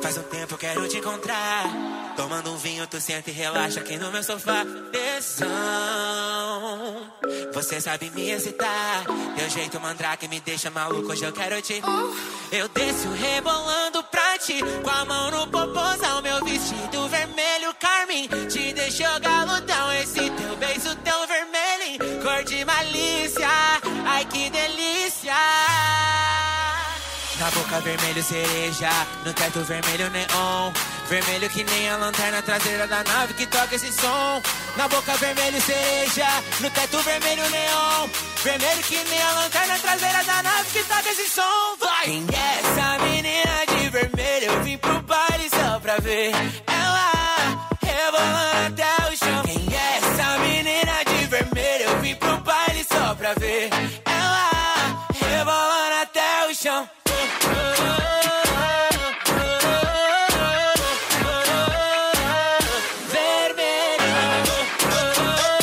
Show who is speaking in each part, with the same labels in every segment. Speaker 1: Faz um tempo quero te encontrar. Tomando um vinho, tu senta e relaxa aqui no meu sofá. Deção. Você sabe me excitar. Teu jeito mandrake me deixa maluco, hoje eu quero te. Eu desço rebolando pra ti. Com a mão no popozão, meu vestido vermelho, carmim. Te deixou galudão, esse teu beijo tão vermelho. Cor de malícia, ai que delícia. Na boca vermelho cereja, no teto vermelho neon Vermelho que nem a lanterna traseira da nave que toca esse som Na boca vermelho cereja, no teto vermelho neon Vermelho que nem a lanterna traseira da nave que toca esse som Vai! Quem é essa menina de vermelho? Eu vim pro baile só pra ver Ela rebolando até o chão Quem é essa menina de vermelho? Eu vim pro baile só pra ver Ela rebolando até o chão vermelho.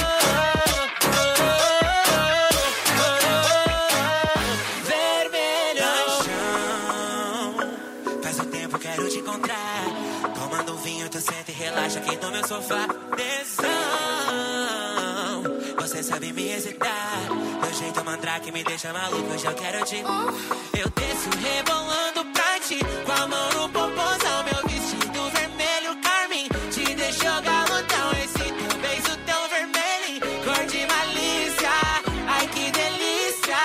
Speaker 1: Vermelho. Paixão, faz um tempo quero te encontrar. Tomando um vinho, tu senta e relaxa aqui no meu sofá. Tesão, você sabe me excitar. Teu jeito mandrake me deixa maluco, hoje eu quero te. Eu desço rebolando pra ti, com a mão no popozão, meu vestido vermelho, carmim. Te deixou galudão, esse teu beijo tão vermelho, cor de malícia. Ai que delícia!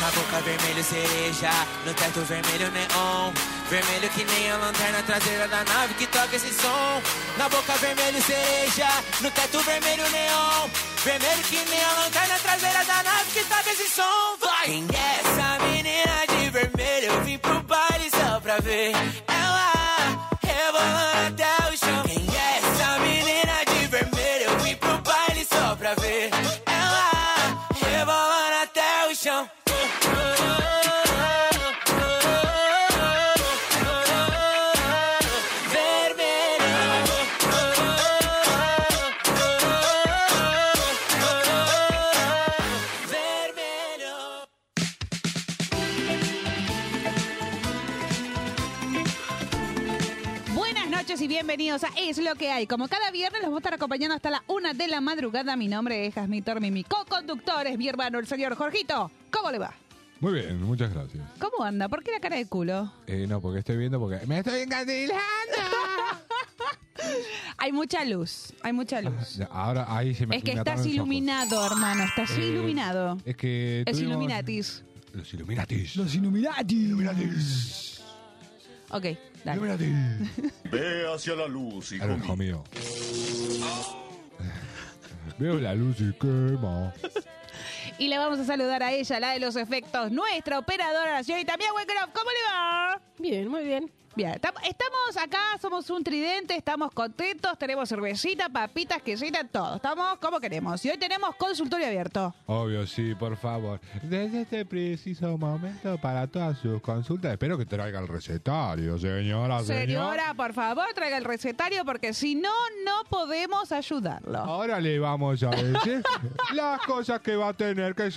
Speaker 1: Na boca vermelho cereja, no teto vermelho neon Vermelho que nem a lanterna traseira da nave que toca esse som Na boca vermelho cereja, no teto vermelho neon Vermelho que nem a lanterna traseira da nave que toca esse som Vai! Quem é essa menina de vermelho? Eu vim pro baile só pra ver Ela rebolando até o chão Quem é essa menina de vermelho? Eu vim pro baile só pra ver Ela rebolando até o chão vermelho. Vermelho.
Speaker 2: Buenas noches y bienvenidos a Es lo que hay. Como cada viernes los voy a estar acompañando hasta la una de la madrugada. Mi nombre es Jasmine Tormi, mi co-conductor es mi hermano, el señor Jorgito. ¿Cómo le va?
Speaker 3: Muy bien, muchas gracias.
Speaker 2: ¿Cómo anda? ¿Por qué la cara de culo?
Speaker 3: Eh, no, porque estoy viendo porque... ¡Me estoy encandilando!
Speaker 2: Hay mucha luz, hay mucha luz.
Speaker 3: Ya, Ahora ahí se me
Speaker 2: Es que
Speaker 3: Ah, me ataron
Speaker 2: estás
Speaker 3: los ojos.
Speaker 2: iluminado, hermano, estás
Speaker 3: Eh,
Speaker 2: iluminado.
Speaker 3: Es que...
Speaker 2: Es
Speaker 3: tuvimos-
Speaker 2: Illuminatis.
Speaker 3: Los Illuminatis.
Speaker 4: Los Illuminati. Illuminatis.
Speaker 2: Ok, dale.
Speaker 5: Ve hacia la luz, hijo
Speaker 3: Claro, hijo
Speaker 5: mío.
Speaker 3: mío. Veo la luz y quema.
Speaker 2: Y le vamos a saludar a ella, la de los efectos, nuestra operadora, la señorita Mia Wekeroff. ¿Cómo le va?
Speaker 6: Bien, muy bien.
Speaker 2: Bien, estam- estamos acá, somos un tridente, estamos contentos, tenemos cervecita, papitas, quesita, todo. Estamos como queremos. Y hoy tenemos consultorio abierto.
Speaker 3: Obvio, sí, por favor. Desde este preciso momento para todas sus consultas, espero que traiga el recetario, señora, señor.
Speaker 2: Señora, por favor, traiga el recetario porque si no, no podemos ayudarlo.
Speaker 3: Ahora le vamos a decir las cosas que va a tener que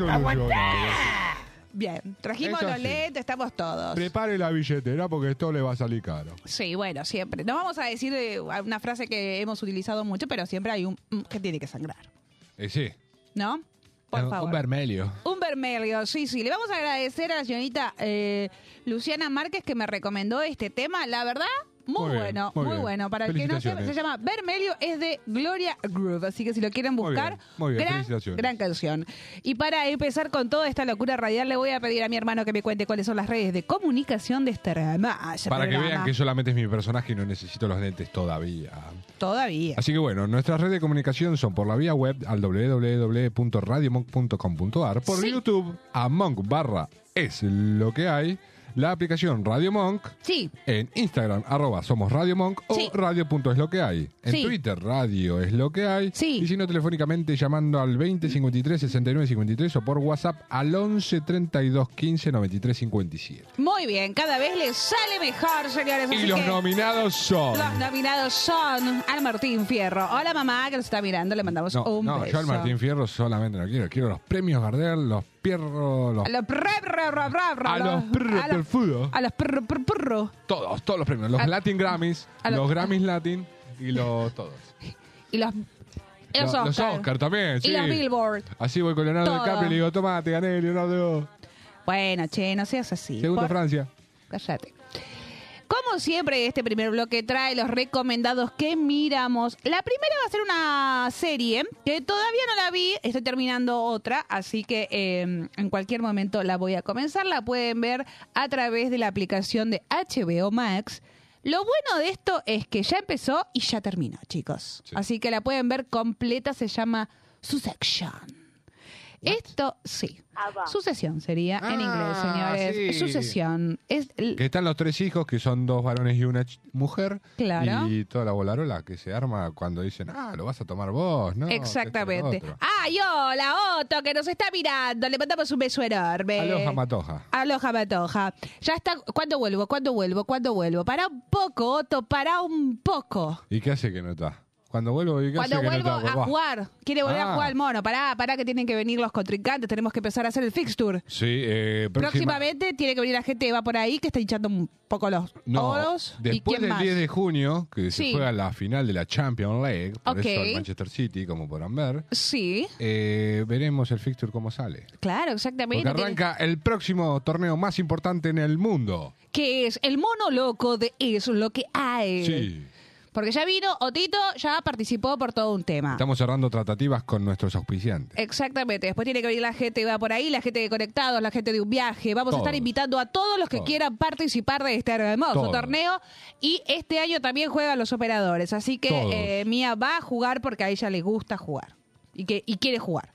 Speaker 3: solucionar.
Speaker 2: Bien, trajimos
Speaker 3: Eso
Speaker 2: los
Speaker 3: sí.
Speaker 2: LED, estamos todos.
Speaker 3: Prepare la billetera porque esto le va a salir caro.
Speaker 2: sí, bueno, siempre. No vamos a decir eh, una frase que hemos utilizado mucho, pero siempre hay un mm, que tiene que sangrar.
Speaker 3: Eh, sí. Eh,
Speaker 2: ¿No? Por
Speaker 3: Un-
Speaker 2: favor.
Speaker 3: Un vermelho.
Speaker 2: Un vermelho, sí, sí. Le vamos a agradecer a la señorita eh, Luciana Márquez que me recomendó este tema. La verdad, muy,
Speaker 3: Muy bien,
Speaker 2: bueno, muy,
Speaker 3: muy bien.
Speaker 2: bueno. Para el que no sepa, se
Speaker 3: Felicitaciones.
Speaker 2: llama Vermelho, es de Gloria Groove. Así que si lo quieren
Speaker 3: Muy
Speaker 2: buscar,
Speaker 3: bien, muy bien,
Speaker 2: gran,
Speaker 3: felicitaciones.
Speaker 2: gran canción. Y para empezar con toda esta locura radial, le voy a pedir a mi hermano que me cuente cuáles son las redes de comunicación de este programa.
Speaker 3: Para que vean que solamente es mi personaje y no necesito los lentes todavía.
Speaker 2: Todavía.
Speaker 3: Así que bueno, nuestras redes de comunicación son por la vía web al www.radiomonk.com.ar, por
Speaker 2: Sí.
Speaker 3: YouTube a monk barra es lo que hay. la aplicación Radio Monk.
Speaker 2: Sí.
Speaker 3: En Instagram, arroba somos Radio Monk o
Speaker 2: Sí.
Speaker 3: radio punto es lo que hay. En
Speaker 2: Sí.
Speaker 3: Twitter, radio es lo que hay.
Speaker 2: Sí.
Speaker 3: Y si no, telefónicamente llamando al 20 53 69 53 o por WhatsApp al 11 32 15 93 57.
Speaker 2: Muy bien, cada vez les sale mejor, señores.
Speaker 3: Y
Speaker 2: así
Speaker 3: los
Speaker 2: que
Speaker 3: nominados son.
Speaker 2: los nominados son Al Martín Fierro. Hola mamá, que nos está mirando, le mandamos
Speaker 3: No,
Speaker 2: un
Speaker 3: no,
Speaker 2: beso.
Speaker 3: yo al Martín Fierro solamente no quiero. Quiero los premios Gardel, los Pierro, los.
Speaker 2: A los prr, prr, prr, prr,
Speaker 3: A los prr,
Speaker 2: a
Speaker 3: del
Speaker 2: los-
Speaker 3: fútbol.
Speaker 2: a los prr, prr, prr.
Speaker 3: Todos, todos los premios. Los
Speaker 2: A-
Speaker 3: Latin Grammys,
Speaker 2: a lo-
Speaker 3: los Grammys Latin y los todos.
Speaker 2: y los y los
Speaker 3: Lo- los
Speaker 2: Oscar.
Speaker 3: Oscar también, sí.
Speaker 2: Y los Billboard.
Speaker 3: Así voy con Leonardo
Speaker 2: Todo.
Speaker 3: DiCaprio y le digo, toma, te gané, Leonardo.
Speaker 2: Bueno, che, no seas así.
Speaker 3: Segundo
Speaker 2: por-
Speaker 3: Francia.
Speaker 2: Cállate. Como siempre, este primer bloque trae los recomendados que miramos. La primera va a ser una serie que todavía no la vi, estoy terminando otra, así que eh, en cualquier momento la voy a comenzar. La pueden ver a través de la aplicación de HBO Max. Lo bueno de esto es que ya empezó y ya terminó, chicos. Así que la pueden ver completa, se llama Succession. Esto sí. Sucesión sería en inglés,
Speaker 3: Ah,
Speaker 2: señores.
Speaker 3: sí.
Speaker 2: Sucesión. Es l-
Speaker 3: Que están los tres hijos, que son dos varones y una ch- mujer.
Speaker 2: Claro.
Speaker 3: Y toda la volarola que se arma cuando dicen, ah, lo vas a tomar vos, ¿no?
Speaker 2: Exactamente.
Speaker 3: Que esto, que lo otro.
Speaker 2: ¡Ay, hola, Otto, que nos está mirando! Le mandamos un beso enorme.
Speaker 3: Aloha Matoja.
Speaker 2: Aloha, Matoja. Ya está. ¿Cuándo vuelvo? ¿Cuándo vuelvo? ¿Cuándo vuelvo? Para un poco, Otto, para un poco.
Speaker 3: ¿Y qué hace que no está? Cuando vuelvo, ¿y qué
Speaker 2: Cuando
Speaker 3: hace que
Speaker 2: vuelvo
Speaker 3: no está?
Speaker 2: a
Speaker 3: Pues va.
Speaker 2: jugar. Quiere volver a
Speaker 3: Ah.
Speaker 2: jugar al mono. Pará, pará, que tienen que venir los contrincantes. Tenemos que empezar a hacer el fixture.
Speaker 3: Sí, eh, próxima-
Speaker 2: Próximamente tiene que venir la gente que va por ahí, que está hinchando un poco los
Speaker 3: No,
Speaker 2: oros. ¿Y
Speaker 3: después
Speaker 2: quién
Speaker 3: del
Speaker 2: más?
Speaker 3: 10 de junio, que
Speaker 2: Sí.
Speaker 3: se juega la final de la Champions League, por eso
Speaker 2: Ok.
Speaker 3: el Manchester City, como podrán ver,
Speaker 2: Sí,
Speaker 3: eh, veremos el fixture cómo sale.
Speaker 2: claro, exactamente.
Speaker 3: Porque
Speaker 2: Tiene-
Speaker 3: arranca el próximo torneo más importante en el mundo.
Speaker 2: que es el mono loco de Eso es lo que hay.
Speaker 3: Sí.
Speaker 2: Porque ya vino Otito, ya participó por todo un tema.
Speaker 3: Estamos cerrando tratativas con nuestros auspiciantes.
Speaker 2: Exactamente, después tiene que venir la gente que va por ahí, la gente de Conectados, la gente de un viaje. Vamos a estar
Speaker 3: Todos.
Speaker 2: invitando a todos los que
Speaker 3: Todos.
Speaker 2: quieran participar de este hermoso
Speaker 3: Todos.
Speaker 2: torneo. Y este año también juegan los operadores, así que
Speaker 3: Todos.
Speaker 2: eh, Mía va a jugar porque a ella le gusta jugar y que y quiere jugar,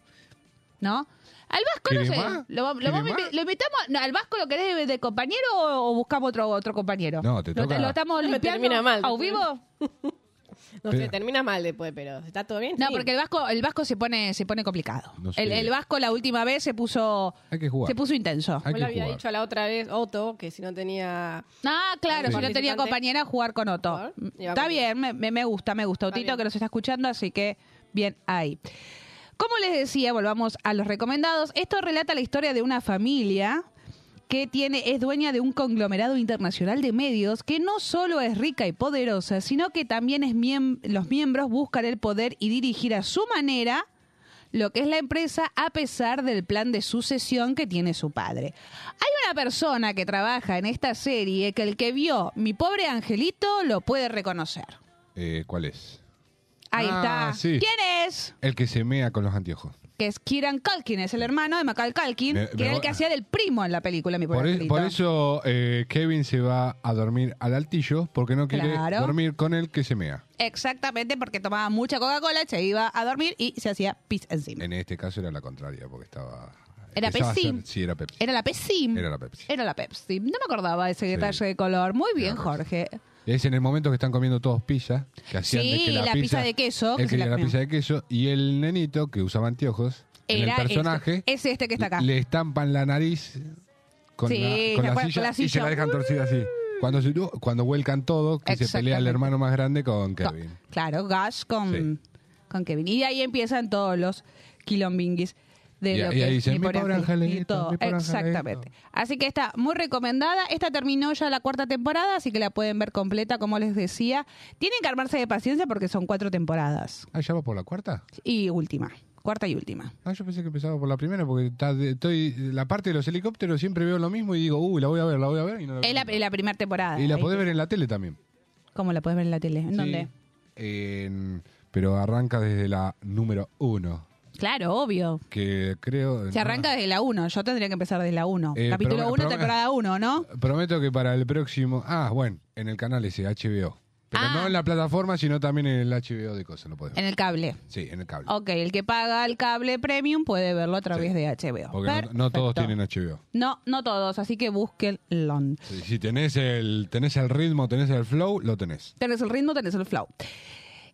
Speaker 2: ¿no? Al Vasco no
Speaker 3: ¿Quiere
Speaker 2: sé,
Speaker 3: más?
Speaker 2: lo, vamos- lo
Speaker 3: ¿Quiere
Speaker 2: vamos a invi-
Speaker 3: más?
Speaker 2: lo invitamos, no, al Vasco lo querés de, de compañero o, o buscamos otro otro compañero.
Speaker 3: No, te
Speaker 2: Lo-
Speaker 3: toca-
Speaker 2: Lo, estamos
Speaker 7: No,
Speaker 2: limpiando
Speaker 7: termina mal.
Speaker 2: a vivo.
Speaker 7: No
Speaker 3: Espera.
Speaker 7: sé, terminas mal después, pero ¿está todo bien?
Speaker 2: No,
Speaker 7: Sí.
Speaker 2: porque el vasco, el vasco se pone, se pone complicado.
Speaker 3: No sé.
Speaker 2: el, el vasco la última vez se puso,
Speaker 3: Hay que jugar.
Speaker 2: se puso intenso.
Speaker 3: Hay
Speaker 7: Vos
Speaker 3: que
Speaker 7: le había
Speaker 3: jugar.
Speaker 7: dicho a la otra vez, Otto, que si no tenía...
Speaker 2: Ah, claro,
Speaker 3: Sí.
Speaker 2: si no tenía
Speaker 7: Participante.
Speaker 2: compañera, jugar con Otto.
Speaker 7: Por favor, y va
Speaker 2: Está
Speaker 7: con-
Speaker 2: bien, me, me- me gusta, me gusta.
Speaker 7: Está
Speaker 2: Otito
Speaker 7: bien.
Speaker 2: que nos está escuchando, así que bien ahí. Como les decía, volvamos a los recomendados. Esto relata la historia de una familia que tiene, es dueña de un conglomerado internacional de medios que no solo es rica y poderosa, sino que también es miem- los miembros buscan el poder y dirigir a su manera lo que es la empresa a pesar del plan de sucesión que tiene su padre. Hay una persona que trabaja en esta serie que el que vio Mi pobre angelito lo puede reconocer.
Speaker 3: Eh, ¿Cuál es?
Speaker 2: Ahí
Speaker 3: Ah,
Speaker 2: está.
Speaker 3: sí.
Speaker 2: ¿Quién es?
Speaker 3: El que se mea con los anteojos.
Speaker 2: Que es Kieran Culkin, es el hermano de Macaul Culkin,
Speaker 3: Me-
Speaker 2: que
Speaker 3: me
Speaker 2: era el
Speaker 3: voy-
Speaker 2: que hacía del primo en la película Mi pobre
Speaker 3: Por, e-
Speaker 2: angelito.
Speaker 3: por eso eh, Kevin se va a dormir al altillo porque no quiere
Speaker 2: Claro.
Speaker 3: dormir con el que se mea.
Speaker 2: Exactamente, porque tomaba mucha Coca-Cola, se iba a dormir y se hacía pis encima.
Speaker 3: En este caso era la contraria porque estaba...
Speaker 2: Era
Speaker 3: empezaba a
Speaker 2: Pepsi.
Speaker 3: ser- sí, era Pepsi.
Speaker 2: Era la Pepsi.
Speaker 3: Era la Pepsi.
Speaker 2: Era la Pepsi. No me acordaba ese detalle de color. Muy bien,
Speaker 3: Era Pepsi.
Speaker 2: Jorge.
Speaker 3: Es en el momento que están comiendo todos pizza. Que hacían de
Speaker 2: Sí,
Speaker 3: que la,
Speaker 2: la pizza de queso, que
Speaker 3: Él
Speaker 2: se la
Speaker 3: quería la
Speaker 2: comió.
Speaker 3: pizza de queso. Y el nenito, que usaba anteojos, en
Speaker 2: Era
Speaker 3: el personaje...
Speaker 2: este. Es este que está acá.
Speaker 3: Le estampan la nariz con,
Speaker 2: Sí,
Speaker 3: la, con
Speaker 2: se
Speaker 3: la
Speaker 2: acuerda-
Speaker 3: silla,
Speaker 2: con la
Speaker 3: y se
Speaker 2: silla.
Speaker 3: la dejan torcida así. Cuando, se- cuando vuelcan todo, que se pelea el
Speaker 2: Exactamente.
Speaker 3: hermano más grande con Kevin.
Speaker 2: No, claro, Gas con, con Kevin. Y de ahí empiezan todos los quilombinguis de
Speaker 3: Y-
Speaker 2: lo
Speaker 3: y
Speaker 2: que
Speaker 3: ahí
Speaker 2: es
Speaker 3: dicen, "Mi pobre
Speaker 2: angelito",
Speaker 3: angelito, mi pobre
Speaker 2: Exactamente. Así que está muy recomendada. Esta terminó ya la cuarta temporada, así que la pueden ver completa, como les decía. Tienen que armarse de paciencia porque son cuatro temporadas.
Speaker 3: Ah, ¿ya va por la cuarta?
Speaker 2: Y última, cuarta y última.
Speaker 3: Ah, yo pensé que empezaba por la primera porque está de- estoy la parte de los helicópteros siempre veo lo mismo y digo, uy, la voy a ver, la voy a ver y no la
Speaker 2: Es
Speaker 3: veo
Speaker 2: la,
Speaker 3: nunca.
Speaker 2: la primera temporada.
Speaker 3: Y la
Speaker 2: Ahí
Speaker 3: podés
Speaker 2: te-
Speaker 3: ver en la tele también.
Speaker 2: ¿Cómo la podés ver en la tele? ¿En
Speaker 3: Sí.
Speaker 2: dónde?
Speaker 3: En- pero arranca desde la número uno,
Speaker 2: Claro, obvio.
Speaker 3: que creo...
Speaker 2: Se arranca desde la 1. Yo tendría que empezar desde la 1.
Speaker 3: Eh,
Speaker 2: Capítulo
Speaker 3: pero-
Speaker 2: 1,
Speaker 3: pero-
Speaker 2: temporada 1, ¿no?
Speaker 3: Prometo que para el próximo... Ah, bueno, en el canal ese, HBO. Pero
Speaker 2: Ah.
Speaker 3: no en la plataforma, sino también en el HBO de cosas, lo podés ver.
Speaker 2: En Oh, el cable.
Speaker 3: Sí, en el cable.
Speaker 2: Ok, el que paga el cable premium puede verlo a través de HBO.
Speaker 3: Porque no- no, todos
Speaker 2: Perfecto.
Speaker 3: tienen HBO.
Speaker 2: No, no todos, así que búsquenlo.
Speaker 3: Si, si tenés el tenés el ritmo, tenés el flow, lo tenés.
Speaker 2: Tenés el ritmo, tenés el flow.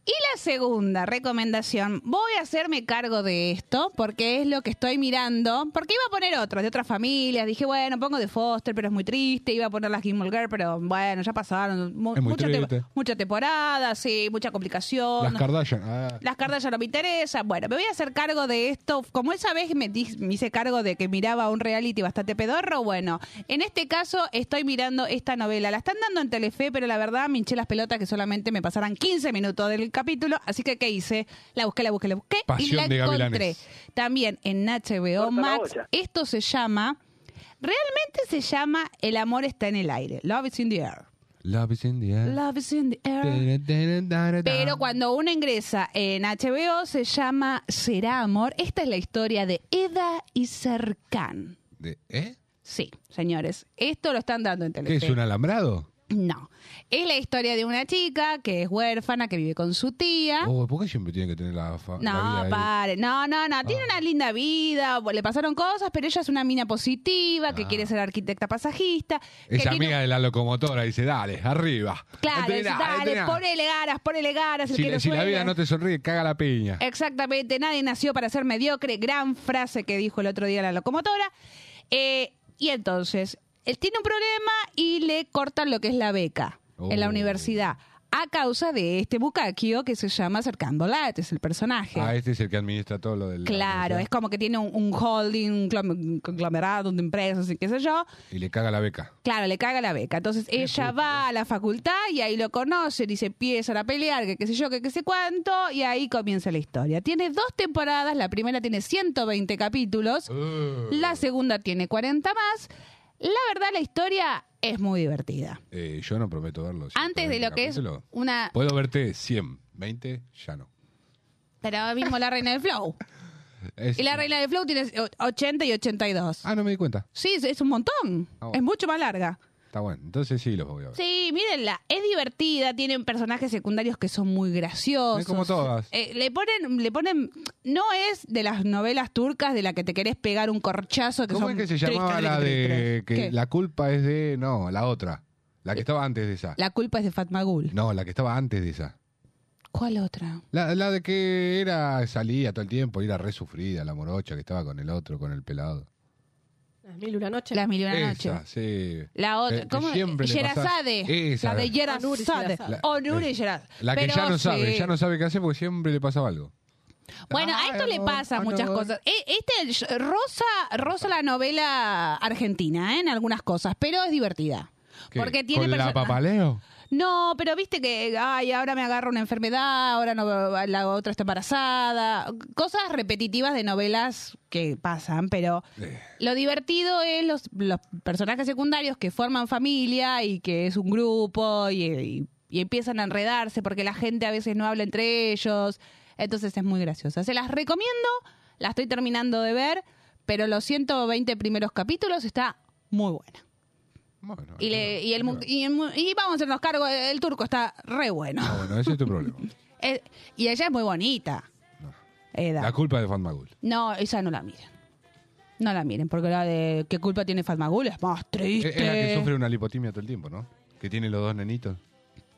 Speaker 2: Y la segunda recomendación, voy a hacerme cargo de esto porque es lo que estoy mirando, porque iba a poner otros de otras familias, dije, bueno, pongo de Foster, pero es muy triste, iba a poner las Gilmore Girls, pero bueno, ya pasaron mu-
Speaker 3: Es muy
Speaker 2: mucha, te-
Speaker 3: triste.
Speaker 2: mucha temporada, sí, mucha complicación.
Speaker 3: Las Kardashian. ah.
Speaker 2: Las cartas ya no me interesan. Bueno, me voy a hacer cargo de esto. Como esa vez me, di- me hice cargo de que miraba un reality bastante pedorro, bueno, en este caso estoy mirando esta novela. La están dando en Telefe, pero la verdad me hinché las pelotas que solamente me pasaran 15 minutos del capítulo. Así que, ¿qué hice? La busqué, la busqué, la busqué y
Speaker 3: Pasión
Speaker 2: la
Speaker 3: de
Speaker 2: encontré.
Speaker 3: Gavilanes.
Speaker 2: También en HBO
Speaker 1: Corta la
Speaker 2: Max.
Speaker 1: bocha.
Speaker 2: Esto se llama... Realmente se llama El amor está en el aire. Love is in the air.
Speaker 3: Love is in the air.
Speaker 2: Love is in the air. Pero cuando uno ingresa en HBO se llama Será Amor. Esta es la historia de Eda y Serkan.
Speaker 3: De- ¿Eh?
Speaker 2: Sí, señores, esto lo están dando en
Speaker 3: ¿Qué
Speaker 2: Telefe.
Speaker 3: es un alambrado?
Speaker 2: No, es la historia de una chica que es huérfana, que vive con su tía.
Speaker 3: Oh, ¿Por qué siempre tienen que tener la, fa- la vida
Speaker 2: No,
Speaker 3: ahí? Ah.
Speaker 2: pare, no, no, no, tiene una linda vida, le pasaron cosas, pero ella es una mina positiva,
Speaker 3: Ah.
Speaker 2: que quiere ser arquitecta pasajista.
Speaker 3: Es
Speaker 2: que tiene-
Speaker 3: amiga de la locomotora, dice, dale, arriba.
Speaker 2: Claro,
Speaker 3: Entrená,
Speaker 2: dice, dale,
Speaker 3: entrená.
Speaker 2: ponele ganas, ponele ganas. el
Speaker 3: Si,
Speaker 2: que
Speaker 3: la-
Speaker 2: lo
Speaker 3: si la
Speaker 2: sueña.
Speaker 3: vida no te sonríe, caga la piña.
Speaker 2: Exactamente, nadie nació para ser mediocre. Gran frase que dijo el otro día la locomotora. Eh, y entonces, él tiene un problema y le cortan lo que es la beca en la
Speaker 3: Oh.
Speaker 2: universidad a causa de este bucaquio que se llama Cercando Lat, es el personaje.
Speaker 3: Ah, este es el que administra todo lo del...
Speaker 2: Claro, es como que tiene un, un holding, un clom- un conglomerado de empresas y qué sé yo.
Speaker 3: Y le caga la beca.
Speaker 2: Claro, le caga la beca. Entonces ella va a la facultad y ahí lo conocen y se empiezan a pelear, que qué sé yo, que qué sé cuánto, y ahí comienza la historia. Tiene dos temporadas, la primera tiene 120 capítulos,
Speaker 3: Uh.
Speaker 2: la segunda tiene 40 más. La verdad, la historia es muy divertida.
Speaker 3: Eh, yo no prometo verlo.
Speaker 2: Antes de
Speaker 3: 120
Speaker 2: lo que es
Speaker 3: capítulos.
Speaker 2: una...
Speaker 3: Puedo verte 100, 20, ya no.
Speaker 2: Pero ahora mismo la reina del flow.
Speaker 3: Es-
Speaker 2: Y la reina del flow tiene o- 80 y 82.
Speaker 3: Ah, no me di cuenta.
Speaker 2: Sí, es- es un montón.
Speaker 3: Ah, bueno.
Speaker 2: Es mucho más larga.
Speaker 3: Está bueno, entonces sí los voy a ver.
Speaker 2: Sí, mírenla. Es divertida, tienen personajes secundarios que son muy graciosos.
Speaker 3: Es como todas.
Speaker 2: Eh, le ponen, le ponen, no es de las novelas turcas de la que te querés pegar un corchazo que
Speaker 3: ¿Cómo
Speaker 2: son
Speaker 3: es que se
Speaker 2: tristes,
Speaker 3: llamaba la
Speaker 2: tristes,
Speaker 3: de
Speaker 2: tristes?
Speaker 3: que
Speaker 2: ¿Qué? Eh,
Speaker 3: la culpa es de no, la otra, la que estaba antes de esa?
Speaker 2: La culpa es de Fatma Gul.
Speaker 3: No, la que estaba antes de esa.
Speaker 2: ¿Cuál otra?
Speaker 3: La, la de que era salía todo el tiempo, y era re sufrida, la morocha que estaba con el otro, con el pelado.
Speaker 7: Las mil y una noche.
Speaker 2: Las mil y una
Speaker 3: esa,
Speaker 2: noches.
Speaker 3: sí. Eh,
Speaker 2: La otra,
Speaker 3: Que- que
Speaker 2: ¿cómo?
Speaker 3: siempre le pasa-
Speaker 2: Yerazade.
Speaker 3: Esa.
Speaker 2: La de
Speaker 7: Onur y
Speaker 2: Yerazade.
Speaker 7: Sherazade.
Speaker 3: La-
Speaker 2: Onur y Yerazade.
Speaker 3: La que
Speaker 2: Pero
Speaker 3: ya no sabe,
Speaker 2: sí.
Speaker 3: ya no sabe qué hacer porque siempre le pasaba algo.
Speaker 2: Bueno, a
Speaker 3: Ay,
Speaker 2: esto le
Speaker 3: amor,
Speaker 2: pasa muchas
Speaker 3: amor.
Speaker 2: cosas. E- Este Rosa, Rosa la novela argentina, ¿eh? en algunas cosas, pero es divertida.
Speaker 3: ¿Qué?
Speaker 2: Porque tiene
Speaker 3: ¿Con la
Speaker 2: persona-
Speaker 3: papaleo?
Speaker 2: No, pero viste que ay, ahora me agarra una enfermedad, ahora no la otra está embarazada, cosas repetitivas de novelas que pasan, pero lo divertido es los, los personajes secundarios que forman familia y que es un grupo y, y- y empiezan a enredarse porque la gente a veces no habla entre ellos. Entonces es muy graciosa. Se las recomiendo, la estoy terminando de ver, pero los 120 primeros capítulos está muy buena.
Speaker 3: Bueno,
Speaker 2: Y, le- y el, mu-
Speaker 3: bueno.
Speaker 2: y el mu- y vamos a hacernos cargo, el turco está re bueno.
Speaker 3: Ah, bueno, ese es tu problema.
Speaker 2: Eh, y ella es muy bonita. Eh, Eda.
Speaker 3: La culpa es de Fatmagul.
Speaker 2: No, esa no la miren. No la miren, porque la de qué culpa tiene Fatmagul es más triste.
Speaker 3: Es es la que sufre una lipotimia todo el tiempo, ¿no? Que tiene los dos nenitos.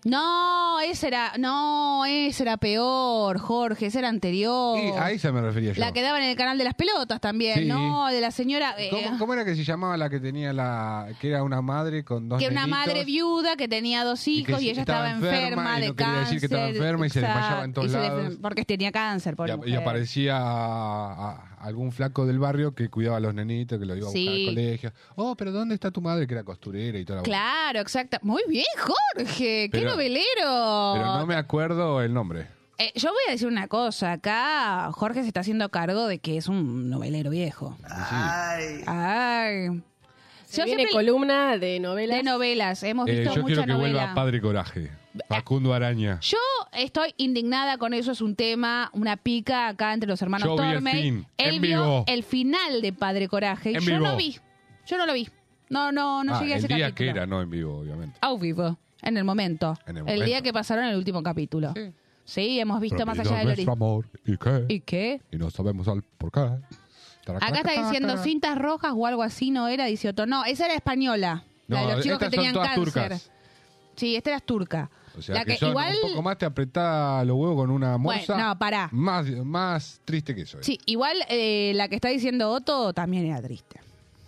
Speaker 2: No, esa era, no, esa era peor, Jorge, esa era anterior.
Speaker 3: Y a esa me refería yo.
Speaker 2: Oh. La que daban en el canal de las pelotas también,
Speaker 3: Sí.
Speaker 2: ¿no? De la señora... eh,
Speaker 3: ¿Cómo, cómo era que se llamaba la que tenía la. que era una madre con dos
Speaker 2: que era una
Speaker 3: nenitos
Speaker 2: madre viuda que tenía dos
Speaker 3: y que
Speaker 2: hijos y, ella estaba, enferma,
Speaker 3: y
Speaker 2: de
Speaker 3: no quería
Speaker 2: cáncer.
Speaker 3: decir que estaba enferma y se
Speaker 2: Exacto,
Speaker 3: desmayaba en todos
Speaker 2: y se desma-
Speaker 3: lados.
Speaker 2: Porque tenía cáncer,
Speaker 3: Y,
Speaker 2: pobre
Speaker 3: a- y
Speaker 2: mujer.
Speaker 3: aparecía a- a- algún flaco del barrio que cuidaba a los nenitos, que los iba a buscar
Speaker 2: Sí.
Speaker 3: al colegio. Oh, pero ¿dónde está tu madre? Que era costurera y toda la
Speaker 2: Claro, exacta. Muy bien, Jorge. ¡Qué
Speaker 3: Pero-
Speaker 2: novelero!
Speaker 3: Pero no me acuerdo el nombre.
Speaker 2: Eh, yo voy a decir una cosa. Acá Jorge se está haciendo cargo de que es un novelero viejo.
Speaker 1: Ay.
Speaker 2: Ay.
Speaker 7: Se
Speaker 2: Yo
Speaker 7: viene
Speaker 2: siempre-
Speaker 7: columna de novelas.
Speaker 2: de novelas. Hemos
Speaker 3: Eh,
Speaker 2: visto
Speaker 3: yo
Speaker 2: mucha
Speaker 3: quiero que
Speaker 2: novela. Eh,
Speaker 3: vuelva Padre Coraje. Facundo Araña.
Speaker 2: Yo estoy indignada con eso, es un tema, una pica acá entre los hermanos
Speaker 3: Yo vi el
Speaker 2: Torme.
Speaker 3: fin,
Speaker 2: Él
Speaker 3: en
Speaker 2: vio
Speaker 3: vivo.
Speaker 2: el final de Padre Coraje.
Speaker 3: En
Speaker 2: yo
Speaker 3: vivo.
Speaker 2: no vi. Yo no lo vi. No, no, no
Speaker 3: Ah,
Speaker 2: llegué a
Speaker 3: el
Speaker 2: ese
Speaker 3: día
Speaker 2: capítulo.
Speaker 3: que era, no en vivo, obviamente.
Speaker 2: A vivo. En el momento.
Speaker 3: En el
Speaker 2: día
Speaker 3: momento.
Speaker 2: que pasaron el último capítulo. Sí, hemos visto más allá del
Speaker 3: nuestro
Speaker 2: horizonte.
Speaker 3: amor. ¿Y qué?
Speaker 2: ¿Y qué?
Speaker 3: Y no sabemos al por qué. Taraca,
Speaker 2: Acá está
Speaker 3: taca,
Speaker 2: diciendo
Speaker 3: taca.
Speaker 2: cintas rojas o algo así, no era 18. No, esa era española. la de
Speaker 3: No,
Speaker 2: los chicos que
Speaker 3: estas
Speaker 2: tenían
Speaker 3: son todas
Speaker 2: cáncer.
Speaker 3: turcas.
Speaker 2: Sí, esta era turca.
Speaker 3: O sea,
Speaker 2: la
Speaker 3: que,
Speaker 2: que,
Speaker 3: yo
Speaker 2: igual.
Speaker 3: un poco más te apretaba los huevos con una
Speaker 2: Bueno,
Speaker 3: morsa.
Speaker 2: no, pará.
Speaker 3: Más, más triste que eso. era.
Speaker 2: Sí, igual eh, la que está diciendo Otto también era triste.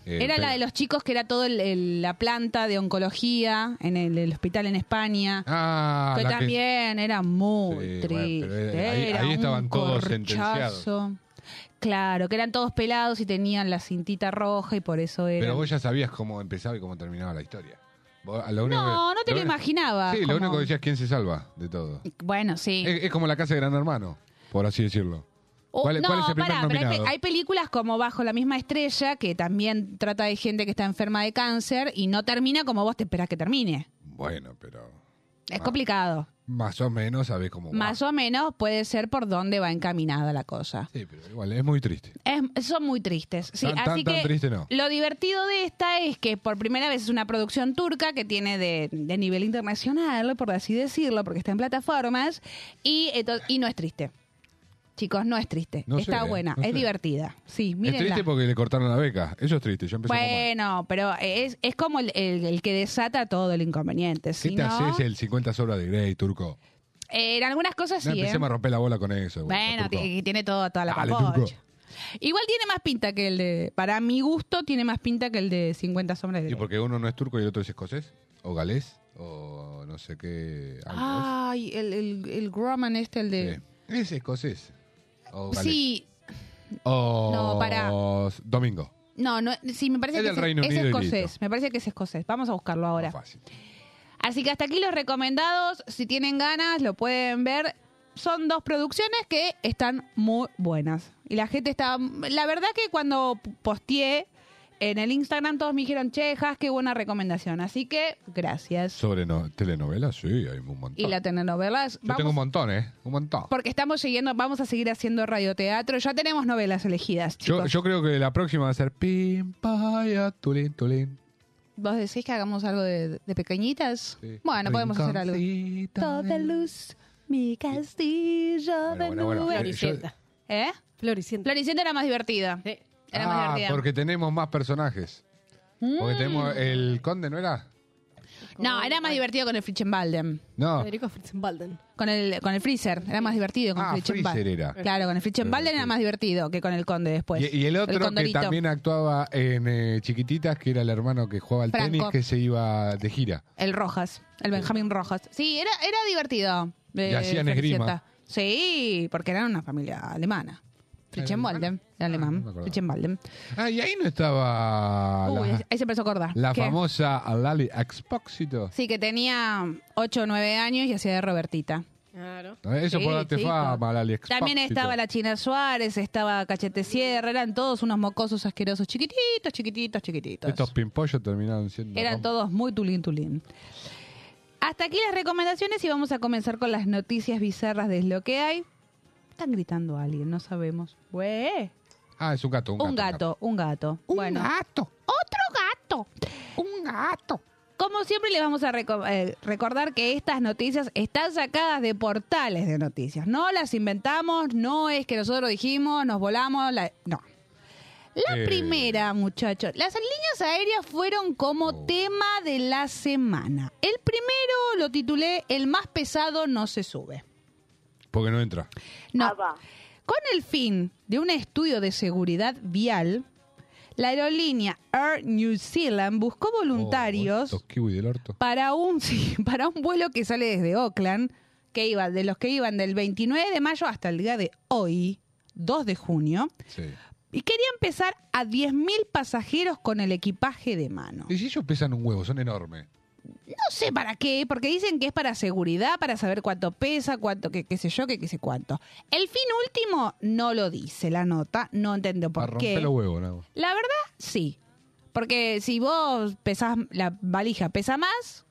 Speaker 3: Eh,
Speaker 2: era
Speaker 3: pero-
Speaker 2: la de los chicos que era todo el- el- la planta de oncología en el, el hospital en España.
Speaker 3: Ah,
Speaker 2: que
Speaker 3: la
Speaker 2: también era muy
Speaker 3: Sí, bueno, pero
Speaker 2: triste.
Speaker 3: era- ahí-
Speaker 2: era
Speaker 3: ahí estaban
Speaker 2: un
Speaker 3: todos
Speaker 2: corchazo.
Speaker 3: sentenciados.
Speaker 2: Claro, que eran todos pelados y tenían la cintita roja y por eso era.
Speaker 3: Pero vos ya sabías cómo empezaba y cómo terminaba la historia. Vos, a lo único
Speaker 2: No,
Speaker 3: que-
Speaker 2: no te lo
Speaker 3: único-
Speaker 2: imaginabas,
Speaker 3: Sí,
Speaker 2: como-
Speaker 3: lo único que decías es quién se salva de todo.
Speaker 2: Bueno, sí.
Speaker 3: Es, es como la casa de Gran Hermano, por así decirlo.
Speaker 2: Oh,
Speaker 3: ¿Cuál,
Speaker 2: no,
Speaker 3: cuál es el primer
Speaker 2: pará, pero hay pe-
Speaker 3: nominado?
Speaker 2: hay, películas como Bajo la misma estrella, que también trata de gente que está enferma de cáncer y no termina como vos te esperás que termine.
Speaker 3: Bueno, pero
Speaker 2: Es complicado.
Speaker 3: más o menos sabés cómo Ah, va.
Speaker 2: Más o menos puede ser por dónde va encaminada la cosa.
Speaker 3: Sí, pero igual, es muy triste.
Speaker 2: Es- son muy tristes. Sí,
Speaker 3: Tan- tan-
Speaker 2: así
Speaker 3: tan
Speaker 2: que
Speaker 3: triste no.
Speaker 2: lo divertido de esta es que por primera vez es una producción turca que tiene de, de nivel internacional, por así decirlo, porque está en plataformas, y, eto- y no es triste. Chicos, no es triste.
Speaker 3: No sé,
Speaker 2: está
Speaker 3: eh,
Speaker 2: buena,
Speaker 3: no
Speaker 2: es
Speaker 3: sé.
Speaker 2: divertida. Sí,
Speaker 3: Es
Speaker 2: mírenla.
Speaker 3: triste porque le cortaron la beca. Eso es triste. Yo empecé mal.
Speaker 2: Bueno, pero es, es como el, el- el que desata todo el inconveniente.
Speaker 3: ¿Qué
Speaker 2: Si
Speaker 3: te
Speaker 2: no,
Speaker 3: haces el 50 sobras de Grey, turco?
Speaker 2: eh, en algunas cosas
Speaker 3: No
Speaker 2: sí. ¿eh?
Speaker 3: empecemos a romper la bola con eso.
Speaker 2: Bueno,
Speaker 3: turco.
Speaker 2: ti- tiene todo, toda la
Speaker 3: Dale,
Speaker 2: papocha.
Speaker 3: turco.
Speaker 2: Igual tiene más pinta que el de. Para mi gusto, tiene más pinta que el de 50 Sombras
Speaker 3: ¿Y
Speaker 2: de Grey.
Speaker 3: porque uno no es turco y el otro es escocés? ¿O galés? ¿O no sé qué? algo
Speaker 2: Ay, el, el, el Grumman este,
Speaker 3: es?
Speaker 2: el de.
Speaker 3: Sí. Es escocés. O
Speaker 2: Sí.
Speaker 3: galés. O
Speaker 2: No, pará.
Speaker 3: Domingo.
Speaker 2: No, no, sí, me parece
Speaker 3: Es
Speaker 2: que
Speaker 3: del
Speaker 2: es,
Speaker 3: Reino
Speaker 2: es
Speaker 3: Unido y
Speaker 2: escocés.
Speaker 3: listo.
Speaker 2: Me parece que es escocés. Vamos a buscarlo
Speaker 3: Más
Speaker 2: ahora.
Speaker 3: Fácil.
Speaker 2: Así que hasta aquí los recomendados. Si tienen ganas, lo pueden ver. Son dos producciones que están muy buenas. Y la gente está. La verdad que cuando posteé en el Instagram, todos me dijeron, che, Jas, qué buena recomendación. Así que, gracias.
Speaker 3: Sobre no- telenovelas, sí, hay un montón.
Speaker 2: Y la telenovelas.
Speaker 3: Yo tengo un montón, ¿eh? Un montón.
Speaker 2: porque estamos siguiendo, vamos a seguir haciendo radioteatro. Ya tenemos novelas elegidas,
Speaker 3: Yo,
Speaker 2: chicos.
Speaker 3: yo creo que la próxima va a ser Pim, paya, tulín, tulín.
Speaker 2: ¿Vos decís que hagamos algo de, de pequeñitas?
Speaker 3: Sí.
Speaker 2: Bueno, podemos hacer algo.
Speaker 3: Rinconcito
Speaker 2: Toda
Speaker 3: del-
Speaker 2: luz, mi castillo
Speaker 3: Bueno,
Speaker 2: de
Speaker 3: bueno, bueno.
Speaker 2: nubes.
Speaker 8: Floricienta.
Speaker 2: ¿Eh?
Speaker 8: Floricienta.
Speaker 2: Floricienta era más divertida.
Speaker 8: Sí.
Speaker 2: Era más
Speaker 3: Ah,
Speaker 2: divertida. Mm.
Speaker 3: porque tenemos más personajes. Porque tenemos eh, el conde, ¿no era?
Speaker 2: No, era más divertido con el Fritzenbalden.
Speaker 3: No.
Speaker 8: Federico Fritzenbalden.
Speaker 2: Con el, con el Freezer. Era más divertido con
Speaker 3: Ah,
Speaker 2: Fritzenbalden.
Speaker 3: Freezer era.
Speaker 2: Claro, con el Fritzenbalden era más divertido que con Pues, el Conde después.
Speaker 3: Y, y el otro que
Speaker 2: Condorito.
Speaker 3: también actuaba en eh, Chiquititas, que era el hermano que jugaba al
Speaker 2: Franco.
Speaker 3: tenis, que se iba de gira.
Speaker 2: El Rojas. El Benjamín Rojas. Sí, era, era divertido.
Speaker 3: Y hacían
Speaker 2: Floricienta. Sí, porque eran una familia alemana. Fritzenbalden, el
Speaker 3: no
Speaker 2: alemán.
Speaker 3: me acordaba.
Speaker 2: Fritzenbalden.
Speaker 3: Ah, y ahí no estaba
Speaker 2: Uy,
Speaker 3: la,
Speaker 2: ahí se empezó a acordar.
Speaker 3: la
Speaker 2: ¿Qué?
Speaker 3: famosa Lali Expósito.
Speaker 2: Sí, que tenía 8 o 9 años y hacía de Robertita.
Speaker 8: Claro.
Speaker 3: ¿No? Eso
Speaker 2: Sí,
Speaker 3: por darte
Speaker 2: chico.
Speaker 3: fama, Lali Expósito.
Speaker 2: También estaba la China Suárez, estaba Cachete Sierra, eran todos unos mocosos asquerosos, chiquititos, chiquititos, chiquititos.
Speaker 3: Estos pimpollos terminaron siendo...
Speaker 2: Eran
Speaker 3: rom-
Speaker 2: todos muy tulín, tulín. Hasta aquí las recomendaciones y vamos a comenzar con las noticias bizarras de lo que hay. Están gritando a alguien, no sabemos. Güey.
Speaker 3: Ah, es un gato, un gato.
Speaker 2: Un gato, un gato. bueno,
Speaker 3: gato.
Speaker 2: otro gato.
Speaker 3: Un gato.
Speaker 2: Como siempre les vamos a reco- eh, recordar que estas noticias están sacadas de portales de noticias. No las inventamos, no es que nosotros dijimos, nos volamos, la- no. La
Speaker 3: Eh.
Speaker 2: primera, muchachos, las líneas aéreas fueron como
Speaker 3: Oh.
Speaker 2: tema de la semana. El primero lo titulé El más pesado no se sube.
Speaker 3: Porque no entra.
Speaker 2: No. Con el fin de un estudio de seguridad vial, la aerolínea Air New Zealand buscó voluntarios
Speaker 3: Oh, estos kiwi del orto.
Speaker 2: para un, sí, para un vuelo que sale desde Oakland, que iba, de los que iban del 29 de mayo hasta el día de hoy, 2 de junio,
Speaker 3: Sí.
Speaker 2: y quería empezar a 10.000 pasajeros con el equipaje de mano.
Speaker 3: Y si ellos pesan un huevo, son enormes.
Speaker 2: No sé para qué, porque dicen que es para seguridad, para saber cuánto pesa, cuánto, qué, qué sé yo, qué, qué sé cuánto. El fin último no lo dice la nota, no entiendo
Speaker 3: Para
Speaker 2: por qué.
Speaker 3: romper los huevos, ¿no?
Speaker 2: La verdad, sí. Porque si vos pesás, la valija pesa más,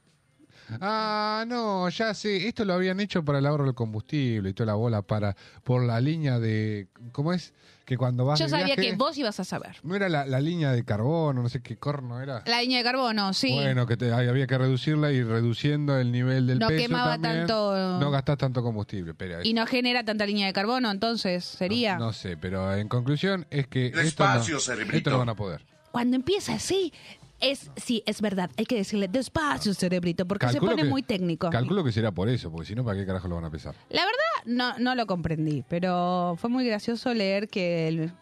Speaker 3: Ah, no, ya sé. Esto lo habían hecho para el ahorro del combustible y toda la bola para por la línea de. ¿Cómo es? Que cuando vas.
Speaker 2: Yo
Speaker 3: de
Speaker 2: sabía
Speaker 3: viaje-
Speaker 2: que vos ibas a saber.
Speaker 3: No era la, la línea de carbono, no sé qué corno era.
Speaker 2: La línea de carbono, sí.
Speaker 3: Bueno, que te- había que reducirla y reduciendo el nivel del
Speaker 2: No
Speaker 3: peso
Speaker 2: quemaba
Speaker 3: también,
Speaker 2: tanto-
Speaker 3: No gastás tanto combustible. Pero
Speaker 2: y no genera tanta línea de carbono, entonces sería.
Speaker 3: No sé, pero en conclusión es que esto no,
Speaker 9: Despacio, cerebrito.
Speaker 3: esto no van a poder.
Speaker 2: Cuando empieza así, es sí, es verdad. Hay que decirle despacio, cerebrito, porque
Speaker 3: Calculo
Speaker 2: se pone
Speaker 3: que-
Speaker 2: muy técnico.
Speaker 3: Calculo que será por eso, porque si no, ¿para qué carajo lo van a pesar?
Speaker 2: La verdad, no, no lo comprendí, pero fue muy gracioso leer que, el-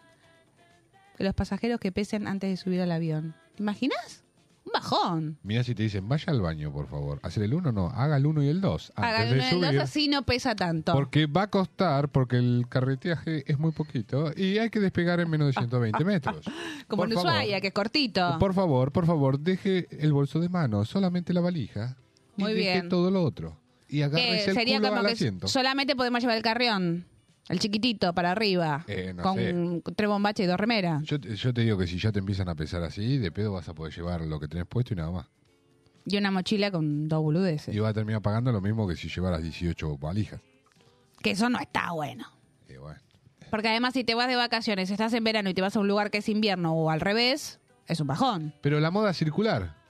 Speaker 2: que los pasajeros que pesen antes de subir al avión. ¿Te imaginas? Un bajón.
Speaker 3: Mira si te dicen, vaya al baño, por favor. Hacer el 1, no. Haga el 1 y el 2.
Speaker 2: Hagan
Speaker 3: Antes de
Speaker 2: uno del dos,
Speaker 3: subir.
Speaker 2: así no pesa tanto.
Speaker 3: Porque va a costar, porque el carreteaje es muy poquito y hay que despegar en menos de 120 metros.
Speaker 2: Como
Speaker 3: por
Speaker 2: en
Speaker 3: favor.
Speaker 2: Ushuaia, que es cortito.
Speaker 3: Por favor, por favor, deje el bolso de mano, solamente la valija. y
Speaker 2: Muy
Speaker 3: deje
Speaker 2: bien.
Speaker 3: todo lo otro. Y agárrese
Speaker 2: Eh,
Speaker 3: el
Speaker 2: sería
Speaker 3: culo
Speaker 2: como
Speaker 3: al
Speaker 2: que
Speaker 3: asiento.
Speaker 2: solamente podemos llevar el carrión, el chiquitito para arriba,
Speaker 3: Eh, no
Speaker 2: con
Speaker 3: sé.
Speaker 2: tres bombachas y dos remeras.
Speaker 3: Yo, te- yo te digo que si ya te empiezan a pesar así, de pedo vas a poder llevar lo que tenés puesto y nada más.
Speaker 2: Y una mochila con dos boludeces.
Speaker 3: Y vas a terminar pagando lo mismo que si llevaras 18 valijas.
Speaker 2: Que eso no está bueno.
Speaker 3: Y bueno,
Speaker 2: Porque además si te vas de vacaciones, estás en verano y te vas a un lugar que es invierno o al revés, es un bajón.
Speaker 3: Pero la moda circular.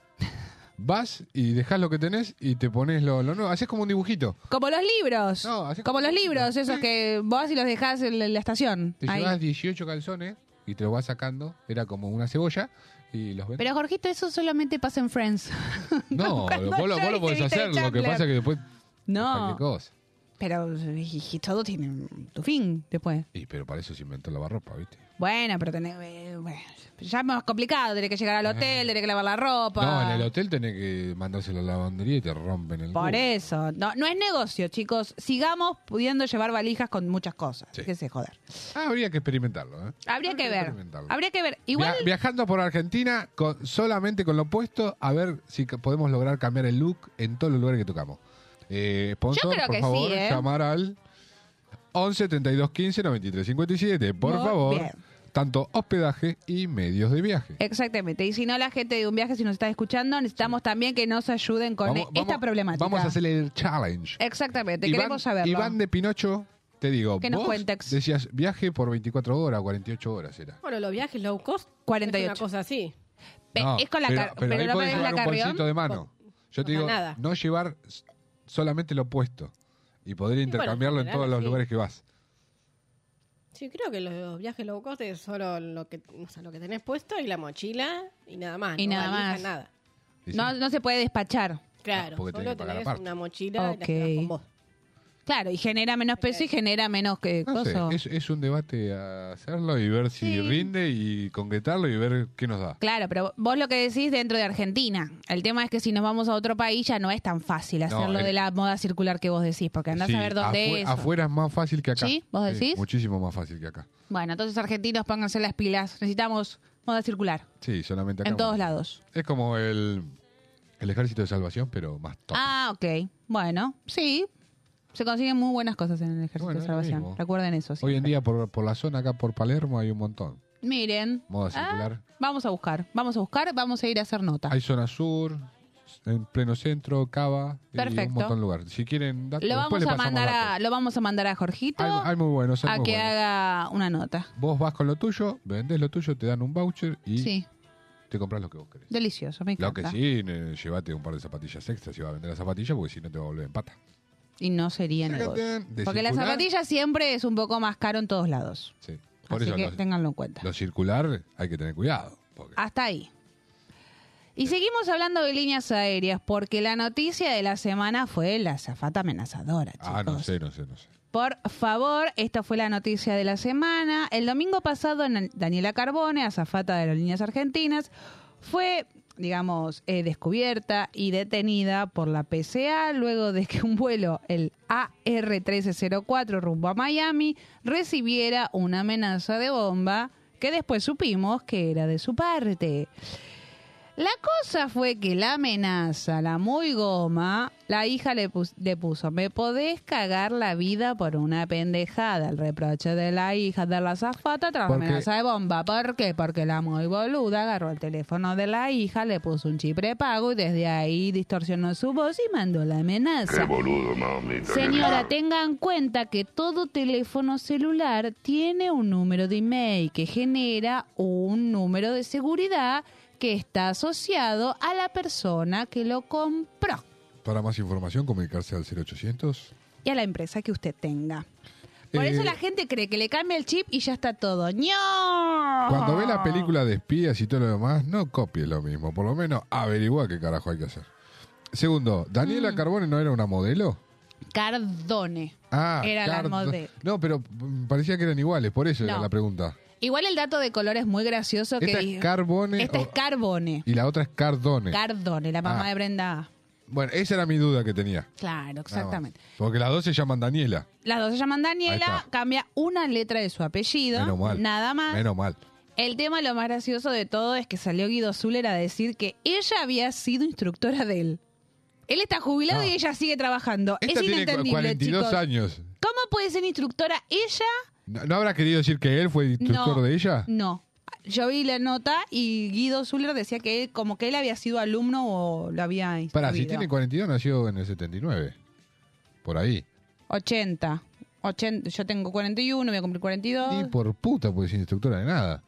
Speaker 3: Vas y dejas lo que tenés y te pones lo, lo nuevo. Haces como un dibujito.
Speaker 2: Como los libros.
Speaker 3: No, así
Speaker 2: como los libros, esos que vos y los dejás en la- en la estación.
Speaker 3: Te
Speaker 2: ahí.
Speaker 3: llevas 18 calzones y te los vas sacando. Era como una cebolla y los vendes.
Speaker 2: Pero Jorgito, eso solamente pasa en Friends.
Speaker 3: No,
Speaker 2: Cuando
Speaker 3: vos, lo, vos
Speaker 2: yo
Speaker 3: lo
Speaker 2: hice
Speaker 3: podés
Speaker 2: Viste
Speaker 3: hacer. Lo que
Speaker 2: Chandler.
Speaker 3: pasa es que después.
Speaker 2: No,
Speaker 3: cualquier cosa.
Speaker 2: pero y- y todo tiene tu fin después.
Speaker 3: Y pero para eso se inventó la barropa, ¿viste?
Speaker 2: Bueno, pero tenés, eh, bueno, ya es más complicado, tenés que llegar al hotel, tenés que lavar la ropa.
Speaker 3: No, en el hotel tenés que mandárselo a la lavandería y te rompen el.
Speaker 2: Por
Speaker 3: culo.
Speaker 2: eso, no, no es negocio, chicos. Sigamos pudiendo llevar valijas con muchas cosas.
Speaker 3: Sí.
Speaker 2: Que se joder.
Speaker 3: Ah, habría que experimentarlo, ¿eh?
Speaker 2: Habría que ver.
Speaker 3: experimentarlo.
Speaker 2: Habría que ver. Igual
Speaker 3: Via- viajando por Argentina con- solamente con lo puesto, a ver si ca- podemos lograr cambiar el look en todos los lugares que tocamos. Eh, sponsor,
Speaker 2: Yo creo
Speaker 3: por
Speaker 2: que
Speaker 3: favor,
Speaker 2: sí, ¿eh?
Speaker 3: llamar al 11 32 15 93 57, por
Speaker 2: Muy
Speaker 3: favor.
Speaker 2: bien.
Speaker 3: Tanto hospedaje y medios de viaje.
Speaker 2: Exactamente. Y si no, la gente de un viaje, si nos está escuchando, necesitamos también que nos ayuden con
Speaker 3: Vamos-
Speaker 2: eh, esta
Speaker 3: vamos-
Speaker 2: problemática.
Speaker 3: Vamos a hacer el challenge.
Speaker 2: Exactamente,
Speaker 3: Iván-
Speaker 2: queremos saberlo.
Speaker 3: Iván de Pinocho, te digo,
Speaker 2: Que nos
Speaker 3: vos
Speaker 2: cuentes.
Speaker 3: decías viaje por 24 horas, 48 horas era.
Speaker 7: Bueno, los viajes low cost.
Speaker 2: 48.
Speaker 7: Es una cosa así.
Speaker 2: Pe-
Speaker 3: No,
Speaker 2: es con la
Speaker 3: pero,
Speaker 2: car-
Speaker 3: pero
Speaker 2: pero
Speaker 3: ahí podés
Speaker 2: no pones la
Speaker 3: llevar un bolsito
Speaker 2: carrión.
Speaker 3: de mano. Yo te
Speaker 7: no
Speaker 3: digo,
Speaker 7: da nada.
Speaker 3: no llevar s- solamente lo opuesto y poder
Speaker 7: bueno,
Speaker 3: intercambiarlo en
Speaker 7: en
Speaker 3: todos
Speaker 7: general,
Speaker 3: los
Speaker 7: sí.
Speaker 3: lugares que vas.
Speaker 7: Sí, creo que los, los viajes low cost es solo lo que, o sea, lo que tenés puesto y la mochila y nada más.
Speaker 2: Y
Speaker 7: no
Speaker 2: nada
Speaker 7: valija,
Speaker 2: más.
Speaker 7: Nada.
Speaker 3: Y sí,
Speaker 2: No, no se puede despachar.
Speaker 7: Claro,
Speaker 3: porque tenés
Speaker 7: solo
Speaker 3: que pagar
Speaker 7: tenés
Speaker 3: aparte.
Speaker 7: una mochila y
Speaker 2: Ok.
Speaker 7: la llevas con vos.
Speaker 2: Claro, y genera menos peso y genera menos que
Speaker 3: no sé,
Speaker 2: coso.
Speaker 3: es, es un debate a hacerlo y ver si rinde y concretarlo y ver qué nos da.
Speaker 2: Claro, pero vos lo que decís dentro de Argentina. El tema es que si nos vamos a otro país ya no es tan fácil hacerlo
Speaker 3: el-
Speaker 2: de la moda circular que vos decís, porque andás
Speaker 3: Sí,
Speaker 2: a ver dónde
Speaker 3: afu-
Speaker 2: es.
Speaker 3: Afuera es más fácil que acá.
Speaker 2: ¿Sí? ¿Vos decís?
Speaker 3: muchísimo más fácil que acá.
Speaker 2: Bueno, entonces argentinos pónganse las pilas. Necesitamos moda circular
Speaker 3: Sí, solamente acá.
Speaker 2: en todos
Speaker 3: bueno.
Speaker 2: lados.
Speaker 3: Es como el, el ejército de salvación, pero más top.
Speaker 2: Ah, ok. Bueno, sí. Se consiguen muy buenas cosas en el Ejército
Speaker 3: Bueno,
Speaker 2: de
Speaker 3: es lo
Speaker 2: Salvación.
Speaker 3: mismo.
Speaker 2: Recuerden eso.
Speaker 3: Hoy en
Speaker 2: siempre.
Speaker 3: día por, por la zona acá, por Palermo, hay un montón.
Speaker 2: Miren.
Speaker 3: Moda
Speaker 2: Ah,
Speaker 3: circular.
Speaker 2: vamos a buscar. Vamos a buscar. Vamos a ir a hacer nota.
Speaker 3: Hay zona sur, en pleno centro, Cava, y
Speaker 2: Perfecto.
Speaker 3: un montón de lugares. Si quieren datos,
Speaker 2: Lo
Speaker 3: después le
Speaker 2: vamos a
Speaker 3: pasamos
Speaker 2: mandar a,
Speaker 3: datos.
Speaker 2: lo vamos a mandar a Jorgito
Speaker 3: Hay, hay muy buenos, hay
Speaker 2: a
Speaker 3: muy
Speaker 2: que
Speaker 3: buenos.
Speaker 2: haga una nota.
Speaker 3: Vos vas con lo tuyo, vendés lo tuyo, te dan un voucher y
Speaker 2: Sí,
Speaker 3: te compras lo que vos querés.
Speaker 2: delicioso, me
Speaker 3: Lo que
Speaker 2: encanta.
Speaker 3: sí, eh, llévate un par de zapatillas extras si vas a vender las zapatillas, porque si no te va a volver en pata.
Speaker 2: Y no sería
Speaker 3: Fíjate,
Speaker 2: negocio.
Speaker 3: de
Speaker 2: Porque la
Speaker 3: circular-
Speaker 2: zapatilla siempre es un poco más caro en todos lados.
Speaker 3: Sí. Por
Speaker 2: Así
Speaker 3: eso,
Speaker 2: que
Speaker 3: lo,
Speaker 2: ténganlo en cuenta.
Speaker 3: lo circular hay que tener cuidado. porque-
Speaker 2: Hasta ahí. Y seguimos hablando de líneas aéreas, porque la noticia de la semana fue la azafata amenazadora, chicos.
Speaker 3: ah, no sé, no sé, no sé.
Speaker 2: Por favor, esta fue la noticia de la semana. El domingo pasado, Nan- Daniela Carbone, azafata de Aerolíneas Argentinas, fue, digamos, eh, descubierta y detenida por la PCA luego de que un vuelo, el AR1304 rumbo a Miami, recibiera una amenaza de bomba que después supimos que era de su parte. La cosa fue que la amenaza, la muy goma, la hija le, pus- le puso, me podés cagar la vida por una pendejada. El reproche de la hija de la zafata tras la
Speaker 5: Porque-
Speaker 2: amenaza de bomba. ¿Por qué? Porque la muy boluda agarró el teléfono de la hija, le puso un chip prepago y desde ahí distorsionó su voz y mandó la amenaza.
Speaker 10: boludo, mami.
Speaker 2: Señora, tenga en cuenta que todo teléfono celular tiene un número de email que genera un número de seguridad que está asociado a la persona que lo compró
Speaker 3: Para más información, comunicarse al 0800.
Speaker 2: y a la empresa que usted tenga. Por eso
Speaker 3: Eh,
Speaker 2: la gente cree que le cambia el chip y ya está todo. ¡No!
Speaker 3: Cuando ve la película de espías y todo lo demás, no copie lo mismo. Por lo menos averigua qué carajo hay que hacer. Segundo,
Speaker 2: Mm.
Speaker 3: ¿Daniela Carbone no era una modelo?
Speaker 2: Cardone.
Speaker 3: Ah,
Speaker 2: era la
Speaker 3: Card-
Speaker 2: modelo.
Speaker 3: No, pero mm, parecía que eran iguales, por eso era
Speaker 2: No.
Speaker 3: la pregunta.
Speaker 2: Igual el dato de color es muy gracioso que
Speaker 3: Esta es
Speaker 2: dice-
Speaker 3: Carbone
Speaker 2: Esta
Speaker 3: o-
Speaker 2: es Carbone.
Speaker 3: Y la otra es Cardone.
Speaker 2: Cardone, la mamá
Speaker 3: Ah.
Speaker 2: de Brenda.
Speaker 3: bueno, esa era mi duda que tenía. Nada
Speaker 2: Claro,
Speaker 3: más.
Speaker 2: exactamente.
Speaker 3: Porque las dos se llaman Daniela.
Speaker 2: Las dos se llaman
Speaker 3: Ahí
Speaker 2: Daniela,
Speaker 3: está.
Speaker 2: cambia una letra de su apellido,
Speaker 3: Menos mal.
Speaker 2: nada más.
Speaker 3: Menos mal.
Speaker 2: El tema, lo más gracioso de todo, es que salió Guido Zuller a decir que ella había sido instructora de él. Él está jubilado
Speaker 3: No.
Speaker 2: y ella sigue trabajando.
Speaker 3: Ah. Esta
Speaker 2: es
Speaker 3: tiene cua-
Speaker 2: inentendible,
Speaker 3: 42
Speaker 2: chicos.
Speaker 3: años.
Speaker 2: ¿Cómo puede ser instructora ella?
Speaker 3: ¿No, no habrá querido decir que él fue instructor
Speaker 2: no,
Speaker 3: de ella?
Speaker 2: No. Yo vi la nota y Guido Zuller decía que él, como que él había sido alumno o lo había instruido.
Speaker 3: Pará, si tiene 42, nació en el 79. Por ahí.
Speaker 2: 80. 80. Yo tengo 41, voy a cumplir 42.
Speaker 3: Y por puta, pues sin instructora de nada.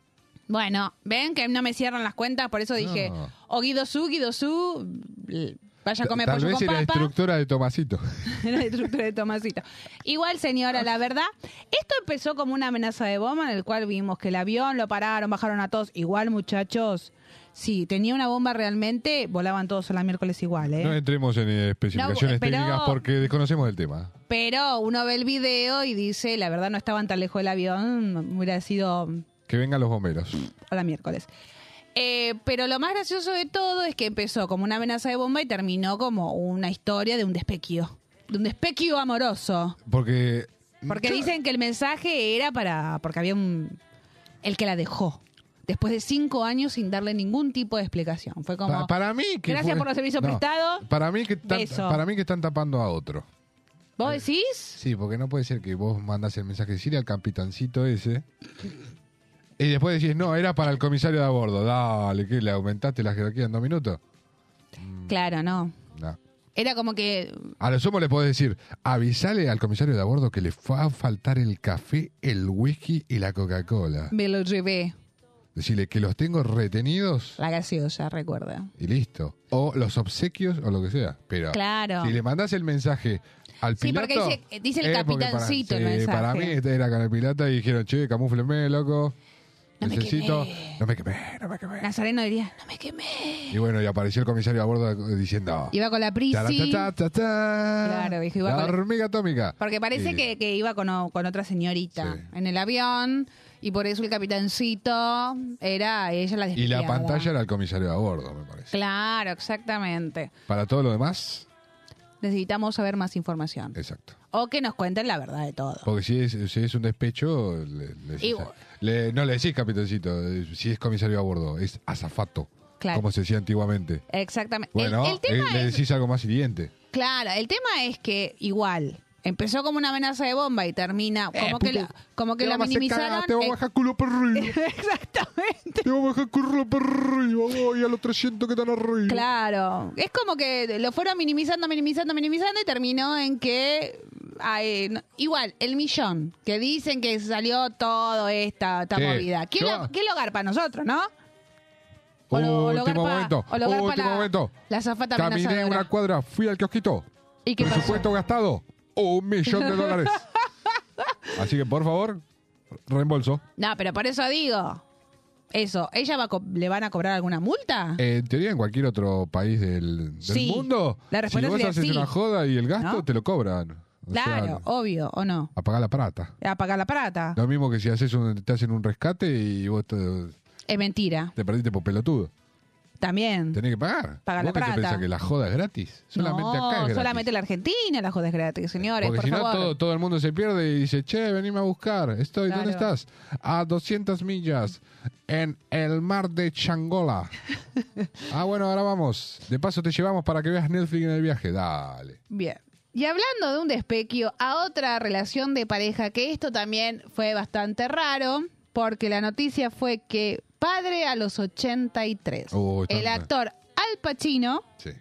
Speaker 2: Bueno, ven que no me cierran las cuentas, por eso dije,
Speaker 3: No.
Speaker 2: o Guido Su, Guido Su, l- vaya a comer
Speaker 3: Tal
Speaker 2: pollo
Speaker 3: vez
Speaker 2: con
Speaker 3: era
Speaker 2: papa.
Speaker 3: instructora de Tomasito.
Speaker 2: Era la instructora de Tomasito. Igual, señora, la verdad, esto empezó como una amenaza de bomba en el cual vimos que el avión lo pararon, bajaron a todos. Igual, muchachos, si tenía una bomba realmente, volaban todos a la miércoles igual, ¿eh?
Speaker 3: No entremos en eh, especificaciones
Speaker 2: No, pero-
Speaker 3: técnicas porque desconocemos el tema.
Speaker 2: Pero uno ve el video y dice, la verdad, no estaban tan lejos del avión, hubiera sido
Speaker 3: Que vengan los bomberos.
Speaker 2: a la miércoles. Eh, pero lo más gracioso de todo es que empezó como una amenaza de bomba y terminó como una historia de un despequio. De un despequio amoroso.
Speaker 3: Porque.
Speaker 2: Porque
Speaker 3: Yo-
Speaker 2: dicen que el mensaje era para. porque había un. el que la dejó. Después de cinco años sin darle ningún tipo de explicación. Fue como.
Speaker 3: pa- para mí que.
Speaker 2: Gracias
Speaker 3: fue-
Speaker 2: por los servicios
Speaker 3: no,
Speaker 2: prestados.
Speaker 3: Para mí, que están,
Speaker 2: Beso.
Speaker 3: para mí que están tapando a otro.
Speaker 2: ¿Vos decís?
Speaker 3: Sí, porque no puede ser que vos mandas el mensaje decirle al capitancito ese. Y después decís, no, era para el comisario de a bordo. Dale, que le aumentaste la jerarquía en dos minutos.
Speaker 2: Claro, no.
Speaker 3: Mm. No.
Speaker 2: Era como que.
Speaker 3: A lo sumo le podés decir, avisale al comisario de a bordo que le va a faltar el café, el whisky y la Coca-Cola.
Speaker 2: me lo llevé.
Speaker 3: Decirle que los tengo retenidos
Speaker 2: La gaseosa, recuerda.
Speaker 3: y listo. O los obsequios o lo que sea. Pero
Speaker 2: Claro.
Speaker 3: si le mandás el mensaje al
Speaker 2: Sí,
Speaker 3: piloto...
Speaker 2: porque dice- dice el
Speaker 3: es porque para-
Speaker 2: capitancito el
Speaker 3: sí,
Speaker 2: mensaje.
Speaker 3: Para mí este era con el piloto y dijeron, che, camufleme, loco. Necesito... No me quemé.
Speaker 2: Nazareno diría, no me quemé.
Speaker 3: Y bueno, y apareció el comisario a bordo diciendo...
Speaker 2: Iba con la
Speaker 3: "Tara,
Speaker 2: prisi.
Speaker 3: ta, ta, ta, ta".
Speaker 2: Claro, dijo, iba
Speaker 3: La
Speaker 2: con la-
Speaker 3: hormiga atómica.
Speaker 2: Porque parece
Speaker 3: Y-
Speaker 2: que, que iba con, o- con otra señorita
Speaker 3: Sí.
Speaker 2: en el avión y por eso el capitancito era ella la
Speaker 3: Y la
Speaker 2: desviada.
Speaker 3: pantalla era el comisario de a bordo, me parece.
Speaker 2: Claro, exactamente.
Speaker 3: Para todo lo demás,
Speaker 2: Necesitamos saber más información.
Speaker 3: exacto.
Speaker 2: O que nos cuenten la verdad de todo.
Speaker 3: Porque si es, si es un despecho, le, le decís-
Speaker 2: Igual.
Speaker 3: le- no le decís capitancito, eh, si es comisario a bordo, es azafato,
Speaker 2: Claro.
Speaker 3: como se decía antiguamente.
Speaker 2: Exactamente. El-
Speaker 3: Bueno,
Speaker 2: el, tema
Speaker 3: eh, le
Speaker 2: es,
Speaker 3: decís algo más hiriente.
Speaker 2: claro, el tema es que igual empezó como una amenaza de bomba y termina como que
Speaker 3: puto,
Speaker 2: la, como que
Speaker 3: te
Speaker 2: la
Speaker 3: Eh, vamos a hacer
Speaker 2: minimizaron.
Speaker 3: cagar, te vamos a
Speaker 2: eh,
Speaker 3: bajar culo por arriba. Exactamente. Te vamos a bajar culo por arriba, voy a los 300 que están arriba.
Speaker 2: Claro, es como que lo fueron minimizando, minimizando, minimizando y terminó en que ay, no- igual el millón que dicen que salió todo esta, esta
Speaker 3: Sí,
Speaker 2: movida. ¿Quién,
Speaker 3: yo-
Speaker 2: lo, quién lo garpa? Nosotros, ¿no?
Speaker 3: último momento,
Speaker 2: o lo garpa
Speaker 3: último
Speaker 2: la-
Speaker 3: momento.
Speaker 2: La zafata
Speaker 3: Caminé
Speaker 2: amenazadora.
Speaker 3: una cuadra, fui al kiosquito.
Speaker 2: ¿Y qué pasó?
Speaker 3: Presupuesto gastado, un millón de dólares. Así que, por favor, reembolso.
Speaker 2: No, pero por eso digo. Eso, ¿ella va a co- le van a cobrar alguna multa?
Speaker 3: Eh, En teoría, en cualquier otro país del, del
Speaker 2: Sí.
Speaker 3: mundo,
Speaker 2: La
Speaker 3: si
Speaker 2: respuesta
Speaker 3: vos
Speaker 2: sería
Speaker 3: haces
Speaker 2: sí.
Speaker 3: una joda y el gasto,
Speaker 2: ¿No?
Speaker 3: te lo cobran. O sea,
Speaker 2: claro, obvio, ¿o no?
Speaker 3: apagá la plata.
Speaker 2: Apagar la plata.
Speaker 3: Lo mismo que si haces un, te hacen un rescate y vos te,
Speaker 2: Es mentira.
Speaker 3: te perdiste por pelotudo.
Speaker 2: También.
Speaker 3: Tenés que pagar.
Speaker 2: Paga la
Speaker 3: ¿Vos qué te
Speaker 2: plata.
Speaker 3: pensás que la joda es gratis? Solamente
Speaker 2: no,
Speaker 3: acá es gratis.
Speaker 2: solamente la Argentina las jodas gratis, señores,
Speaker 3: Porque
Speaker 2: por
Speaker 3: si no,
Speaker 2: favor.
Speaker 3: todo, todo el mundo se pierde y dice, che, venime a buscar. Estoy, ¿dónde
Speaker 2: Claro.
Speaker 3: estás? A 200 millas en el mar de Changola. ah, bueno, ahora vamos. De paso te llevamos para que veas Netflix en el viaje. Dale.
Speaker 2: Bien. Y hablando de un despequio a otra relación de pareja, que esto también fue bastante raro, porque la noticia fue que padre a los 83,
Speaker 3: Oh,
Speaker 2: el
Speaker 3: tanta.
Speaker 2: actor Al Pacino,
Speaker 3: Sí.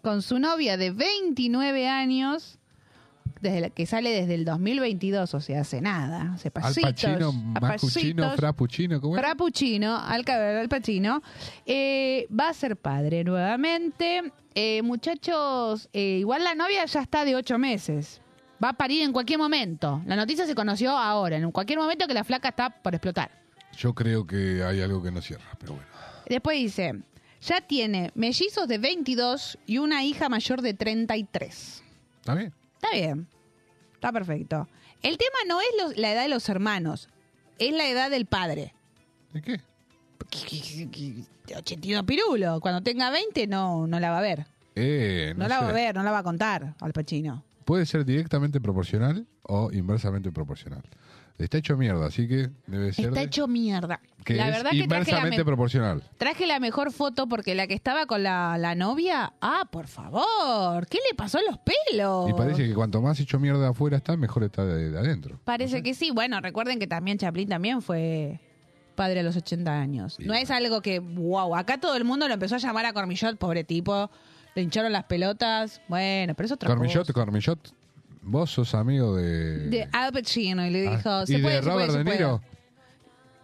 Speaker 2: con su novia de 29 años, desde la, que sale desde el 2022, o sea, hace nada, hace pasitos.
Speaker 3: Al Pacino,
Speaker 2: a
Speaker 3: Macuchino,
Speaker 2: pasitos.
Speaker 3: Frappuccino, ¿cómo es?
Speaker 2: Frappuccino, al cabello al Pacino, eh, va a ser padre nuevamente. Eh, muchachos, eh, igual la novia ya está de ocho meses. Va a parir en cualquier momento. La noticia se conoció ahora, en cualquier momento que la flaca está por explotar.
Speaker 3: Yo creo que hay algo que no cierra, pero bueno.
Speaker 2: Después dice, ya tiene mellizos de 22 y una hija mayor de 33.
Speaker 3: ¿Está bien?
Speaker 2: Está bien, está perfecto. El tema no es los- la edad de los hermanos, es la edad del padre.
Speaker 3: ¿De qué?
Speaker 2: 82 pirulo. Cuando tenga 20 no, no la va a ver.
Speaker 3: Eh,
Speaker 2: No,
Speaker 3: no
Speaker 2: la va a
Speaker 3: sé.
Speaker 2: ver, no la va a contar al Pachino.
Speaker 3: Puede ser directamente proporcional o inversamente proporcional. Está hecho mierda, así que debe ser
Speaker 2: Está
Speaker 3: de-
Speaker 2: hecho mierda.
Speaker 3: que
Speaker 2: la
Speaker 3: es
Speaker 2: verdad que traje la,
Speaker 3: inversamente
Speaker 2: me-
Speaker 3: proporcional.
Speaker 2: traje la mejor foto porque la que estaba con la, la novia... Ah, por favor. ¿Qué le pasó a los pelos?
Speaker 3: Y parece que cuanto más hecho mierda afuera está, mejor está de, de adentro.
Speaker 2: Parece que sí. Bueno, recuerden que también Chaplin también fue padre a los 80 años. no es algo que, wow, acá todo el mundo lo empezó a llamar a Cormillot, pobre tipo. Le hincharon las pelotas. Bueno, pero es otra
Speaker 3: Cormillot,
Speaker 2: cosa.
Speaker 3: Cormillot, vos sos amigo de...
Speaker 2: De Al Pacino y le dijo,
Speaker 3: Ah,
Speaker 2: se
Speaker 3: ¿Y
Speaker 2: puede,
Speaker 3: de
Speaker 2: se
Speaker 3: Robert
Speaker 2: puede, se
Speaker 3: De Niro?
Speaker 2: puede.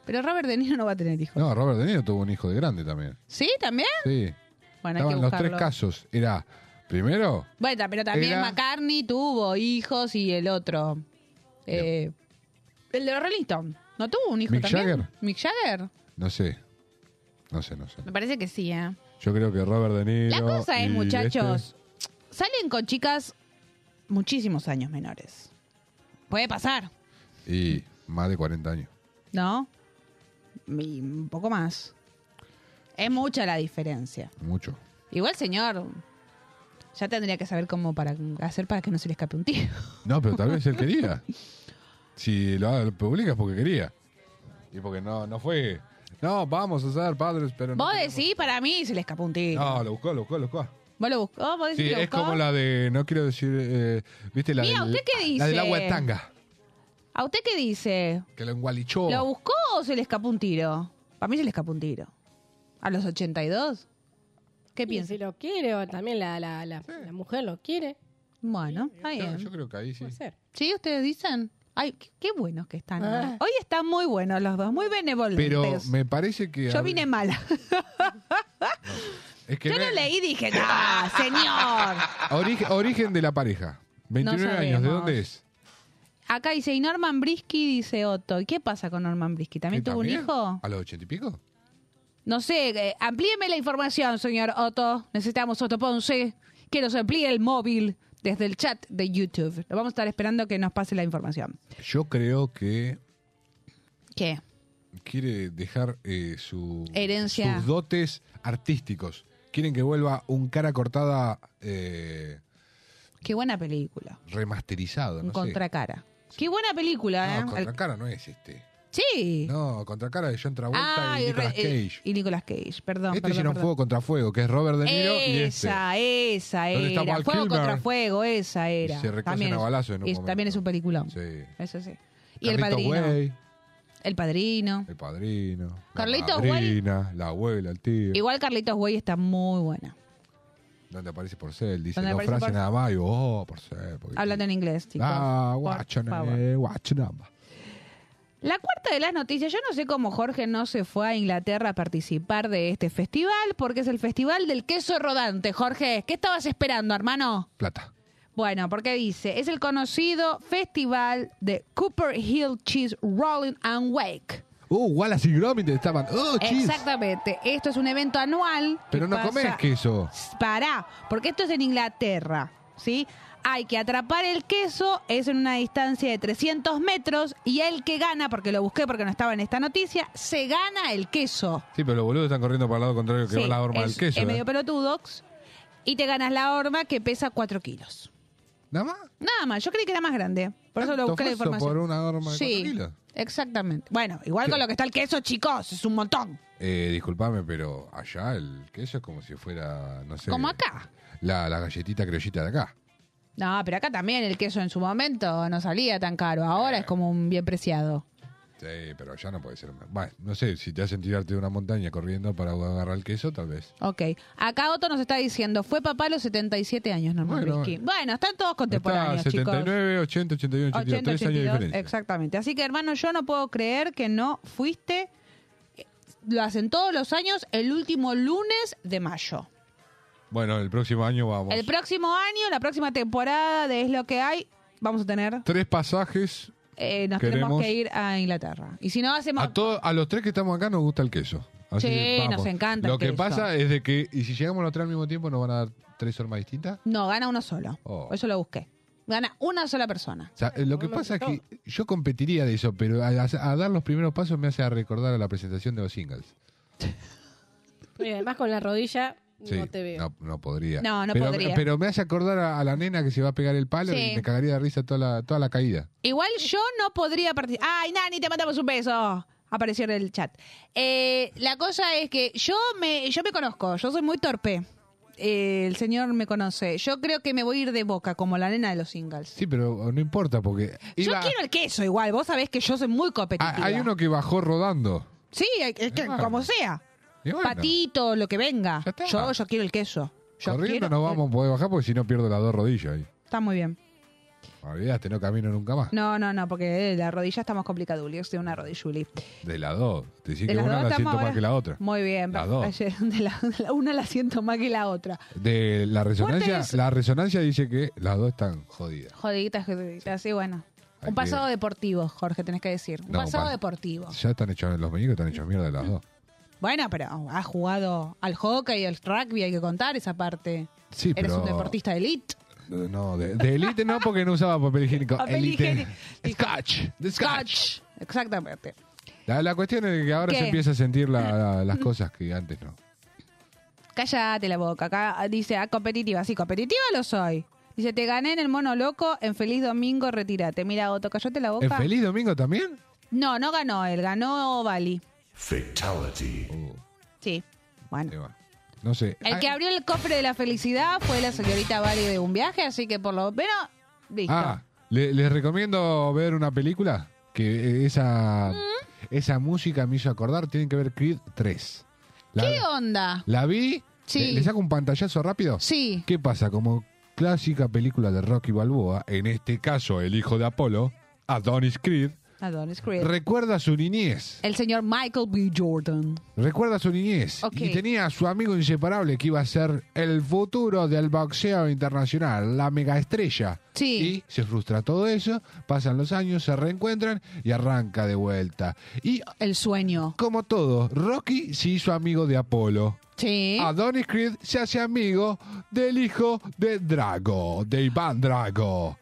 Speaker 2: Pero Robert De Niro no va a tener hijos.
Speaker 3: No, Robert De Niro tuvo un hijo de grande también.
Speaker 2: ¿Sí? ¿También?
Speaker 3: Sí.
Speaker 2: Bueno, hay que
Speaker 3: Estaban los tres
Speaker 2: buscarlo.
Speaker 3: casos. Era, primero,
Speaker 2: Bueno, pero también
Speaker 3: Era-
Speaker 2: McCartney tuvo hijos y el otro. eh, el de los Rolling Stones. ¿No tuvo un hijo
Speaker 3: Mick
Speaker 2: también?
Speaker 3: Jagger.
Speaker 2: Mick Jagger.
Speaker 3: no sé, no sé, no sé.
Speaker 2: Me parece que sí, ¿eh?
Speaker 3: Yo creo que Robert De Niro...
Speaker 2: La cosa es,
Speaker 3: y este-
Speaker 2: muchachos, salen con chicas muchísimos años menores. Puede pasar,
Speaker 3: este, y más de 40 años.
Speaker 2: ¿no? Y un poco más. Es mucha la diferencia.
Speaker 3: Mucho.
Speaker 2: Igual, señor, ya tendría que saber cómo para hacer para que no se le escape un tiro.
Speaker 3: No, pero tal vez él quería. Si lo, lo publica es porque quería. Y porque no, no fue. No, vamos a ser padres, pero no.
Speaker 2: Vos
Speaker 3: tenemos".
Speaker 2: decís, para mí se le escapó un tiro.
Speaker 3: No, lo buscó, lo buscó, lo buscó.
Speaker 2: ¿Vos lo buscó? ¿Vos decís
Speaker 3: Sí,
Speaker 2: que lo
Speaker 3: es
Speaker 2: buscó?
Speaker 3: como la de. No quiero decir. eh, ¿Viste la
Speaker 2: Mira,
Speaker 3: del,
Speaker 2: ¿usted qué
Speaker 3: La del
Speaker 2: dice?
Speaker 3: agua de tanga.
Speaker 2: ¿A usted qué dice?
Speaker 3: Que lo engualichó.
Speaker 2: ¿Lo buscó o se le escapó un tiro? Para mí se le escapó un tiro. ¿A los 82? ¿Qué
Speaker 7: Y
Speaker 2: piensa?
Speaker 7: si lo quiere, o también la, la, la, la mujer lo quiere,
Speaker 2: Bueno, está
Speaker 3: Yo,
Speaker 2: bien.
Speaker 3: yo creo que ahí sí.
Speaker 7: puede
Speaker 2: Pues
Speaker 7: ser.
Speaker 2: ¿Sí? ¿Ustedes dicen? Ay, qué, qué buenos que están. hoy.
Speaker 7: Ah.
Speaker 2: Hoy están muy buenos los dos, muy benevolentes.
Speaker 3: Pero me parece que.
Speaker 2: Yo vine mala.
Speaker 3: Es que
Speaker 2: Yo
Speaker 3: no
Speaker 2: lo
Speaker 3: es-
Speaker 2: leí y dije, ¡ah, señor!
Speaker 3: Origen, origen de la pareja. 29 años, ¿de
Speaker 2: sabemos.
Speaker 3: dónde es?
Speaker 2: Acá dice, y Norman Brisky dice Otto. ¿Y qué pasa con Norman Brisky? ¿También
Speaker 3: ¿Que
Speaker 2: tuvo un hijo?
Speaker 3: ¿A los ochenta y pico?
Speaker 2: No sé, eh, amplíeme la información, señor Otto. Necesitamos Otto Ponce que nos amplíe el móvil desde el chat de YouTube. Lo vamos a estar esperando que nos pase la información.
Speaker 3: Yo creo que
Speaker 2: ¿Qué?
Speaker 3: quiere dejar eh, su,
Speaker 2: Herencia.
Speaker 3: sus dotes artísticos. Quieren que vuelva un cara cortada eh,
Speaker 2: Qué buena película.
Speaker 3: remasterizado,
Speaker 2: Un
Speaker 3: no
Speaker 2: contracara. Qué buena película,
Speaker 3: sé.
Speaker 2: ¿eh?
Speaker 3: No,
Speaker 2: El-
Speaker 3: contracara no es este.
Speaker 2: Sí.
Speaker 3: No, contracara de John Travolta
Speaker 2: Ah,
Speaker 3: y
Speaker 2: y,
Speaker 3: Nicolas
Speaker 2: re-
Speaker 3: Cage.
Speaker 2: y- y Nicolas Cage, perdón.
Speaker 3: este
Speaker 2: perdón,
Speaker 3: hicieron
Speaker 2: perdón.
Speaker 3: fuego contra fuego, que es Robert De Niro y este.
Speaker 2: Esa, esa
Speaker 3: ¿Dónde está
Speaker 2: era.
Speaker 3: Val
Speaker 2: Fuego
Speaker 3: Kilmer?
Speaker 2: contra fuego, esa
Speaker 3: Y
Speaker 2: era.
Speaker 3: se recocen
Speaker 2: también,
Speaker 3: a
Speaker 2: es-
Speaker 3: balazos en un
Speaker 2: es-
Speaker 3: momento.
Speaker 2: también es un peliculón.
Speaker 3: Sí.
Speaker 2: Eso sí. Y el
Speaker 3: Carlitos
Speaker 2: padrino.
Speaker 3: Way,
Speaker 2: El padrino.
Speaker 3: el padrino.
Speaker 2: Carlitos
Speaker 3: la
Speaker 2: Way.
Speaker 3: madrina, la abuela, el tío.
Speaker 2: Igual Carlitos Güey está muy buena.
Speaker 3: Donde aparece Porcel, dice
Speaker 2: Donde
Speaker 3: dos
Speaker 2: aparece
Speaker 3: frases
Speaker 2: Porcel.
Speaker 3: nada más y oh, Porcel. porque-
Speaker 2: Hablando en inglés, chicos.
Speaker 3: Ah,
Speaker 2: Por
Speaker 3: guacho,
Speaker 2: favor.
Speaker 3: eh, guacho, nada más.
Speaker 2: La cuarta de las noticias, yo no sé cómo Jorge no se fue a Inglaterra a participar de este festival, porque es el festival del queso rodante. Jorge, ¿qué estabas esperando, hermano?
Speaker 3: Plata.
Speaker 2: Bueno, porque dice, es el conocido festival de Cooper Hill Cheese Rolling and Wake.
Speaker 3: Uh, Wallace y Gromit estaban. Oh, chis.
Speaker 2: Exactamente, esto es un evento anual. que
Speaker 3: Pero no
Speaker 2: pasa-
Speaker 3: comés queso.
Speaker 2: Pará, porque esto es en Inglaterra, ¿sí? Hay que atrapar el queso, es en una distancia de 300 metros, y el que gana, porque lo busqué porque no estaba en esta noticia, se gana el queso.
Speaker 3: Sí, pero los boludos están corriendo para el lado contrario que
Speaker 2: Sí,
Speaker 3: va la horma del
Speaker 2: es-
Speaker 3: queso.
Speaker 2: Es
Speaker 3: ¿eh?
Speaker 2: medio pelotudox. Y te ganas la horma que pesa 4 kilos.
Speaker 3: ¿Nada más?
Speaker 2: Nada más, yo creí que era más grande. Por eso lo
Speaker 3: ¿Tanto
Speaker 2: busqué la
Speaker 3: foso
Speaker 2: información.
Speaker 3: por una horma de
Speaker 2: sí,
Speaker 3: cuatro kilos?
Speaker 2: Exactamente. Bueno, igual con lo que está el queso, chicos, es un montón.
Speaker 3: Eh, disculpame, pero allá el queso es como si fuera, no sé.
Speaker 2: Como acá.
Speaker 3: La, la galletita criollita de acá.
Speaker 2: No, pero acá también el queso en su momento no salía tan caro.
Speaker 3: Eh.
Speaker 2: Ahora es como un bien preciado.
Speaker 3: Sí, pero allá no puede ser. Bueno, no sé, si te hacen tirarte de una montaña corriendo para agarrar el queso, tal vez.
Speaker 2: Ok. Acá Otto nos está diciendo, fue papá a los 77 años, Norman
Speaker 3: Bueno,
Speaker 2: Briskin. Bueno, están todos contemporáneos,
Speaker 3: Está
Speaker 2: chicos.
Speaker 3: 79, 80, 81, 82,
Speaker 2: 80,
Speaker 3: tres años de
Speaker 2: 82,
Speaker 3: diferencia.
Speaker 2: exactamente. Así que, hermano, yo no puedo creer que no fuiste. Lo hacen todos los años el último lunes de mayo.
Speaker 3: Bueno, el próximo año vamos.
Speaker 2: eh. El próximo año, la próxima temporada de Es lo que hay, vamos a tener.
Speaker 3: Tres pasajes.
Speaker 2: eh, nos tenemos
Speaker 3: Queremos-
Speaker 2: que ir a Inglaterra. Y si no, hacemos.
Speaker 3: A, todo- a los tres que estamos acá nos gusta el queso. Así
Speaker 2: Sí,
Speaker 3: que vamos.
Speaker 2: nos encanta el
Speaker 3: Lo que
Speaker 2: queso.
Speaker 3: pasa es de que, y si llegamos los tres al mismo tiempo, ¿nos van a dar tres hormas distintas?
Speaker 2: No, gana uno solo.
Speaker 3: Oh.
Speaker 2: Por Eso lo busqué. Gana una sola persona.
Speaker 3: O sea, eh, lo que pasa es que yo competiría de eso, pero a, a dar los primeros pasos me hace a recordar a la presentación de los singles.
Speaker 7: Y además con la rodilla
Speaker 3: Sí,
Speaker 7: no te veo.
Speaker 3: No, no podría.
Speaker 2: No, no
Speaker 3: pero,
Speaker 2: podría.
Speaker 3: Pero me hace acordar a, a la nena que se va a pegar el palo
Speaker 2: Sí.
Speaker 3: y me cagaría de risa toda la, toda la caída.
Speaker 2: Igual yo no podría participar. ¡Ay, Nani, te mandamos un beso! Apareció en el chat. Eh, la cosa es que yo me, yo me conozco, yo soy muy torpe. Eh, el señor me conoce. Yo creo que me voy a ir de boca, como la nena de los singles.
Speaker 3: Sí, pero no importa porque...
Speaker 2: Yo
Speaker 3: iba-
Speaker 2: quiero el queso igual, vos sabés que yo soy muy competitiva.
Speaker 3: Ah, hay uno que bajó rodando.
Speaker 2: Sí, hay- es que
Speaker 3: Bueno.
Speaker 2: como sea.
Speaker 3: Y bueno,
Speaker 2: Patito, lo que venga.
Speaker 3: Ya está.
Speaker 2: Yo, yo quiero el queso. Yo
Speaker 3: corriendo
Speaker 2: quiero-
Speaker 3: no vamos a poder bajar porque si no pierdo las dos rodillas ahí.
Speaker 2: Está muy bien.
Speaker 3: Olvidaste, no camino nunca más.
Speaker 2: No, no, no, porque de la rodilla estamos complicadulios, de una rodilluli.
Speaker 3: De las dos. Te decís
Speaker 2: De
Speaker 3: que
Speaker 2: las
Speaker 3: una
Speaker 2: dos
Speaker 3: la siento
Speaker 2: estamos
Speaker 3: más
Speaker 2: ahora-
Speaker 3: que la otra.
Speaker 2: Muy bien.
Speaker 3: Las dos.
Speaker 2: Ayer, de la- de la- una la siento más que la otra.
Speaker 3: De la resonancia,
Speaker 2: Fuertes.
Speaker 3: la resonancia dice que las dos están jodidas.
Speaker 2: Jodiditas, jodiditas, sí, bueno.
Speaker 3: Hay
Speaker 2: un pasado
Speaker 3: que-
Speaker 2: deportivo, Jorge, tenés que decir. Un
Speaker 3: No,
Speaker 2: pasado
Speaker 3: pa-
Speaker 2: deportivo.
Speaker 3: Ya están hechos, los meñicos están hechos mierda de las dos.
Speaker 2: Bueno, pero has jugado al hockey, al rugby, hay que contar esa parte.
Speaker 3: Sí,
Speaker 2: Eres
Speaker 3: pero-
Speaker 2: un deportista de elite.
Speaker 3: Eh, No, de, de elite no porque no usaba papel higiénico.
Speaker 2: Papel
Speaker 3: elite.
Speaker 2: higiénico.
Speaker 3: Scotch. The Scotch.
Speaker 2: Scotch. Exactamente.
Speaker 3: La, la cuestión es que ahora
Speaker 2: ¿Qué?
Speaker 3: se empieza a sentir la- la- las cosas que antes no.
Speaker 2: Cállate la boca. Acá dice, ah, competitiva. Sí, competitiva lo soy. Dice, te gané en el mono loco, en feliz domingo, retírate. Mira, Otto, cállate la
Speaker 3: ¿En
Speaker 2: boca.
Speaker 3: Feliz Domingo también?
Speaker 2: No, no ganó él, ganó Bali.
Speaker 11: Fatality.
Speaker 3: Uh,
Speaker 2: Sí. Bueno.
Speaker 3: ahí va. No sé.
Speaker 2: El que
Speaker 3: Ah,
Speaker 2: abrió el cofre de la felicidad fue la señorita Bali de un viaje, así que por lo menos, listo.
Speaker 3: Ah, le- les recomiendo ver una película que eh, esa,
Speaker 2: ¿Mm?
Speaker 3: esa música me hizo acordar. Tienen que ver Creed 3. La,
Speaker 2: ¿Qué onda?
Speaker 3: la vi.
Speaker 2: Sí.
Speaker 3: Le, le saco un pantallazo rápido.
Speaker 2: Sí.
Speaker 3: ¿Qué pasa? Como clásica película de Rocky Balboa, en este caso el hijo de Apolo, Adonis Creed,
Speaker 2: Adonis Creed.
Speaker 3: recuerda su niñez.
Speaker 2: el señor Michael B. Jordan.
Speaker 3: Recuerda su niñez.
Speaker 2: Ok.
Speaker 3: Y tenía a su amigo inseparable que iba a ser el futuro del boxeo internacional, la megaestrella.
Speaker 2: Sí.
Speaker 3: Y se frustra todo eso, pasan los años, se reencuentran y arranca de vuelta. Y
Speaker 2: El sueño.
Speaker 3: como todo, Rocky se hizo amigo de Apolo.
Speaker 2: Sí.
Speaker 3: Adonis Creed se hace amigo del hijo de Drago, de Iván Drago.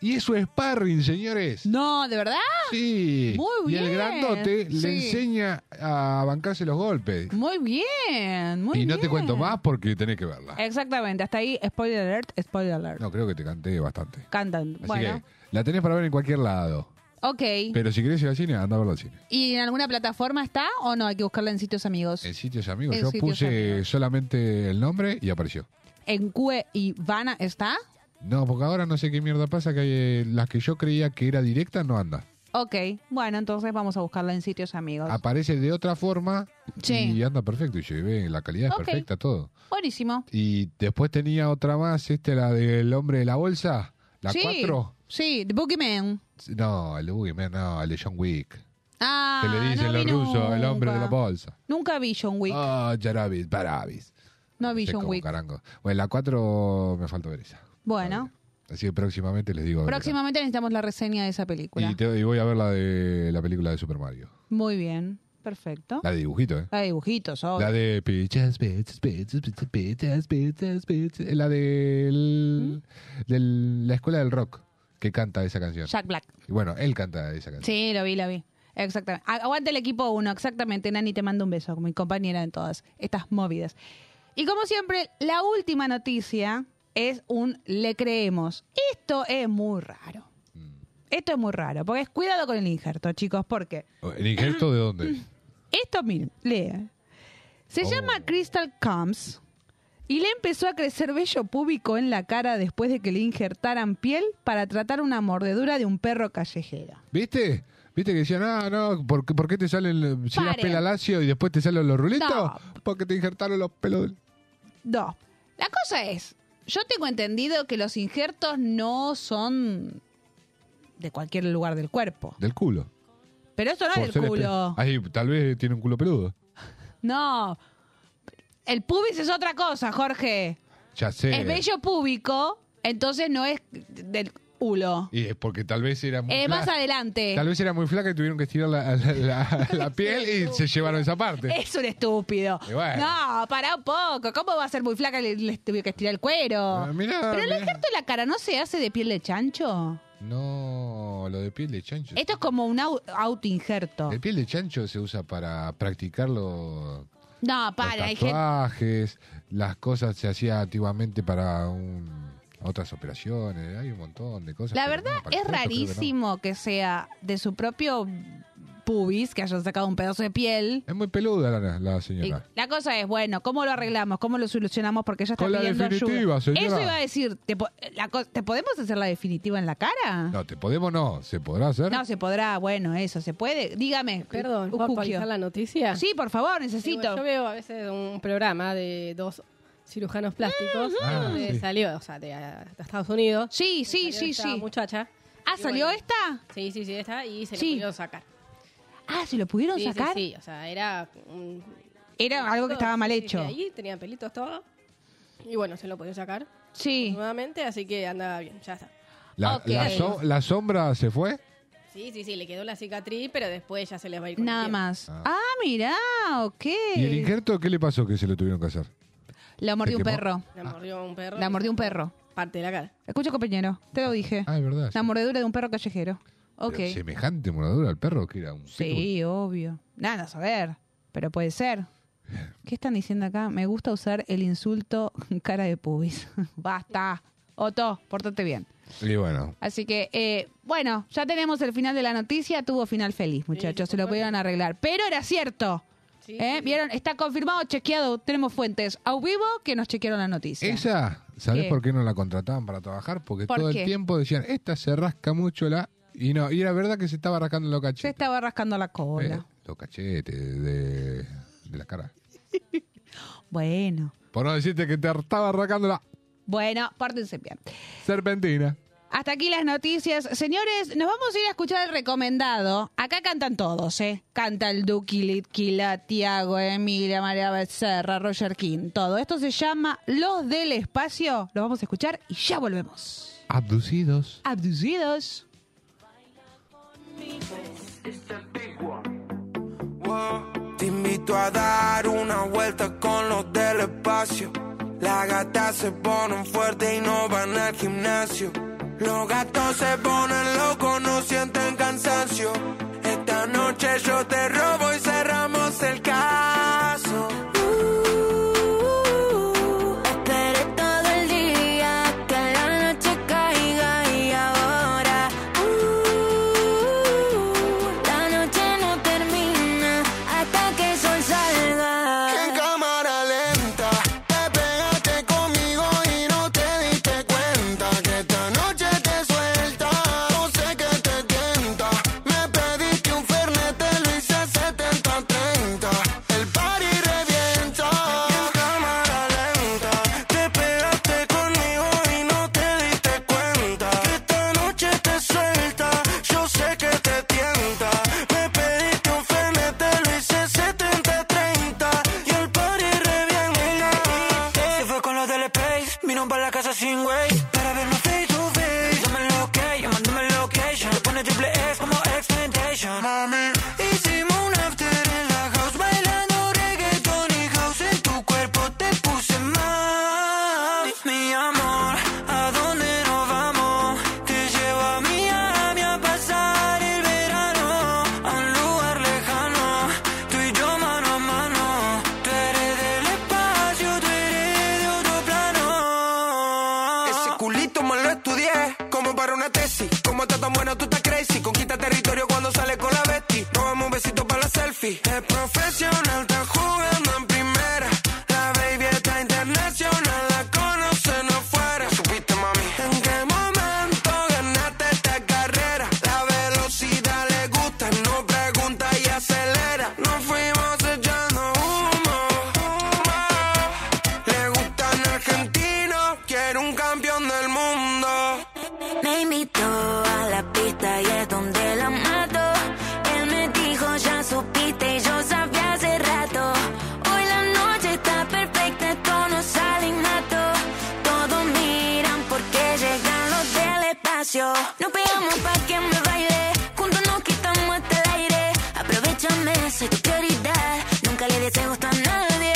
Speaker 3: Y eso es sparring, señores.
Speaker 2: No, ¿de verdad?
Speaker 3: Sí.
Speaker 2: Muy
Speaker 3: Y
Speaker 2: bien.
Speaker 3: el grandote le
Speaker 2: Sí.
Speaker 3: enseña a bancarse los golpes.
Speaker 2: Muy bien,
Speaker 3: y
Speaker 2: muy bien.
Speaker 3: no te cuento más porque tenés que verla.
Speaker 2: Exactamente, hasta ahí, spoiler alert, spoiler alert.
Speaker 3: No, creo que te canté bastante.
Speaker 2: Cantan.
Speaker 3: Así
Speaker 2: Bueno,
Speaker 3: que la tenés para ver en cualquier lado.
Speaker 2: ok.
Speaker 3: Pero si querés ir al cine, anda a verlo al cine.
Speaker 2: ¿Y en alguna plataforma está o no? Hay que buscarla en sitios amigos.
Speaker 3: En sitios amigos.
Speaker 2: En
Speaker 3: Yo
Speaker 2: sitios
Speaker 3: puse
Speaker 2: amigos.
Speaker 3: solamente el nombre y apareció.
Speaker 2: ¿En Cue y Vana está?
Speaker 3: No, porque ahora no sé qué mierda pasa, que eh, las que yo creía que era directa no anda.
Speaker 2: Ok, bueno, entonces vamos a buscarla en sitios amigos.
Speaker 3: Aparece de otra forma
Speaker 2: Sí.
Speaker 3: y anda perfecto. Y se ve, la calidad es
Speaker 2: Ok.
Speaker 3: perfecta, todo.
Speaker 2: Buenísimo.
Speaker 3: Y después tenía otra más, este, la del hombre de la bolsa, la
Speaker 2: sí.
Speaker 3: 4.
Speaker 2: Sí, The Boogeyman.
Speaker 3: No, el de Boogeyman, no, el de John Wick.
Speaker 2: Ah,
Speaker 3: que le dicen
Speaker 2: no
Speaker 3: los
Speaker 2: vi
Speaker 3: rusos, el hombre de la
Speaker 2: nunca.
Speaker 3: bolsa.
Speaker 2: Nunca vi John Wick.
Speaker 3: Ah, Jarabis, Barabis.
Speaker 2: no vi
Speaker 3: sé
Speaker 2: John
Speaker 3: cómo
Speaker 2: Wick.
Speaker 3: Carango. Bueno, la 4 me falta ver esa.
Speaker 2: Bueno,
Speaker 3: Así que próximamente les digo. a ver
Speaker 2: próximamente necesitamos la reseña de esa
Speaker 3: qué tal.
Speaker 2: película.
Speaker 3: Y, te- y voy a ver la de la película de Super Mario.
Speaker 2: Muy bien. Perfecto.
Speaker 3: La de dibujito, ¿eh?
Speaker 2: La de dibujitos, obvio.
Speaker 3: La de pichas, pichas, pichas, pichas, pichas, pichas, pichas. Eh, La del, del- la escuela del rock que canta esa canción.
Speaker 2: ¿Mm? Jack Black.
Speaker 3: Y bueno, él canta esa canción.
Speaker 2: Sí, lo vi, lo vi. Exactamente. A- Aguante el equipo uno, exactamente. Nani, te mando un beso, mi compañera en todas estas movidas. Y como siempre, la última noticia es un le creemos. Esto es muy raro. Esto es muy raro, porque es cuidado con el injerto, chicos, porque
Speaker 3: Oh, ¿El injerto de dónde?
Speaker 2: esto, miren, lea. Se
Speaker 3: Oh.
Speaker 2: llama Crystal Combs y le empezó a crecer vello púbico en la cara después de que le injertaran piel para tratar una mordedura de un perro callejero.
Speaker 3: ¿Viste? ¿Viste que decían, ah, no, ¿por qué, por qué te salen, si eras
Speaker 2: Paren.
Speaker 3: pelalacio y después te salen los rulitos?
Speaker 2: No.
Speaker 3: Porque te injertaron los pelos. del-
Speaker 2: Dos. La cosa es, yo tengo entendido que los injertos no son de cualquier lugar del cuerpo.
Speaker 3: Del culo.
Speaker 2: Pero eso no
Speaker 3: Por
Speaker 2: es
Speaker 3: ser
Speaker 2: del
Speaker 3: espe- Ah.
Speaker 2: culo.
Speaker 3: Ahí, tal vez tiene un culo peludo.
Speaker 2: No. El pubis es otra cosa, Jorge.
Speaker 3: Ya sé.
Speaker 2: Es bello púbico, entonces no es del culo.
Speaker 3: Y es porque tal vez era muy
Speaker 2: Es Eh, más
Speaker 3: flaca.
Speaker 2: adelante.
Speaker 3: Tal vez era muy flaca y tuvieron que estirar la, la- la- la piel y se llevaron esa parte.
Speaker 2: Es un estúpido.
Speaker 3: Y bueno.
Speaker 2: No, pará un poco. ¿Cómo va a ser muy flaca y le tuve que estirar el cuero?
Speaker 3: Ah, mirá,
Speaker 2: Pero el
Speaker 3: mirá.
Speaker 2: injerto en la cara no se hace de piel de chancho.
Speaker 3: No, lo de piel de chancho.
Speaker 2: Esto es como un au- autoinjerto.
Speaker 3: El piel de chancho se usa para practicar los,
Speaker 2: No,
Speaker 3: los
Speaker 2: para, hay gente.
Speaker 3: tatuajes, las cosas se hacía antiguamente para un- otras operaciones, hay un montón de cosas.
Speaker 2: La
Speaker 3: pero
Speaker 2: verdad
Speaker 3: no, para el
Speaker 2: es
Speaker 3: cuerpo creo que no.
Speaker 2: rarísimo que sea de su propio pubis, que hayan sacado un pedazo de piel.
Speaker 3: Es muy peluda la, la
Speaker 2: Y
Speaker 3: señora.
Speaker 2: la cosa es, bueno, ¿cómo lo arreglamos? ¿Cómo lo solucionamos? Porque ella está
Speaker 3: Con la
Speaker 2: pidiendo
Speaker 3: definitiva,
Speaker 2: ayuda.
Speaker 3: señora.
Speaker 2: Eso iba a decir, ¿te, po- la co- ¿te podemos hacer la definitiva en la cara?
Speaker 3: No, te podemos no, se podrá hacer.
Speaker 2: No, se podrá, bueno, eso, se puede. Dígame,
Speaker 7: Perdón, ¿puedo
Speaker 2: Ucuquio.
Speaker 7: actualizar la noticia?
Speaker 2: Sí, por favor,
Speaker 7: Digo,
Speaker 2: necesito.
Speaker 7: Yo veo a veces un programa de dos cirujanos plásticos
Speaker 3: Ah,
Speaker 7: donde
Speaker 3: sí.
Speaker 7: salió, o sea, de, a- de Estados Unidos.
Speaker 2: Sí, sí,
Speaker 7: Salió
Speaker 2: sí,
Speaker 7: esta
Speaker 2: sí.
Speaker 7: muchacha.
Speaker 2: Ah,
Speaker 7: Y
Speaker 2: ¿salió
Speaker 7: bueno,
Speaker 2: esta?
Speaker 7: Sí, sí, sí, esta, y se
Speaker 2: Sí.
Speaker 7: la pudieron sacar.
Speaker 2: Ah, ¿se lo pudieron
Speaker 7: Sí, sí,
Speaker 2: sacar?
Speaker 7: Sí, o sea, era... un-
Speaker 2: Era algo que estaba mal hecho.
Speaker 7: Sí, sí, ahí tenían pelitos todo. Y bueno, se lo pudieron sacar
Speaker 2: Sí.
Speaker 7: nuevamente, así que andaba bien, ya está.
Speaker 3: La,
Speaker 2: ok.
Speaker 3: la so- la sombra se fue.
Speaker 7: Sí, sí, sí, le quedó la cicatriz, pero después ya se les va a ir con el
Speaker 2: Nada
Speaker 7: tiempo.
Speaker 2: más.
Speaker 3: Ah.
Speaker 2: Ah, mirá, ok.
Speaker 3: ¿Y el injerto qué le pasó que se lo tuvieron que hacer?
Speaker 2: La mordió
Speaker 3: ¿Se
Speaker 2: un
Speaker 3: quemó?
Speaker 2: perro.
Speaker 7: La mordió un perro.
Speaker 2: La mordió un perro.
Speaker 7: Parte de la cara.
Speaker 2: Escucha, compañero, te lo dije.
Speaker 3: Ah, es verdad.
Speaker 2: La
Speaker 3: sí.
Speaker 2: mordedura de un perro callejero. Ok.
Speaker 3: Pero Semejante moradura al perro que era un pitbull.
Speaker 2: Sí, obvio. Nada, a saber. Pero puede ser. ¿Qué están diciendo acá? Me gusta usar el insulto cara de pubis. Basta. Otto, pórtate bien.
Speaker 3: Y bueno,
Speaker 2: Así que, eh, bueno, ya tenemos el final de la noticia. Tuvo final feliz, muchachos. Se lo pudieron arreglar. Pero era cierto.
Speaker 7: Sí,
Speaker 2: ¿Eh? ¿Vieron? Está confirmado, chequeado. Tenemos fuentes a vivo que nos chequearon la noticia.
Speaker 3: esa, ¿sabés
Speaker 2: ¿Qué?
Speaker 3: por qué no la contrataban para trabajar? Porque
Speaker 2: ¿Por
Speaker 3: todo
Speaker 2: qué?
Speaker 3: el tiempo decían, esta se rasca mucho la... Y no, y era verdad que se estaba rascando los cachetes.
Speaker 2: Se estaba rascando la cola.
Speaker 3: Eh, los cachetes de, de la cara.
Speaker 2: Bueno,
Speaker 3: Por no decirte que te estaba rascando la
Speaker 2: bueno, pórtense bien.
Speaker 3: serpentina.
Speaker 2: Hasta aquí las noticias. Señores, nos vamos a ir a escuchar el recomendado. Acá cantan todos, ¿eh? Canta el Duki, Litquila, Tiago, Emilia, María Becerra, Roger King, todo. Esto se llama Los del Espacio. Los vamos a escuchar y ya volvemos.
Speaker 3: Abducidos.
Speaker 2: Abducidos.
Speaker 1: Wow. Te invito a dar una vuelta con los del espacio. Las gatas se ponen fuertes y no van al gimnasio. Los gatos se ponen locos, no sienten cansancio. Esta noche yo te robo y cerramos el caso.
Speaker 10: Esperé todo el día que la noche caiga y ahora uh, la noche no termina hasta que el sol
Speaker 1: En
Speaker 10: salga.
Speaker 1: cámara lenta, te pegaste conmigo y no te diste cuenta que esta noche te suelta. No sé qué te tienta, me pediste un fernet, te lo hice, se
Speaker 12: El profesional está jugando en primera. La baby está internacional, la conocen afuera. Supiste, mami. ¿En qué momento ganaste esta carrera? La velocidad le gusta, no pregunta y acelera. Nos fuimos echando humo, humo. Le gustan argentinos, quiere un campeón del mundo.
Speaker 10: Me invitó a la pista y es donde la mato. Él me dijo, ya supiste, y yo sabía hace rato. Hoy la noche está perfecta, esto no sale innato. Todos miran porque llegan los del espacio. Nos pegamos pa' que me baile, juntos nos quitamos hasta el aire. Aprovechame, soy tu prioridad, nunca le des gusto a nadie.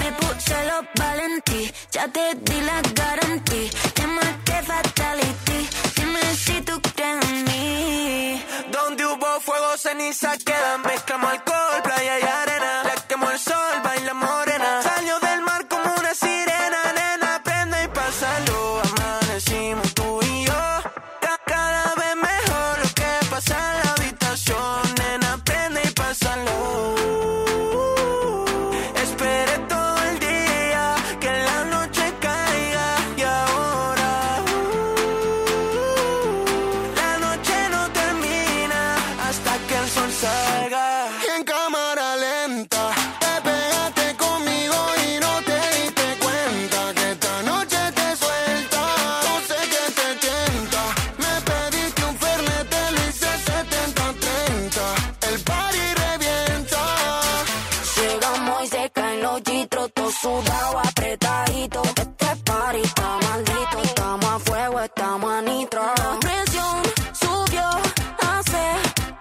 Speaker 10: Me puse los valentí, ya te di la garantía. Llamaste fatality, dime si tú crees en mí.
Speaker 12: Donde hubo fuego, ceniza queda. Mezclamos alcohol, playa y arena. La quemó el sol, baila morena. Salió del mar como una sirena, nena. Prende y pásalo. Amanecimos tú y yo. Ca- Cada vez mejor lo que pasa en la habitación, nena. Prende y pásalo. Esperé todo el día que la noche caiga y ahora. La noche no termina hasta que el sol salga. En cámara lenta, te pegaste conmigo y no te diste cuenta que esta noche te suelta. No sé que te tienta. Me pediste un fernet, te lo hice 70-30. El party revienta.
Speaker 10: Llegamos y se caen los chitros, todo sudado, apretadito. Este party está maldito, estamos a fuego, estamos a nitro. La presión subió, hace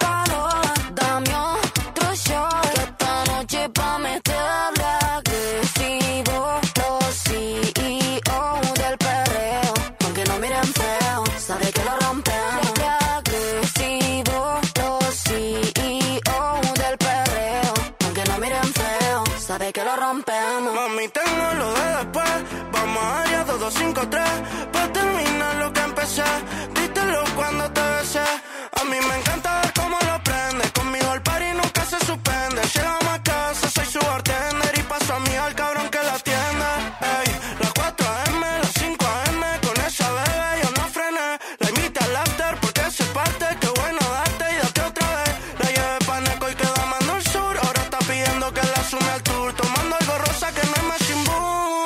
Speaker 10: calor. Dame otro shot, que esta noche pa' meterle agresivo. Los CEO del perreo, aunque no miren feo, sabe que lo rompemos. Agresivo, los CEO del perreo. Aunque no miren feo, sabe que lo rompemos.
Speaker 12: Mami, tengo lo de después. Vamos a área 2253. Pa' terminar lo que empecé. Dítelo cuando te besé. A mí me encanta ver cómo lo prende. Conmigo el party nunca se suspende. Llegamos a casa, soy su bartender. Y paso a mí al cabrón que la atienda. Ey, las 4 AM, las 5 AM. Con esa bebé yo no frené. La imita al after porque se parte. Qué bueno darte y date otra vez. La llevé pa' Neco y queda mando al sur. Ahora está pidiendo que la sume al tour. Tomando algo rosa que no es más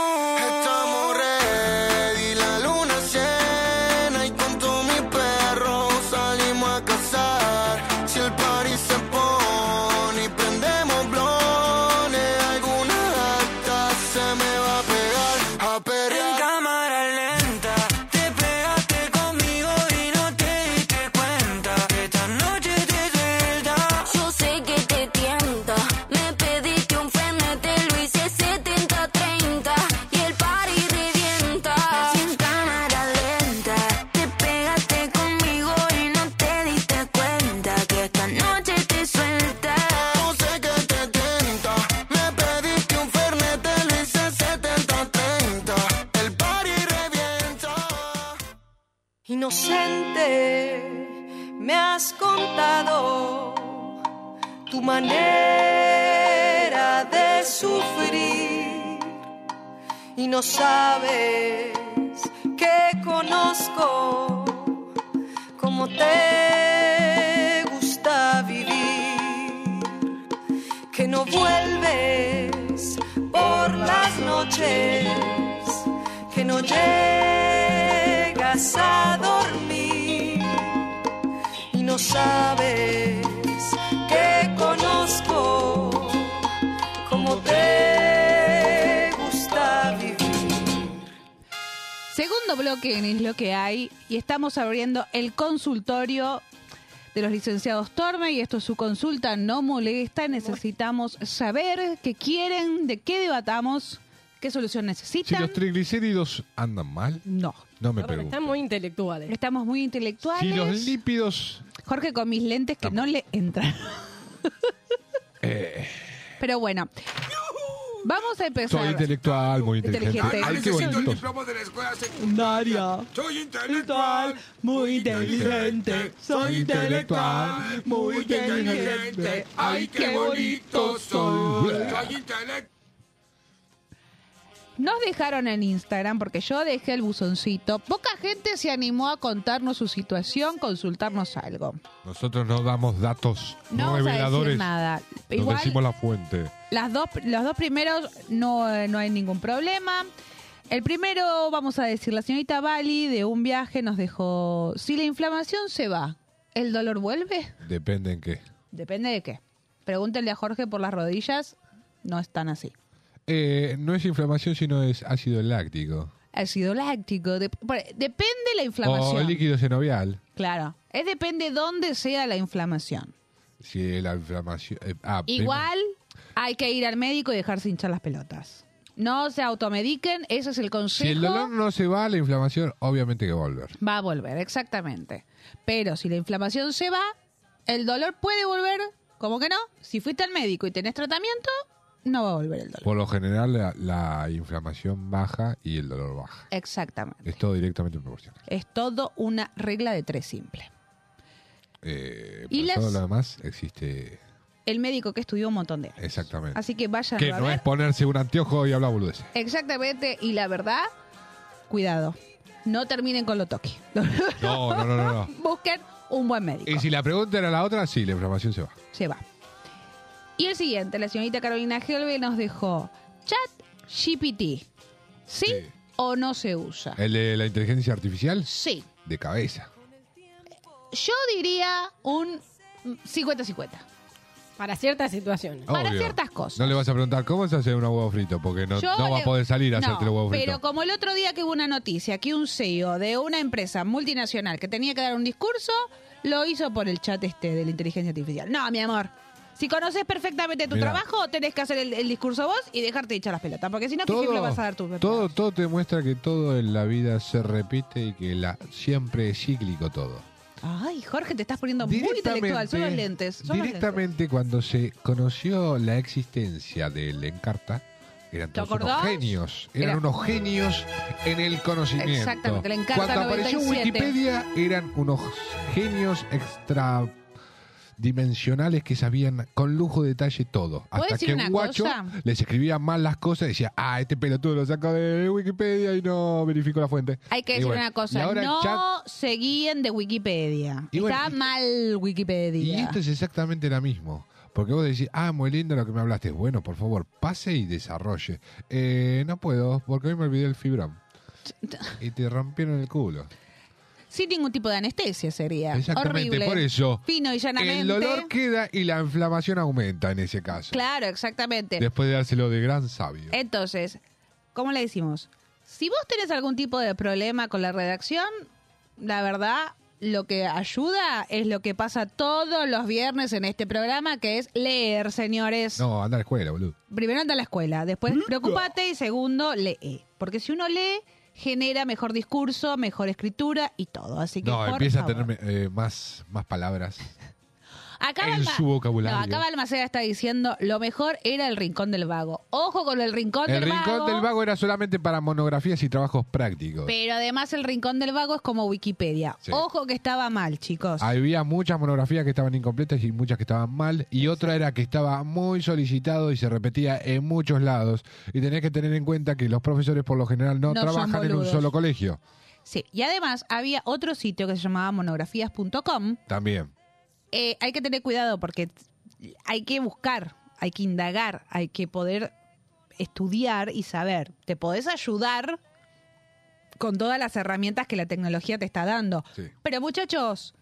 Speaker 12: Estamos ready, la luna llena. Y con todos mis perros salimos a cazar. Si el party se pone y prendemos blones, alguna gata se me va a pegar. A perrear. En cámara lenta, te pegaste conmigo y no te diste cuenta. Esta noche te suelta.
Speaker 10: Yo sé que te tienta. Me pediste un fernet, te lo hice 70-30. Y el party revienta. Sin cámara lenta. Te pegaste conmigo y no te diste cuenta. Que esta noche te suelta.
Speaker 12: No sé que te tienta, me pediste un fernet, te lo hice 70-30. El party revienta.
Speaker 13: Inocente, me has contado tu manera de sufrir y no sabes que conozco cómo te gusta vivir, que no vuelves por las noches que no llegas a dormir y no sabes que conozco como te gusta vivir.
Speaker 2: Segundo bloque en Es lo que hay y estamos abriendo el consultorio de los licenciados Torme y esto es su consulta no molesta, necesitamos saber qué quieren, de qué debatamos, qué solución
Speaker 3: Si
Speaker 2: necesitan.
Speaker 3: los triglicéridos andan mal,
Speaker 2: no.
Speaker 3: No me pregunto.
Speaker 2: muy intelectuales. Estamos muy intelectuales.
Speaker 3: Si los lípidos.
Speaker 2: Jorge con mis lentes que no le entran.
Speaker 3: eh,
Speaker 2: Pero bueno, Vamos a empezar.
Speaker 3: Soy intelectual, muy inteligente.
Speaker 2: Inteligente.
Speaker 3: Ay, qué
Speaker 2: Necesito
Speaker 3: bonito.
Speaker 4: Secundaria. Soy intelectual, muy inteligente. Soy intelectual, muy inteligente. Ay, qué bonito soy. Soy intelectual.
Speaker 2: Nos dejaron en Instagram porque yo dejé el buzoncito. Poca gente se animó a contarnos su situación, consultarnos algo.
Speaker 3: Nosotros no damos datos
Speaker 2: No vamos a
Speaker 3: reveladores.
Speaker 2: decir nada.
Speaker 3: Nos
Speaker 2: Igual-
Speaker 3: decimos la fuente.
Speaker 2: Las dos, los dos primeros no, eh, no hay ningún problema. El primero, vamos a decir, la señorita Bali de un viaje nos dejó, si la inflamación se va, ¿el dolor vuelve?
Speaker 3: Depende en qué.
Speaker 2: Depende de qué. Pregúntenle a Jorge por las rodillas, no están así.
Speaker 3: Eh, no es inflamación, sino es ácido láctico.
Speaker 2: Ácido láctico, de- por- depende la
Speaker 3: O
Speaker 2: inflamación.
Speaker 3: líquido senovial.
Speaker 2: Claro, es depende dónde sea la inflamación.
Speaker 3: Si la inflamación. eh, ah, prim-
Speaker 2: Igual hay que ir al médico y dejarse hinchar las pelotas. No se automediquen, ese es el consejo.
Speaker 3: Si el dolor no se va, la inflamación obviamente que va a volver.
Speaker 2: Va a volver, exactamente. Pero si la inflamación se va, el dolor puede volver, ¿cómo que no? Si fuiste al médico y tenés tratamiento, no va a volver el dolor.
Speaker 3: Por lo general, la, la inflamación baja y el dolor baja.
Speaker 2: Exactamente.
Speaker 3: Es todo directamente proporcional.
Speaker 2: Es todo una regla de tres simple.
Speaker 3: Eh,
Speaker 2: Y
Speaker 3: pero
Speaker 2: las-
Speaker 3: todo lo demás existe
Speaker 2: El médico que estudió un montón de años.
Speaker 3: exactamente.
Speaker 2: Así que vayan
Speaker 3: que
Speaker 2: a
Speaker 3: no
Speaker 2: ver.
Speaker 3: es ponerse un anteojo y hablar boludeces.
Speaker 2: Exactamente, y la verdad, cuidado. No terminen con lo toque.
Speaker 3: No, no, no, no. no.
Speaker 2: Busquen un buen médico.
Speaker 3: Y si la pregunta era la otra, sí, la inflamación se va.
Speaker 2: se va. Y el siguiente, la señorita Carolina Helve nos dejó Chat GPT. ¿Sí, o no se usa?
Speaker 3: ¿El de la inteligencia artificial?
Speaker 2: Sí.
Speaker 3: De cabeza.
Speaker 2: Yo diría un mm, 50-50.
Speaker 7: Para ciertas situaciones.
Speaker 2: Para
Speaker 3: Obvio.
Speaker 2: ciertas cosas.
Speaker 3: No le vas a preguntar cómo se hace un huevo frito, porque no,
Speaker 2: Yo
Speaker 3: no va
Speaker 2: le-
Speaker 3: a poder salir a
Speaker 2: No,
Speaker 3: hacerte el huevo frito.
Speaker 2: Pero como el otro día que hubo una noticia que un CEO de una empresa multinacional que tenía que dar un discurso, lo hizo por el chat este de la inteligencia artificial. No, mi amor. Si conoces perfectamente tu
Speaker 3: Mirá.
Speaker 2: trabajo, tenés que hacer el, el discurso vos y dejarte echar las pelotas. Porque si no, ¿qué ejemplo vas a dar tú?
Speaker 3: todo, todo te muestra que todo en la vida se repite y que la, siempre es cíclico todo.
Speaker 2: Ay, Jorge, te estás poniendo muy intelectual. Son los lentes. Son los lentes.
Speaker 3: Directamente cuando se conoció la existencia del Encarta, eran todos unos
Speaker 2: acordás?
Speaker 3: genios. Eran
Speaker 2: Era-
Speaker 3: unos genios en el conocimiento.
Speaker 2: Exactamente, el Encarta
Speaker 3: Cuando apareció
Speaker 2: 97.
Speaker 3: Wikipedia, eran unos genios extra dimensionales que sabían con lujo de detalle todo.
Speaker 2: ¿Puedo
Speaker 3: Hasta
Speaker 2: decir
Speaker 3: que
Speaker 2: una
Speaker 3: un guacho
Speaker 2: cosa?
Speaker 3: les escribía mal las cosas y decía, ah, este pelotudo lo saco de Wikipedia y no verificó la fuente.
Speaker 2: Hay que
Speaker 3: Y
Speaker 2: decir
Speaker 3: bueno,
Speaker 2: una
Speaker 3: y
Speaker 2: cosa.
Speaker 3: ahora el
Speaker 2: No
Speaker 3: chat-
Speaker 2: se guíen de Wikipedia.
Speaker 3: Y bueno,
Speaker 2: Está
Speaker 3: y-
Speaker 2: mal
Speaker 3: Y
Speaker 2: Wikipedia.
Speaker 3: esto es exactamente lo mismo. Porque vos decís, ah, muy lindo lo que me hablaste. Bueno, por favor, pase y desarrolle. Eh, no puedo, porque hoy me olvidé el fibram. Y te rompieron el culo.
Speaker 2: Sin ningún tipo de anestesia sería.
Speaker 3: Exactamente,
Speaker 2: Horrible.
Speaker 3: por eso.
Speaker 2: Fino y llanamente.
Speaker 3: El dolor queda y la inflamación aumenta en ese caso.
Speaker 2: Claro, exactamente.
Speaker 3: Después de dárselo de gran sabio.
Speaker 2: Entonces, ¿cómo le decimos? Si vos tenés algún tipo de problema con la redacción, la verdad, lo que ayuda es lo que pasa todos los viernes en este programa, que es leer, señores.
Speaker 3: No, anda a la escuela, boludo.
Speaker 2: Primero anda a la escuela, después preocupate y segundo lee. Porque si uno lee, genera mejor discurso, mejor escritura y todo. Así que
Speaker 3: No,
Speaker 2: por
Speaker 3: empieza a
Speaker 2: favor.
Speaker 3: tener eh, más, más palabras.
Speaker 2: Acá
Speaker 3: en
Speaker 2: Balma-
Speaker 3: su vocabulario.
Speaker 2: No, acá Balmaceda está diciendo lo mejor era el rincón del vago. Ojo con el rincón
Speaker 3: El
Speaker 2: del
Speaker 3: rincón
Speaker 2: vago.
Speaker 3: del vago era solamente para monografías y trabajos prácticos.
Speaker 2: Pero además el rincón del vago es como Wikipedia.
Speaker 3: Sí.
Speaker 2: Ojo que estaba mal, chicos.
Speaker 3: Había muchas monografías que estaban incompletas y muchas que estaban mal. Y otra era que estaba muy solicitado y se repetía en muchos lados. Y tenés que tener en cuenta que los profesores por lo general no,
Speaker 2: No son
Speaker 3: trabajan en un
Speaker 2: boludos.
Speaker 3: solo colegio.
Speaker 2: Sí. Y además había otro sitio que se llamaba monografías.com.
Speaker 3: También.
Speaker 2: Eh, hay que tener cuidado porque hay que buscar, hay que indagar, hay que poder estudiar y saber. Te podés ayudar con todas las herramientas que la tecnología te está dando.
Speaker 3: Sí.
Speaker 2: Pero muchachos,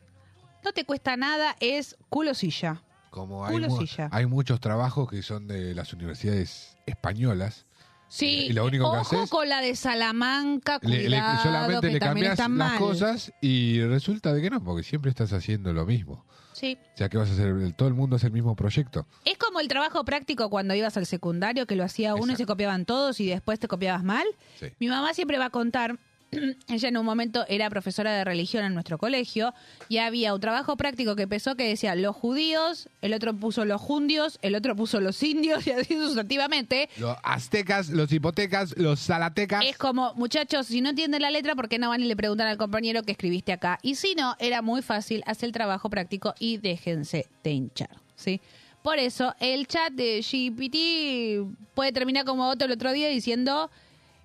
Speaker 2: no te cuesta nada, es culo silla.
Speaker 3: Como hay,
Speaker 2: Culo
Speaker 3: mu-
Speaker 2: silla.
Speaker 3: hay muchos trabajos que son de las universidades españolas.
Speaker 2: Sí,
Speaker 3: Y lo único que
Speaker 2: ojo
Speaker 3: haces-
Speaker 2: con la de Salamanca,
Speaker 3: Le- le-
Speaker 2: cuidado,
Speaker 3: solamente
Speaker 2: que
Speaker 3: le
Speaker 2: también
Speaker 3: cambias las
Speaker 2: están mal.
Speaker 3: cosas y resulta de que no, porque siempre estás haciendo lo mismo.
Speaker 2: Sí.
Speaker 3: O sea, que vas a hacer? Todo el mundo hace el mismo proyecto.
Speaker 2: Es como el trabajo práctico cuando ibas al secundario, que lo hacía uno y se copiaban todos y después te copiabas mal.
Speaker 3: Sí.
Speaker 2: Mi mamá siempre va a contar ella en un momento era profesora de religión en nuestro colegio y había un trabajo práctico que empezó que decía los judíos, el otro puso los jundios, el otro puso los indios y así sustantivamente.
Speaker 3: Los aztecas, los hipotecas, los zalatecas.
Speaker 2: Es como, muchachos, si no entienden la letra, ¿por qué no van y le preguntan al compañero que escribiste acá? Y si no, era muy fácil, hace el trabajo práctico y déjense de hinchar, ¿sí? Por eso, el chat de GPT puede terminar como otro el otro día diciendo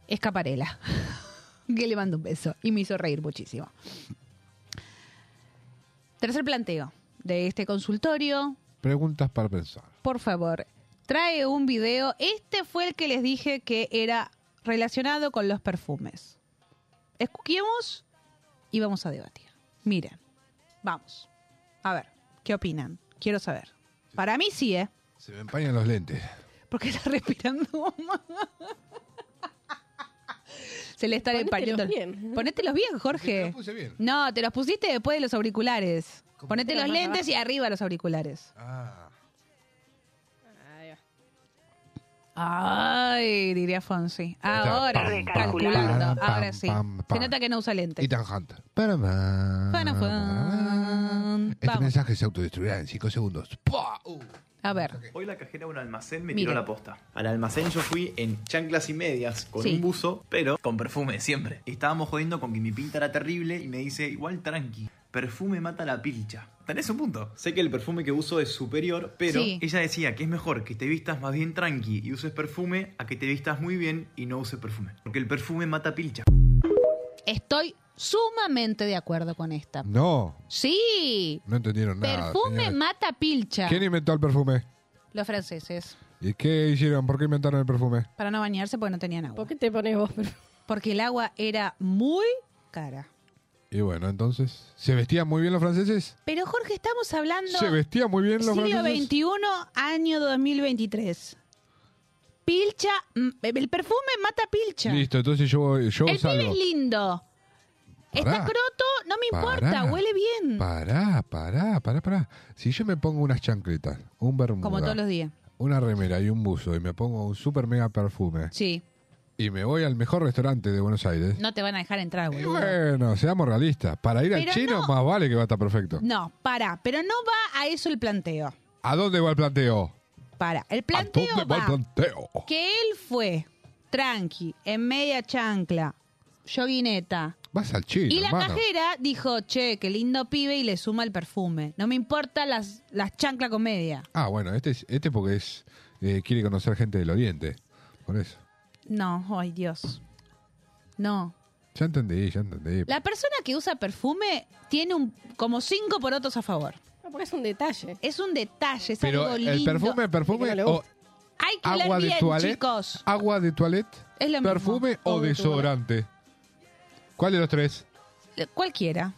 Speaker 2: escaparela. que le mando un beso. Y me hizo reír muchísimo. Tercer planteo de este consultorio.
Speaker 3: Preguntas para pensar.
Speaker 2: Por favor, trae un video. Este fue el que les dije que era relacionado con los perfumes. Escuquemos y vamos a debatir. Miren, vamos. A ver, ¿qué opinan? Quiero saber. Para mí sí, ¿eh?
Speaker 3: Se me empañan los lentes.
Speaker 2: Porque está respirando Se le están empañando.
Speaker 7: Ponételos bien.
Speaker 2: Ponételos bien, Jorge.
Speaker 7: los puse bien.
Speaker 2: No, te los pusiste después de los auriculares. Ponete
Speaker 7: Pero
Speaker 2: los
Speaker 7: más
Speaker 2: lentes
Speaker 7: abajo.
Speaker 2: y arriba los auriculares. Ay, diría Fonsi. Ahora,
Speaker 3: Pam, pam,
Speaker 2: calculando.
Speaker 3: pam, pam,
Speaker 2: Ahora sí.
Speaker 3: pam, pam.
Speaker 2: Se nota que no usa lentes.
Speaker 3: Ethan Hunt. Para más.
Speaker 2: Fan, fan.
Speaker 3: Este
Speaker 2: Vamos,
Speaker 3: mensaje se autodestruirá en 5 segundos.
Speaker 2: a ver.
Speaker 14: Hoy la cajera de un almacén me
Speaker 2: Mire.
Speaker 14: tiró la posta. Al almacén yo fui en chanclas y medias, con
Speaker 2: Sí.
Speaker 14: un buzo, pero con perfume de siempre. Estábamos jodiendo con que mi pinta era terrible y me dice, igual tranqui, perfume mata la pilcha. Tenés un punto. Sé que el perfume que uso es superior, pero
Speaker 8: Sí.
Speaker 14: ella decía que es mejor que te vistas más bien tranqui y uses perfume a que te vistas muy bien y no uses perfume. Porque el perfume mata pilcha.
Speaker 2: Estoy sumamente de acuerdo con esta.
Speaker 3: No,
Speaker 2: Sí.
Speaker 3: no entendieron nada.
Speaker 2: Perfume
Speaker 3: señores.
Speaker 2: mata pilcha.
Speaker 3: ¿Quién inventó el perfume?
Speaker 2: Los franceses.
Speaker 3: ¿Y qué hicieron? ¿Por qué inventaron el perfume?
Speaker 2: Para no bañarse porque no tenían agua. ¿Por qué te pones vos? Porque el agua era muy cara.
Speaker 3: Y bueno, entonces. ¿Se vestían muy bien los franceses?
Speaker 2: Pero Jorge, estamos hablando...
Speaker 3: ¿Se vestían muy bien los
Speaker 2: Siglo
Speaker 3: franceses?
Speaker 2: XXI, año 2023. Pilcha, mm, el perfume mata pilcha.
Speaker 3: Listo, entonces yo, yo
Speaker 2: el
Speaker 3: salgo.
Speaker 2: pibe es lindo. Está
Speaker 3: Pará.
Speaker 2: croto, no me importa,
Speaker 3: Pará.
Speaker 2: huele bien.
Speaker 3: Pará, pará, pará, pará. Si yo me pongo unas chancletas, un bermuda,
Speaker 2: Como todos los días.
Speaker 3: una remera y un buzo y me pongo un super mega perfume
Speaker 2: Sí,
Speaker 3: y me voy al mejor restaurante de Buenos Aires.
Speaker 2: no te van a dejar entrar, boludo.
Speaker 3: Bueno, seamos realistas. Para ir al
Speaker 2: Pero
Speaker 3: chino
Speaker 2: no.
Speaker 3: más vale que va a estar perfecto.
Speaker 2: No, para, pero no va a eso el planteo.
Speaker 3: ¿A dónde va el planteo?
Speaker 2: Para, el
Speaker 3: ¿A
Speaker 2: planteo
Speaker 3: dónde va
Speaker 2: va
Speaker 3: el planteo?
Speaker 2: que él fue tranqui, en media chancla, yoguineta.
Speaker 3: Vas al chino,
Speaker 2: y la
Speaker 3: hermano.
Speaker 2: cajera dijo, che, qué lindo pibe, y le suma el perfume. No me importa las, las chancla con media.
Speaker 3: Ah, bueno, este es este porque es eh, quiere conocer gente del Oriente. Por eso.
Speaker 2: No, ay Dios. No.
Speaker 3: Ya entendí, ya entendí.
Speaker 2: La persona que usa perfume tiene un como cinco porotos a favor. porque es un detalle. Es un detalle, es
Speaker 3: Pero
Speaker 2: algo
Speaker 3: el
Speaker 2: lindo.
Speaker 3: perfume, perfume o
Speaker 2: Hay que
Speaker 3: agua
Speaker 2: hablar
Speaker 3: de
Speaker 2: bien,
Speaker 3: toilet,
Speaker 2: chicos.
Speaker 3: agua de toilet,
Speaker 2: Es lo mismo.
Speaker 3: perfume
Speaker 2: O
Speaker 3: o
Speaker 2: de
Speaker 3: desodorante. ¿Cuál de los tres?
Speaker 2: Le- Cualquiera.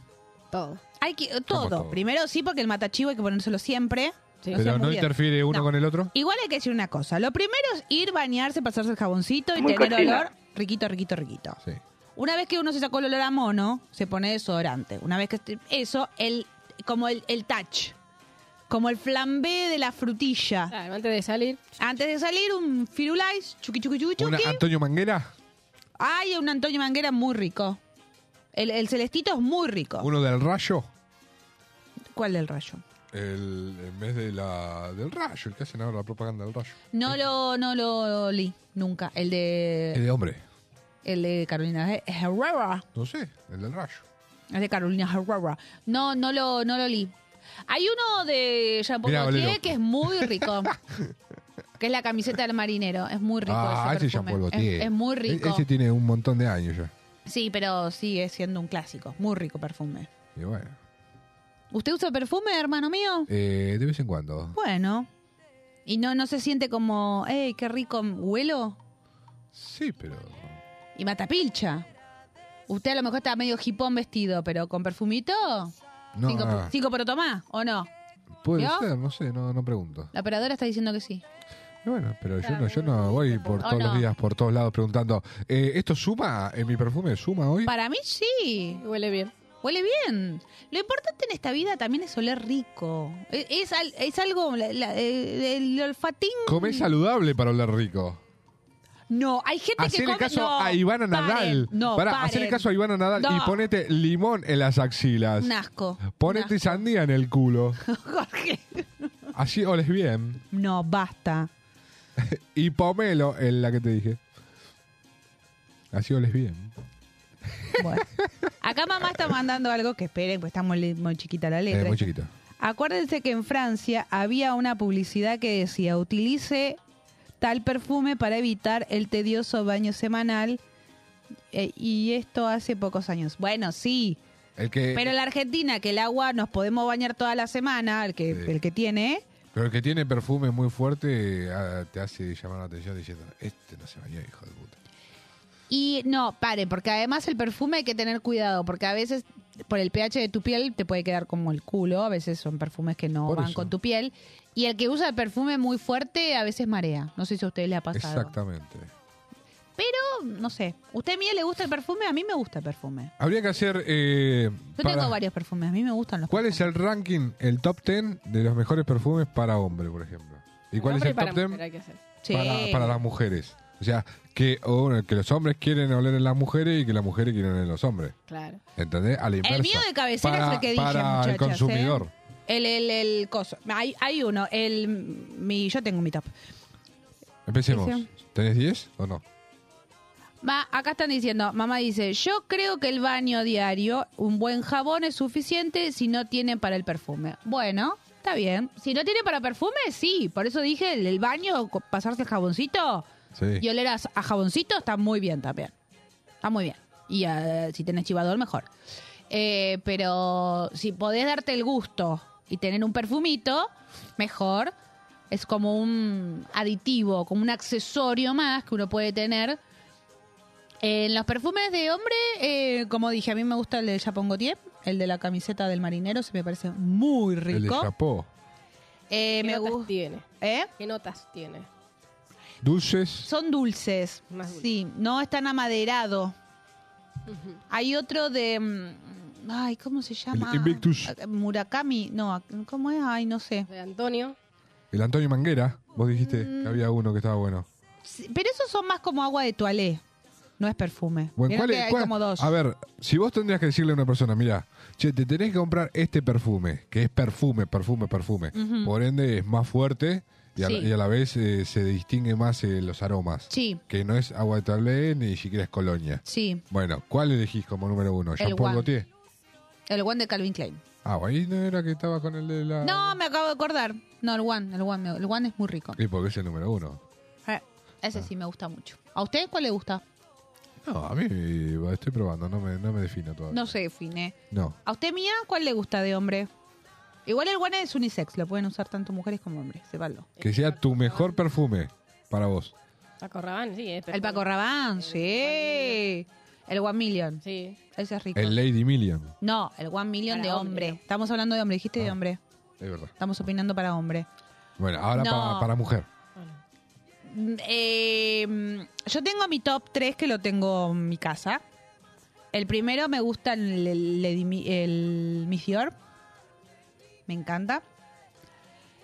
Speaker 2: Todo. Hay que, todo.
Speaker 3: todo?
Speaker 2: Primero sí, porque el matachivo hay que ponérselo siempre. O sea,
Speaker 3: Pero
Speaker 2: muy
Speaker 3: no
Speaker 2: bien.
Speaker 3: interfiere uno
Speaker 2: No.
Speaker 3: con el otro.
Speaker 2: Igual hay que decir una cosa. Lo primero es ir, bañarse, pasarse el jaboncito y
Speaker 3: Muy
Speaker 2: tener
Speaker 3: cochina.
Speaker 2: olor riquito, riquito, riquito. Una vez que uno se sacó el olor a mono, se pone desodorante. Una vez que este- eso, el como el, el touch. Como el flambé de la frutilla. antes de salir. Antes de salir, un firulais, chuqui, chuqui, chuqui,
Speaker 3: Una
Speaker 2: chuqui.
Speaker 3: Antonio Manguera,
Speaker 2: Hay un Antonio Manguera muy rico. El, el celestito es muy rico.
Speaker 3: uno del rayo.
Speaker 2: ¿Cuál del rayo?
Speaker 3: El, en vez de la, del rayo, el que hacen ahora la propaganda del rayo.
Speaker 2: No lo, no lo olí nunca. El
Speaker 3: Este. El
Speaker 2: de,
Speaker 3: de hombre,
Speaker 2: el de Carolina Her- Herrera.
Speaker 3: no sé, el del rayo.
Speaker 2: El de Carolina Herrera. No, no lo, no lo olí. Hay uno de Jean Paul
Speaker 3: Mirá,
Speaker 2: Gaultier
Speaker 3: olelo.
Speaker 2: que es muy rico. que es la camiseta del marinero. Es muy rico
Speaker 3: ah,
Speaker 2: ese
Speaker 3: ese Jean Paul
Speaker 2: perfume.
Speaker 3: Gaultier.
Speaker 2: Es, es muy
Speaker 3: E-
Speaker 2: rico.
Speaker 3: Ese tiene un montón de años ya.
Speaker 2: Sí, pero sigue siendo un clásico. Muy rico perfume.
Speaker 3: Y bueno,
Speaker 2: ¿Usted usa perfume, hermano mío?
Speaker 3: eh, de vez en cuando.
Speaker 2: Bueno. ¿Y no, no se siente como, ¡Ey, qué rico huelo?
Speaker 3: Sí, pero
Speaker 2: Y matapilcha. Usted a lo mejor está medio hipón vestido, pero con perfumito.
Speaker 3: No,
Speaker 2: cinco,
Speaker 3: ah.
Speaker 2: cinco pero tomá, ¿o no?
Speaker 3: puede
Speaker 2: ¿Yo?
Speaker 3: ser, no sé, no, no pregunto.
Speaker 2: La operadora está diciendo que sí.
Speaker 3: Y Bueno, pero yo no, yo no voy por
Speaker 2: Oh,
Speaker 3: todos los
Speaker 2: no.
Speaker 3: días, por todos lados preguntando, eh, ¿esto suma en mi perfume? ¿Suma hoy?
Speaker 2: Para mí sí. Huele bien. Huele bien. Lo importante en esta vida también es oler rico. Es, es al- es algo, la- la- eh, el, el olfatín.
Speaker 3: Come saludable para oler rico.
Speaker 2: No, hay gente que
Speaker 3: Hacele
Speaker 2: come...
Speaker 3: caso
Speaker 2: no,
Speaker 3: a Ivana
Speaker 2: paren,
Speaker 3: Nadal.
Speaker 2: no,
Speaker 3: Pará,
Speaker 2: paren.
Speaker 3: hacele caso a Ivana Nadal y
Speaker 2: No.
Speaker 3: ponete limón en las axilas.
Speaker 2: Un asco.
Speaker 3: Ponete sandía en el culo.
Speaker 2: Jorge.
Speaker 3: Así oles bien.
Speaker 2: No, basta.
Speaker 3: Y pomelo en la que te dije. Así oles bien.
Speaker 2: Acá mamá está mandando algo que esperen, pues está muy, li- muy chiquita la
Speaker 3: Eh,
Speaker 2: letra.
Speaker 3: muy chiquito.
Speaker 2: Acuérdense que en Francia había una publicidad que decía, utilice tal perfume para evitar el tedioso baño semanal. eh, y esto hace pocos años. Bueno, sí.
Speaker 3: El que,
Speaker 2: Pero en la Argentina, que el agua nos podemos bañar toda la semana, el que,
Speaker 3: Sí.
Speaker 2: el que tiene,
Speaker 3: pero el que tiene perfume muy fuerte ah, te hace llamar la atención diciendo, este no se bañó, hijo de puta.
Speaker 2: Y no, pare, porque además el perfume hay que tener cuidado, porque a veces por el pH de tu piel te puede quedar como el culo, a veces son perfumes que no
Speaker 3: Por
Speaker 2: van
Speaker 3: eso.
Speaker 2: con tu piel. Y el que usa el perfume muy fuerte a veces marea. No sé si a ustedes le ha pasado.
Speaker 3: Exactamente.
Speaker 2: Pero, no sé. ¿Usted, Miguel, le gusta el perfume? A mí me gusta el perfume.
Speaker 3: Habría que hacer... eh,
Speaker 2: Yo
Speaker 3: para-
Speaker 2: tengo varios perfumes, a mí me gustan los
Speaker 3: ¿Cuál es el ranking, el top 10 de los mejores perfumes para hombre, por ejemplo? ¿Y cuál es el top 10 para, para las mujeres? O sea, que, o, que los hombres quieren oler en las mujeres y que las mujeres quieren oler en los hombres.
Speaker 7: Claro.
Speaker 3: ¿Entendés? A la inversa.
Speaker 2: mío de cabecera
Speaker 3: para,
Speaker 2: es el que dije, ¿eh?
Speaker 3: Para el
Speaker 2: muchachas,
Speaker 3: consumidor.
Speaker 2: El, el, el coso. Hay, hay uno, el mi, yo tengo mi top.
Speaker 3: Empecemos.
Speaker 2: Ese.
Speaker 3: ¿Tenés 10 o no?
Speaker 2: Ma- acá están diciendo, mamá dice, yo creo que el baño diario, un buen jabón es suficiente si no tienen para el perfume. Bueno, está bien. Si no tienen para perfume, sí. Por eso dije, el, el baño, co- pasarse el jaboncito
Speaker 3: Sí.
Speaker 2: y oler a, a jaboncito está muy bien también. Está Ah, muy bien. Y eh, si tenés chivador, mejor. Eh, pero si podés darte el gusto y tener un perfumito, mejor. Es como un aditivo, como un accesorio más que uno puede tener. En los perfumes de hombre, eh, como dije, a mí me gusta el de Japón Gaultier, el de la camiseta del marinero, se me parece muy rico.
Speaker 3: El de chapó.
Speaker 2: Eh,
Speaker 7: ¿Qué
Speaker 2: me
Speaker 7: notas
Speaker 2: gu-
Speaker 7: tiene?
Speaker 2: ¿Eh?
Speaker 7: ¿Qué notas tiene?
Speaker 3: Dulces.
Speaker 2: Son dulces. Sí, no es tan amaderado. Hay otro de. mm, Ay, ¿cómo se llama? Ah,
Speaker 3: Invictus.
Speaker 2: Murakami. No, ¿cómo es? Ay, no sé.
Speaker 7: De Antonio.
Speaker 3: El Antonio Manguera. Vos dijiste
Speaker 2: Mm.
Speaker 3: que había uno que estaba bueno.
Speaker 2: Pero esos son más como agua de toalé. No es perfume.
Speaker 3: Bueno,
Speaker 2: Vieron
Speaker 3: ¿cuál
Speaker 2: que
Speaker 3: es-
Speaker 2: hay
Speaker 3: cuál-
Speaker 2: como dos.
Speaker 3: A ver, si vos tendrías que decirle a una persona, mira, che, te tenés que comprar este perfume, que es perfume, perfume, perfume.
Speaker 2: Ujú.
Speaker 3: Por ende es más fuerte y a, la-
Speaker 2: Sí.
Speaker 3: y a la vez eh, se distingue más eh, los aromas.
Speaker 2: Sí,
Speaker 3: Que no es agua de tablé ni siquiera es colonia.
Speaker 2: sí.
Speaker 3: Bueno, ¿cuál elegís como número uno?
Speaker 2: El
Speaker 3: ¿Jean-Paul
Speaker 2: Guan.
Speaker 3: Gaultier?
Speaker 2: El one de Calvin Klein.
Speaker 3: Ah, bueno, ahí no era que estaba con el de la...
Speaker 2: No, me acabo de acordar. No, el one, el one, el one es muy rico.
Speaker 3: Y porque es el número uno.
Speaker 2: Eh,
Speaker 7: Ah.
Speaker 2: Ese sí me gusta mucho. ¿A usted cuál le gusta?
Speaker 3: No, a mí eh, estoy probando, no me, no me defino todavía.
Speaker 2: No se define.
Speaker 3: No.
Speaker 2: ¿A usted, Mía, cuál le gusta de hombre? Igual el one es unisex, lo pueden usar tanto mujeres como hombres, sépanlo.
Speaker 3: Que sea tu mejor perfume para vos.
Speaker 7: Paco Rabanne, sí. Es
Speaker 2: El Paco Rabanne, sí. El One Million.
Speaker 7: Sí.
Speaker 2: Ese es rico.
Speaker 3: El Lady Million.
Speaker 2: no, el One Million
Speaker 7: Para
Speaker 2: de
Speaker 7: hombre.
Speaker 2: hombre. Estamos hablando de hombre, dijiste de hombre.
Speaker 3: Es verdad.
Speaker 2: Estamos opinando para hombre.
Speaker 3: Bueno, ahora
Speaker 2: No.
Speaker 3: para, para mujer.
Speaker 2: Mm, eh, mm, yo tengo mi top 3 que lo tengo en mi casa. El primero me gusta el, el, Lady Mi- el Miss Dior. Me encanta.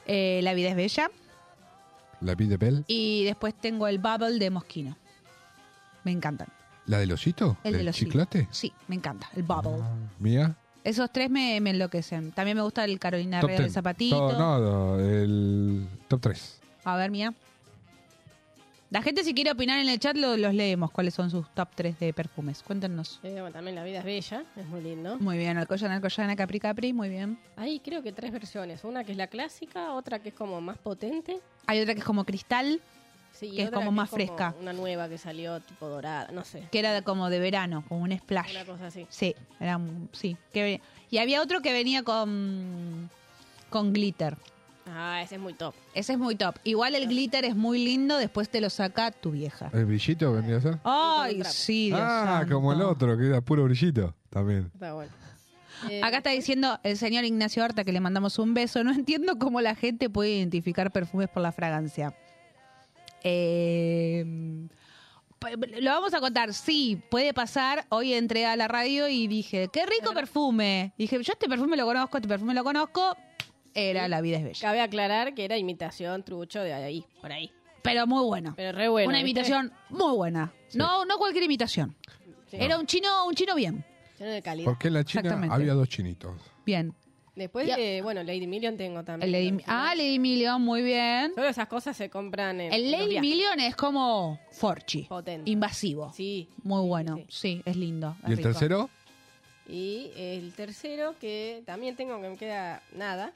Speaker 2: Eh, la vida es bella.
Speaker 3: La Pit de Pel.
Speaker 2: Y después tengo el Bubble de Mosquino. Me encantan.
Speaker 3: ¿La del osito?
Speaker 2: El de
Speaker 3: ¿Del
Speaker 2: los
Speaker 3: chiclate?
Speaker 2: Sí, me encanta. El Bubble.
Speaker 3: ¿Mía?
Speaker 2: Esos tres me, me enloquecen. También me gusta el Carolina
Speaker 3: Top
Speaker 2: Herrera
Speaker 3: ten.
Speaker 2: del Zapatito.
Speaker 3: Todo- No, no, el top 3.
Speaker 2: A ver, mía. La gente si quiere opinar en el chat lo- los leemos. ¿Cuáles son sus top 3 de perfumes? Cuéntenos.
Speaker 7: Eh, bueno, también La vida es bella, es muy lindo.
Speaker 2: Muy bien, Alcoyana, Alcoyana, Capri, Capri, muy bien.
Speaker 7: Hay creo que tres versiones. Una que es la clásica, otra que es como más potente.
Speaker 2: Hay otra que es como cristal,
Speaker 7: Sí, y
Speaker 2: que es
Speaker 7: otra
Speaker 2: como más fresca,
Speaker 7: Una nueva que salió tipo dorada, no sé.
Speaker 2: que era de- como de verano, como un splash.
Speaker 7: Una cosa así.
Speaker 2: Sí, era un- sí. Que, ve- y había otro que venía con, con glitter.
Speaker 7: Ah, ese es muy top.
Speaker 2: Ese es muy top. Igual el glitter es muy lindo, después te lo saca tu vieja.
Speaker 3: ¿El brillito vendría a ser?
Speaker 2: Ay, sí, Dios
Speaker 3: ah,
Speaker 2: santo.
Speaker 3: como el otro, que era puro brillito también.
Speaker 7: Está bueno. Eh,
Speaker 2: Acá está diciendo el señor Ignacio Horta que le mandamos un beso. No entiendo cómo la gente puede identificar perfumes por la fragancia. Eh, pa- lo vamos a contar. Sí, puede pasar. Hoy entré a la radio y dije, qué rico perfume. Dije, yo este perfume lo conozco, este perfume lo conozco. Era La vida es bella.
Speaker 7: Cabe aclarar que era imitación trucho de ahí, por ahí.
Speaker 2: Pero muy bueno.
Speaker 7: Pero re bueno.
Speaker 2: Una
Speaker 7: ¿viste?
Speaker 2: imitación muy buena. No, no cualquier imitación. Era un chino, un chino bien.
Speaker 7: Lleno de calidad.
Speaker 3: Porque en la China
Speaker 2: Exactamente.
Speaker 3: había dos chinitos.
Speaker 2: Bien.
Speaker 7: Después,
Speaker 2: Ya.
Speaker 7: eh, bueno, Lady Million tengo también.
Speaker 2: Lady- ah, Lady Million, muy bien.
Speaker 7: Solo esas cosas se compran en.
Speaker 2: El
Speaker 7: Eh, los
Speaker 2: Lady
Speaker 7: viajes.
Speaker 2: Million es como Forchi.
Speaker 7: Potente.
Speaker 2: Invasivo.
Speaker 7: Sí.
Speaker 2: Muy bueno. Sí, es lindo. es
Speaker 3: ¿Y el
Speaker 2: rico.
Speaker 3: tercero?
Speaker 7: Y el tercero, que también tengo que me queda nada,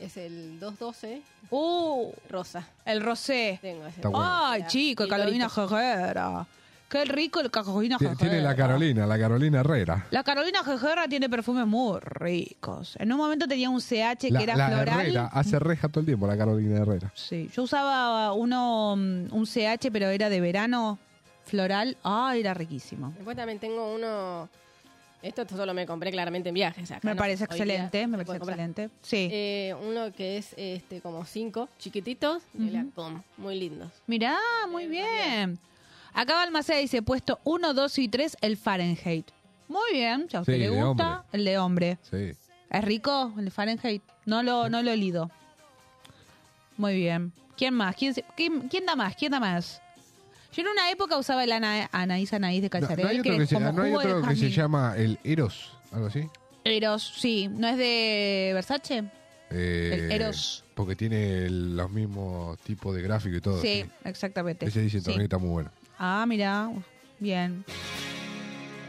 Speaker 7: es el 212.
Speaker 2: ¡Uh!
Speaker 7: Rosa.
Speaker 2: El rosé.
Speaker 7: Tengo ese.
Speaker 3: Está bueno.
Speaker 2: Ay,
Speaker 7: Ya.
Speaker 2: chico, el
Speaker 7: Y
Speaker 2: Carolina
Speaker 7: Doritos.
Speaker 2: Jejera. Qué rico el Carolina
Speaker 3: Tie-
Speaker 2: Jejera.
Speaker 3: Tiene la Carolina, la Carolina Herrera.
Speaker 2: La Carolina Jejera tiene perfumes muy ricos. En un momento tenía un CH
Speaker 3: La,
Speaker 2: que era
Speaker 3: la
Speaker 2: floral.
Speaker 3: Herrera hace reja todo el tiempo, la Carolina Herrera.
Speaker 2: Sí, yo usaba uno, mm, un CH, pero era de verano, floral. Ah, era riquísimo.
Speaker 7: Después también tengo uno. Esto solo me compré claramente en viajes. acá
Speaker 2: Me
Speaker 7: no-
Speaker 2: parece
Speaker 7: hoy día
Speaker 2: excelente, me
Speaker 7: se puede
Speaker 2: parece
Speaker 7: comprar.
Speaker 2: excelente. Sí.
Speaker 7: Eh, uno que es este como cinco chiquititos de la
Speaker 2: Ujú.
Speaker 7: Com, muy lindos.
Speaker 2: Mirá, muy bien. Acá Balmaceda dice, puesto 1, 2 y 3, el Fahrenheit. Muy bien, si a usted
Speaker 3: Sí,
Speaker 2: le
Speaker 3: de
Speaker 2: gusta,
Speaker 3: hombre.
Speaker 2: el de hombre.
Speaker 3: Sí.
Speaker 2: ¿Es rico el Fahrenheit? No lo, no lo he olido. Muy bien. ¿Quién más? ¿Quién, se- quién, quién da más? ¿Quién da más? Yo en una época usaba el ana, Anaís Anaís de
Speaker 3: No,
Speaker 2: Cacharel,
Speaker 3: no hay otro,
Speaker 2: que,
Speaker 3: que
Speaker 2: es
Speaker 3: se,
Speaker 2: como
Speaker 3: no hay
Speaker 2: jugo de
Speaker 3: otro que se
Speaker 2: jazmín.
Speaker 3: llama el Eros, algo así.
Speaker 2: Eros, sí. ¿No es de Versace?
Speaker 3: Eh,
Speaker 2: El Eros.
Speaker 3: Porque tiene el- los mismos tipos de gráfico y todo. Oh,
Speaker 2: sí,
Speaker 3: sí.
Speaker 2: exactamente.
Speaker 3: Ese dice
Speaker 2: Este, Sí.
Speaker 3: también está muy bueno.
Speaker 2: Ah, mira. Bien.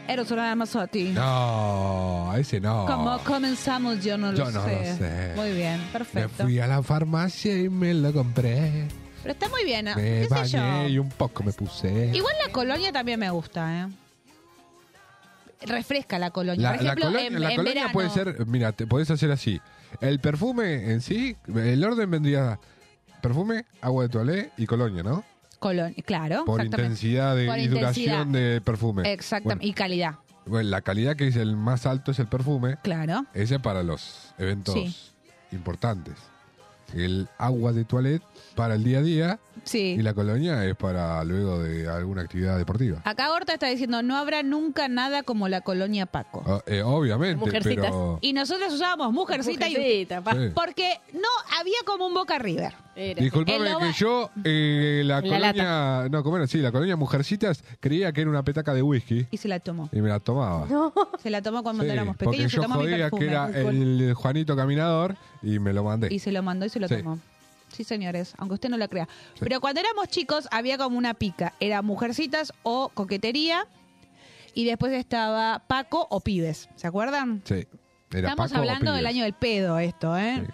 Speaker 2: Eros Orana Mazzotti.
Speaker 3: No, ese no.
Speaker 2: ¿Cómo comenzamos? Yo no lo
Speaker 3: Oh. Yo
Speaker 2: sé.
Speaker 3: no lo sé.
Speaker 2: Muy bien,
Speaker 3: Me
Speaker 2: perfecto.
Speaker 3: fui a la farmacia y me lo compré.
Speaker 2: Pero está muy bien, ¿eh?
Speaker 3: me
Speaker 2: qué sé yo.
Speaker 3: bañé y un poco me puse.
Speaker 2: Igual la colonia también me gusta, ¿eh? Refresca la colonia.
Speaker 3: La,
Speaker 2: Por
Speaker 3: la
Speaker 2: ejemplo,
Speaker 3: colonia,
Speaker 2: en,
Speaker 3: la
Speaker 2: en
Speaker 3: colonia
Speaker 2: verano.
Speaker 3: puede ser, mira, te podés hacer así. El perfume en sí, el orden vendría perfume, agua de toalé y colonia, ¿no?
Speaker 2: Colonia, claro.
Speaker 3: Por
Speaker 2: exactamente.
Speaker 3: intensidad de,
Speaker 2: Por
Speaker 3: y duración
Speaker 2: intensidad.
Speaker 3: de perfume.
Speaker 2: Exactamente. Y calidad,
Speaker 3: Bueno, bueno, la calidad que es el más alto es el perfume.
Speaker 2: claro.
Speaker 3: Ese para los eventos
Speaker 2: Sí.
Speaker 3: importantes. El agua de toilet para el día a día
Speaker 2: Sí.
Speaker 3: y la colonia es para luego de alguna actividad deportiva.
Speaker 2: Acá Horta está diciendo, no habrá nunca nada como la colonia Paco.
Speaker 3: O- eh, obviamente,
Speaker 2: Mujercitas.
Speaker 3: pero
Speaker 2: Y nosotros usábamos mujercita,
Speaker 7: Mujercita,
Speaker 2: y...
Speaker 3: pa. Sí.
Speaker 2: Porque no había como un Boca River.
Speaker 3: disculpame
Speaker 2: El
Speaker 3: que
Speaker 2: Ova-
Speaker 3: yo eh, la,
Speaker 2: La
Speaker 3: colonia, no, como era, sí, la colonia Mujercitas creía que era una petaca de whisky
Speaker 2: Y se la tomó.
Speaker 3: y me la tomaba.
Speaker 2: Se la tomó cuando
Speaker 3: Sí,
Speaker 2: éramos
Speaker 3: porque
Speaker 2: pequeños. Se
Speaker 3: yo
Speaker 2: tomó mi
Speaker 3: jodía
Speaker 2: perfume.
Speaker 3: que era el Juanito Caminador y me lo mandé.
Speaker 2: Y se lo mandó y se lo
Speaker 3: Sí.
Speaker 2: tomó. Sí, señores, aunque usted no lo crea. Pero cuando éramos chicos había como una pica. Era mujercitas o coquetería. Y después estaba Paco o pibes. ¿Se acuerdan?
Speaker 3: Sí. Era
Speaker 2: Estamos
Speaker 3: Paco o
Speaker 2: hablando del
Speaker 3: Pibes.
Speaker 2: año del pedo esto, ¿eh?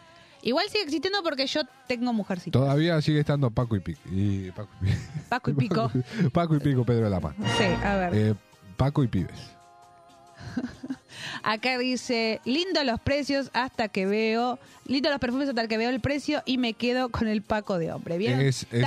Speaker 2: Igual sigue existiendo porque yo tengo mujercitas.
Speaker 3: Todavía sigue estando Paco y Pico. Y Paco y Pico.
Speaker 2: Paco y Pico.
Speaker 3: Paco y Pico, Pedro de la Paz.
Speaker 2: Sí, a ver.
Speaker 3: Eh, Paco y Pibes.
Speaker 2: Acá dice, lindo los precios hasta que veo, lindo los perfumes hasta que veo el precio y me quedo con el Paco de hombre. ¿Bien?
Speaker 3: Es-
Speaker 2: Están todos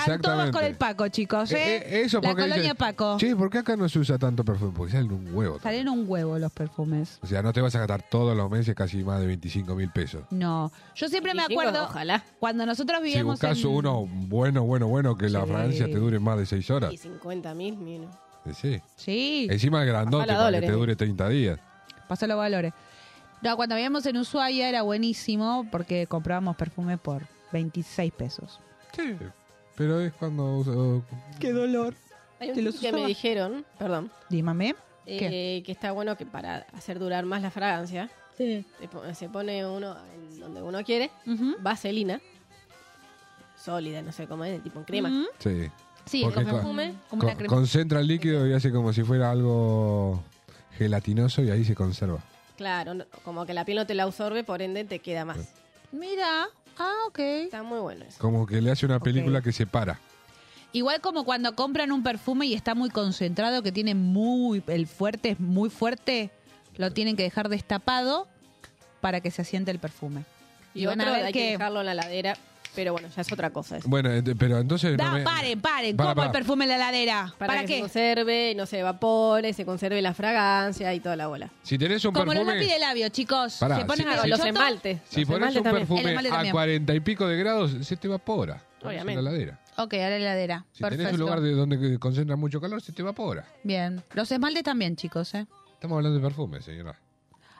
Speaker 3: exactamente.
Speaker 2: con el Paco, chicos. ¿eh?
Speaker 3: Eh, eh, eso
Speaker 2: La
Speaker 3: porque
Speaker 2: colonia
Speaker 3: dicen,
Speaker 2: Paco.
Speaker 3: Che, ¿por qué acá no se usa tanto perfume? Porque salen un huevo.
Speaker 2: Salen un huevo los perfumes.
Speaker 3: O sea, no te vas a gastar todos los meses casi más de 25 mil pesos.
Speaker 2: No. Yo siempre me
Speaker 7: Veinticinco,
Speaker 2: acuerdo cuando nosotros
Speaker 3: Si
Speaker 2: vivíamos
Speaker 3: buscas
Speaker 2: en-
Speaker 3: uno bueno, bueno, bueno, que la
Speaker 2: Sí.
Speaker 3: fragancia te dure más de 6 horas.
Speaker 7: Y 50 mil, mira.
Speaker 3: Eh, Sí.
Speaker 2: Sí.
Speaker 3: Encima grandote
Speaker 2: Bajala
Speaker 3: para
Speaker 2: dólares,
Speaker 3: que te
Speaker 2: eh.
Speaker 3: dure 30 días.
Speaker 2: Pasó los valores. No, cuando vivíamos en Ushuaia era buenísimo porque comprábamos perfume por 26 pesos.
Speaker 3: Sí. Pero es cuando... oh, uso-
Speaker 2: Qué dolor.
Speaker 7: Hay un
Speaker 2: Te
Speaker 7: tip
Speaker 2: los
Speaker 7: que
Speaker 2: usaba.
Speaker 7: me dijeron, perdón,
Speaker 2: Dímame. ¿Qué?
Speaker 7: eh, que está bueno que para hacer durar más la fragancia, te po- se pone uno en donde uno quiere, vaselina, sólida, no sé cómo es, tipo en crema.
Speaker 2: Ujú.
Speaker 3: Sí.
Speaker 7: Sí,
Speaker 3: Porque
Speaker 7: como
Speaker 3: co-
Speaker 7: perfume, como
Speaker 3: co-
Speaker 7: una crema.
Speaker 3: concentra el líquido y hace como si fuera algo gelatinoso y ahí se conserva.
Speaker 7: Claro, no- como que la piel no te la absorbe, por ende te queda más.
Speaker 2: Mira. Ah, ok.
Speaker 7: Está muy bueno eso.
Speaker 3: Como que le hace una película que se para.
Speaker 2: Igual como cuando compran un perfume y está muy concentrado, que tiene muy, el fuerte es muy fuerte, lo tienen que dejar destapado para que se asiente el perfume.
Speaker 7: Y, otro hay que... dejarlo en la ladera, pero bueno, ya es otra cosa eso.
Speaker 3: Bueno, ent- pero entonces...
Speaker 2: Da,
Speaker 3: Eh, no me-
Speaker 2: paren, paren,
Speaker 3: Para,
Speaker 2: ¿cómo
Speaker 3: para.
Speaker 2: el perfume en la heladera? ¿Para,
Speaker 7: Para, que se
Speaker 2: qué?
Speaker 7: conserve, no se evapore, se conserve la fragancia y toda la bola.
Speaker 3: Si tenés un
Speaker 2: Como los
Speaker 3: perfume...
Speaker 2: lápiz de labio, chicos.
Speaker 3: Pará,
Speaker 2: se ponen
Speaker 3: sí.
Speaker 2: a
Speaker 7: Los esmaltes.
Speaker 3: Si pones un perfume
Speaker 2: El esmalte
Speaker 3: a
Speaker 2: también.
Speaker 3: 40 y pico de grados, se te evapora. Pones En
Speaker 2: Obviamente.
Speaker 3: la heladera.
Speaker 2: Ok, a la heladera.
Speaker 3: Si tenés
Speaker 2: Perfecto.
Speaker 3: un lugar de donde que concentra mucho calor, se te evapora.
Speaker 2: Bien. Los esmaltes también, chicos, ¿eh?
Speaker 3: Estamos hablando de perfume, señora.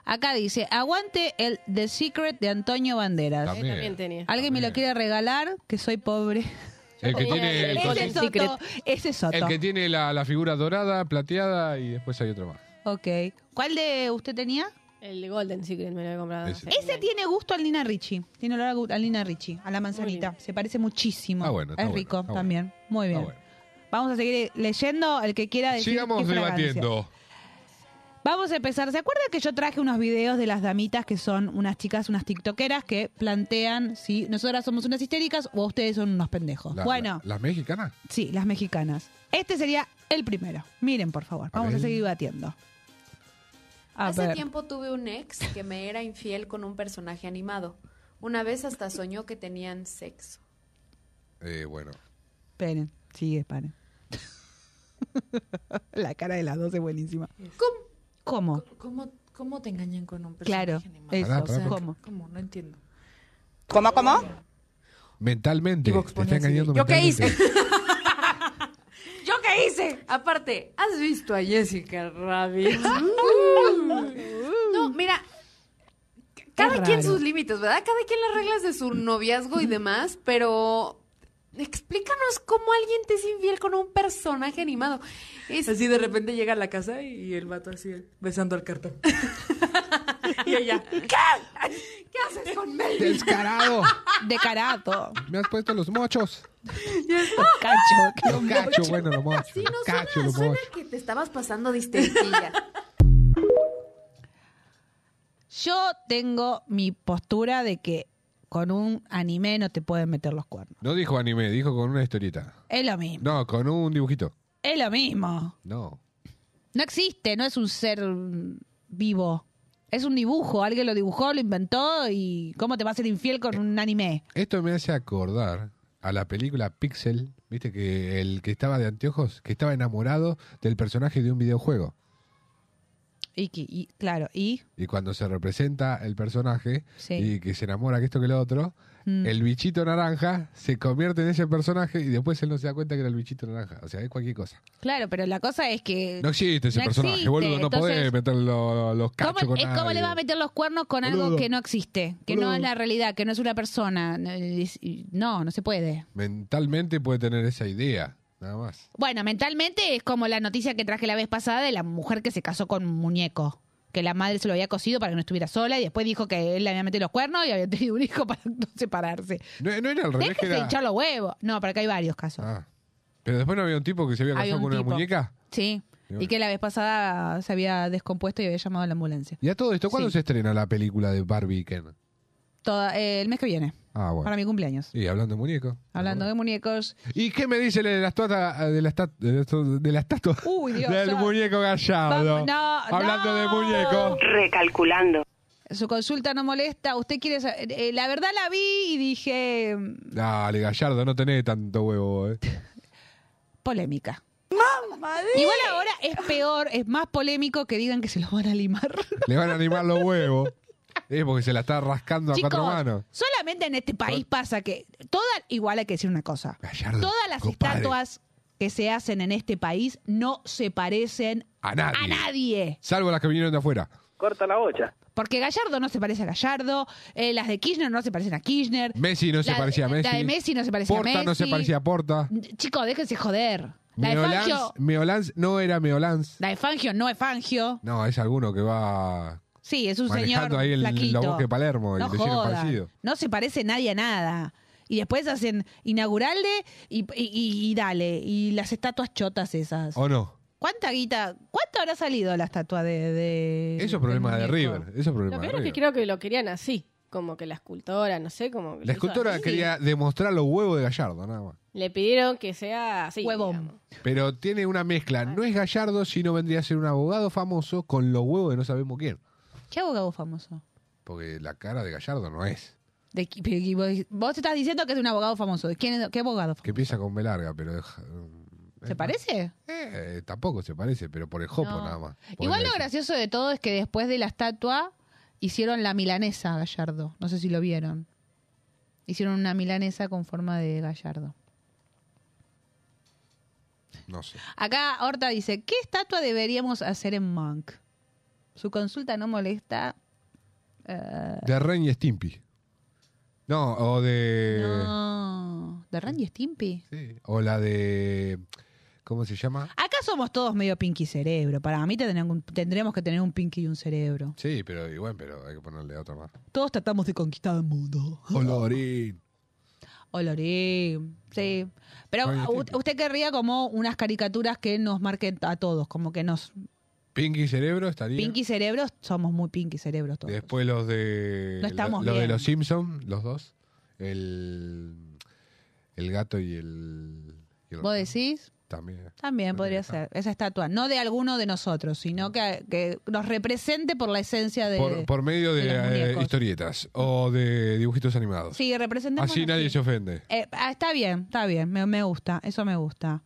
Speaker 2: Acá dice, aguante el The Secret de Antonio Banderas.
Speaker 3: También. Eh, también tenía.
Speaker 2: Alguien me lo quiere regalar, que soy pobre.
Speaker 3: El que tiene el
Speaker 2: ese, es
Speaker 3: cosito.
Speaker 2: Soto, ese es Soto.
Speaker 3: El que tiene la, la figura dorada, plateada y después hay otro más.
Speaker 2: Ok. ¿Cuál de usted tenía?
Speaker 7: El Golden Secret me lo he comprado.
Speaker 3: Ese.
Speaker 2: Ese tiene gusto al Nina Ricci. Tiene olor a gu- al Nina Ricci, a la manzanita. Se parece muchísimo.
Speaker 3: Ah, bueno, está
Speaker 2: es
Speaker 3: bueno,
Speaker 2: rico
Speaker 3: está bueno.
Speaker 2: también. Muy bien. Vamos a seguir eh, leyendo el que quiera decir.
Speaker 3: Sigamos
Speaker 2: qué fragancia.
Speaker 3: debatiendo.
Speaker 2: Vamos a empezar. ¿Se acuerdan que yo traje unos videos de las damitas que son unas chicas, unas tiktokeras que plantean si nosotras somos unas histéricas o ustedes son unos pendejos?
Speaker 3: La-
Speaker 2: bueno,
Speaker 3: la- ¿Las mexicanas?
Speaker 2: sí, las mexicanas. Este sería el primero. Miren, por favor. Vamos a,
Speaker 3: ver.
Speaker 2: seguir debatiendo. A
Speaker 8: Hace
Speaker 2: ver.
Speaker 8: tiempo tuve un ex que me era infiel con un personaje animado. Una vez hasta soñó que tenían sexo.
Speaker 3: Eh, bueno.
Speaker 2: Esperen, sigue, paren. la cara de las dos es buenísima.
Speaker 8: ¿Cómo?
Speaker 2: ¿Cómo?
Speaker 8: ¿Cómo, cómo te engañan con un personaje
Speaker 2: Claro,
Speaker 8: animado?
Speaker 2: eso,
Speaker 3: Pará, pará, pará.
Speaker 2: ¿cómo?
Speaker 8: ¿Cómo? No entiendo.
Speaker 2: ¿Cómo, cómo?
Speaker 3: Mentalmente. Te está engañando
Speaker 8: ¿Yo qué
Speaker 3: mentalmente.
Speaker 8: hice? ¿Yo qué hice? Aparte, ¿has visto a Jessica Rabbit? Mm. no, mira. c- Cada
Speaker 2: raro.
Speaker 8: quien sus límites, ¿verdad? Cada quien las reglas de su noviazgo y demás, pero explícanos cómo alguien te es infiel con un personaje animado. Es-
Speaker 13: Así de repente llega a la casa y el vato así besando al cartón. y ella,
Speaker 8: ¿Qué haces con Melvin?
Speaker 3: Descarado.
Speaker 2: Descarado.
Speaker 3: Me has puesto los mochos.
Speaker 2: Cacho.
Speaker 3: Los cacho, bueno, los mochos.
Speaker 8: Sí, no
Speaker 3: cacho,
Speaker 8: suena,
Speaker 3: los
Speaker 8: suena
Speaker 3: mochos.
Speaker 8: que te estabas pasando de histerquilla.
Speaker 2: Yo tengo mi postura de que con un anime no te pueden meter los cuernos.
Speaker 3: No dijo anime, dijo con una historieta.
Speaker 2: Es lo mismo.
Speaker 3: No, con un dibujito.
Speaker 2: Es lo mismo.
Speaker 3: No.
Speaker 2: No existe, no es un ser mm, vivo. Es un dibujo. Alguien lo dibujó, lo inventó y ¿cómo te va a ser infiel con un anime?
Speaker 3: Esto me hace acordar a la película Pixel, viste que el que estaba de anteojos, que estaba enamorado del personaje de un videojuego.
Speaker 2: Y, que- y- claro, y
Speaker 3: Y cuando se representa el personaje
Speaker 2: Sí.
Speaker 3: y que se enamora que esto que lo otro,
Speaker 2: Mm.
Speaker 3: el bichito naranja se convierte en ese personaje y después él no se da cuenta que era el bichito naranja. O sea, es cualquier cosa.
Speaker 2: claro, pero la cosa es que
Speaker 3: No existe ese
Speaker 2: Eh, no
Speaker 3: personaje,
Speaker 2: existe,
Speaker 3: boludo. No
Speaker 2: entonces-
Speaker 3: podés meter lo- los cachos
Speaker 2: ¿Cómo,
Speaker 3: con
Speaker 2: es ¿Cómo le
Speaker 3: nadie.
Speaker 2: vas a meter los cuernos con algo
Speaker 3: Boludo.
Speaker 2: que no existe? Que no
Speaker 3: Boludo.
Speaker 2: es la realidad, que no es una persona. No, es- No, no se puede.
Speaker 3: Mentalmente puede tener esa idea, nada más.
Speaker 2: Bueno, mentalmente es como la noticia que traje la vez pasada de la mujer que se casó con un muñeco. Que la madre se lo había cosido para que no estuviera sola y después dijo que él le había metido los cuernos y había tenido un hijo para no separarse.
Speaker 3: No, no era al revés,
Speaker 2: Déjese
Speaker 3: que era- Ah.
Speaker 2: hinchar los huevos. No, pero acá hay varios casos.
Speaker 3: Pero después no había un tipo que se había
Speaker 2: Había
Speaker 3: casado
Speaker 2: un
Speaker 3: con
Speaker 2: tipo.
Speaker 3: una muñeca.
Speaker 2: Sí.
Speaker 3: Y
Speaker 2: Y
Speaker 3: bueno.
Speaker 2: que la vez pasada se había descompuesto y había llamado a la ambulancia.
Speaker 3: Y a todo esto, ¿cuándo
Speaker 2: Sí.
Speaker 3: se estrena la película de Barbie y Ken?
Speaker 2: Toda- eh, el mes que viene,
Speaker 3: Ah, bueno.
Speaker 2: para mi cumpleaños.
Speaker 3: Y hablando de muñecos.
Speaker 2: Hablando de muñecos.
Speaker 3: ¿Y qué me dice la de la estatua? eh, De la, esta- de la estu- de la estatua.
Speaker 2: Uy, Dios,
Speaker 3: Del
Speaker 2: ya.
Speaker 3: muñeco gallardo.
Speaker 2: Vamos, no,
Speaker 3: Hablando
Speaker 2: no.
Speaker 3: de muñeco.
Speaker 2: Recalculando. Su consulta no molesta. Usted quiere. sa- eh, la verdad la vi y dije. mm,
Speaker 3: Dale, gallardo, no tenés tanto huevo, eh.
Speaker 2: Polémica. Igual ahora es peor, es más polémico que digan que se los van a limar.
Speaker 3: Le van a animar los huevos. Es porque se la está rascando a cuatro manos.
Speaker 2: solamente en este país pasa que. Toda, igual hay que decir una cosa.
Speaker 3: Gallardo,
Speaker 2: todas las
Speaker 3: compadre.
Speaker 2: estatuas que se hacen en este país no se parecen
Speaker 3: A nadie.
Speaker 2: a nadie.
Speaker 3: Salvo las que vinieron de afuera.
Speaker 2: Corta la bocha. Porque Gallardo no se parece a Gallardo, eh, las de Kirchner no se parecen a Kirchner.
Speaker 3: Messi no se
Speaker 2: la-
Speaker 3: parecía a Messi.
Speaker 2: La de Messi no se parecía
Speaker 3: Porta
Speaker 2: a Messi.
Speaker 3: no se parecía a Porta.
Speaker 2: Chicos, déjense joder. La de,
Speaker 3: Meolans,
Speaker 2: Fangio,
Speaker 3: Meolans no era Meolans.
Speaker 2: la de Fangio no es Fangio.
Speaker 3: No, es alguno que va
Speaker 2: Sí, es un
Speaker 3: manejando
Speaker 2: señor
Speaker 3: ahí el,
Speaker 2: flaquito.
Speaker 3: los bosques de Palermo y
Speaker 2: no
Speaker 3: le hicieron
Speaker 2: jodan.
Speaker 3: parecido.
Speaker 2: No se parece nadie a nada. Y después hacen inauguralde y, y- y- y dale. Y las estatuas chotas esas.
Speaker 3: ¿O no?
Speaker 2: ¿Cuánta guita? ¿Cuánto habrá salido la estatua de...? de
Speaker 3: Eso
Speaker 2: del
Speaker 3: es problema de
Speaker 2: muñeco?
Speaker 3: River. Eso es problema de
Speaker 7: Lo peor es
Speaker 3: River.
Speaker 7: que creo que lo querían así. Como que la escultora, no sé, como que lo
Speaker 3: La
Speaker 7: hizo
Speaker 3: escultora
Speaker 7: así.
Speaker 3: quería demostrar los huevos de Gallardo, nada más.
Speaker 7: Le pidieron que sea así. Huevón.
Speaker 3: Pero tiene una mezcla. No es Gallardo, sino vendría a ser un abogado famoso con los huevos de no sabemos quién.
Speaker 2: ¿Qué abogado famoso?
Speaker 3: Porque la cara de Gallardo no es.
Speaker 2: De, qui- pero qui- vos- vos estás diciendo que es un abogado famoso. ¿De quién es- ¿Qué abogado?
Speaker 3: Que empieza con B larga, pero mm, es-
Speaker 2: ¿Se parece?
Speaker 3: eh, tampoco se parece, pero por el jopo
Speaker 2: No.
Speaker 3: nada más. Por
Speaker 2: Igual
Speaker 3: el-
Speaker 2: lo gracioso de todo es que después de la estatua hicieron la milanesa a Gallardo. No sé si lo vieron. Hicieron una milanesa con forma de Gallardo.
Speaker 3: No sé.
Speaker 2: Acá Horta dice, ¿qué estatua deberíamos hacer en Monk? Su consulta no molesta. Eh,
Speaker 3: De Ren y Stimpy. No, o de.
Speaker 2: no. De de Randy Stimpy?
Speaker 3: O la de. ¿Cómo se llama?
Speaker 2: Acá somos todos medio pinky cerebro. Para mí tendrían- tendríamos que tener un pinky y un cerebro.
Speaker 3: Sí, pero igual, pero hay que ponerle otra más.
Speaker 2: Todos tratamos de conquistar el mundo.
Speaker 3: Olorín.
Speaker 2: Olorín. Sí. Pero
Speaker 3: Randy
Speaker 2: u-
Speaker 3: Stimpy.
Speaker 2: usted querría como unas caricaturas que nos marquen a todos, como que nos...
Speaker 3: Pinky Cerebro estaría.
Speaker 2: Pinky cerebros, somos muy pinky cerebros todos.
Speaker 3: Después los de.
Speaker 2: No estamos
Speaker 3: lo- lo de
Speaker 2: bien.
Speaker 3: los Simpsons, los dos. El. El gato y el. y el-
Speaker 2: ¿Vos decís?
Speaker 3: También.
Speaker 2: También podría ser esa estatua, no de alguno de nosotros, sino que, que nos represente por la esencia de...
Speaker 3: por, por medio de,
Speaker 2: de los
Speaker 3: eh,
Speaker 2: muñecos.
Speaker 3: historietas o de dibujitos animados.
Speaker 2: Sí, representemos...
Speaker 3: Así nadie se ofende.
Speaker 2: Eh, ah, está bien, está bien, me, me gusta, eso me gusta.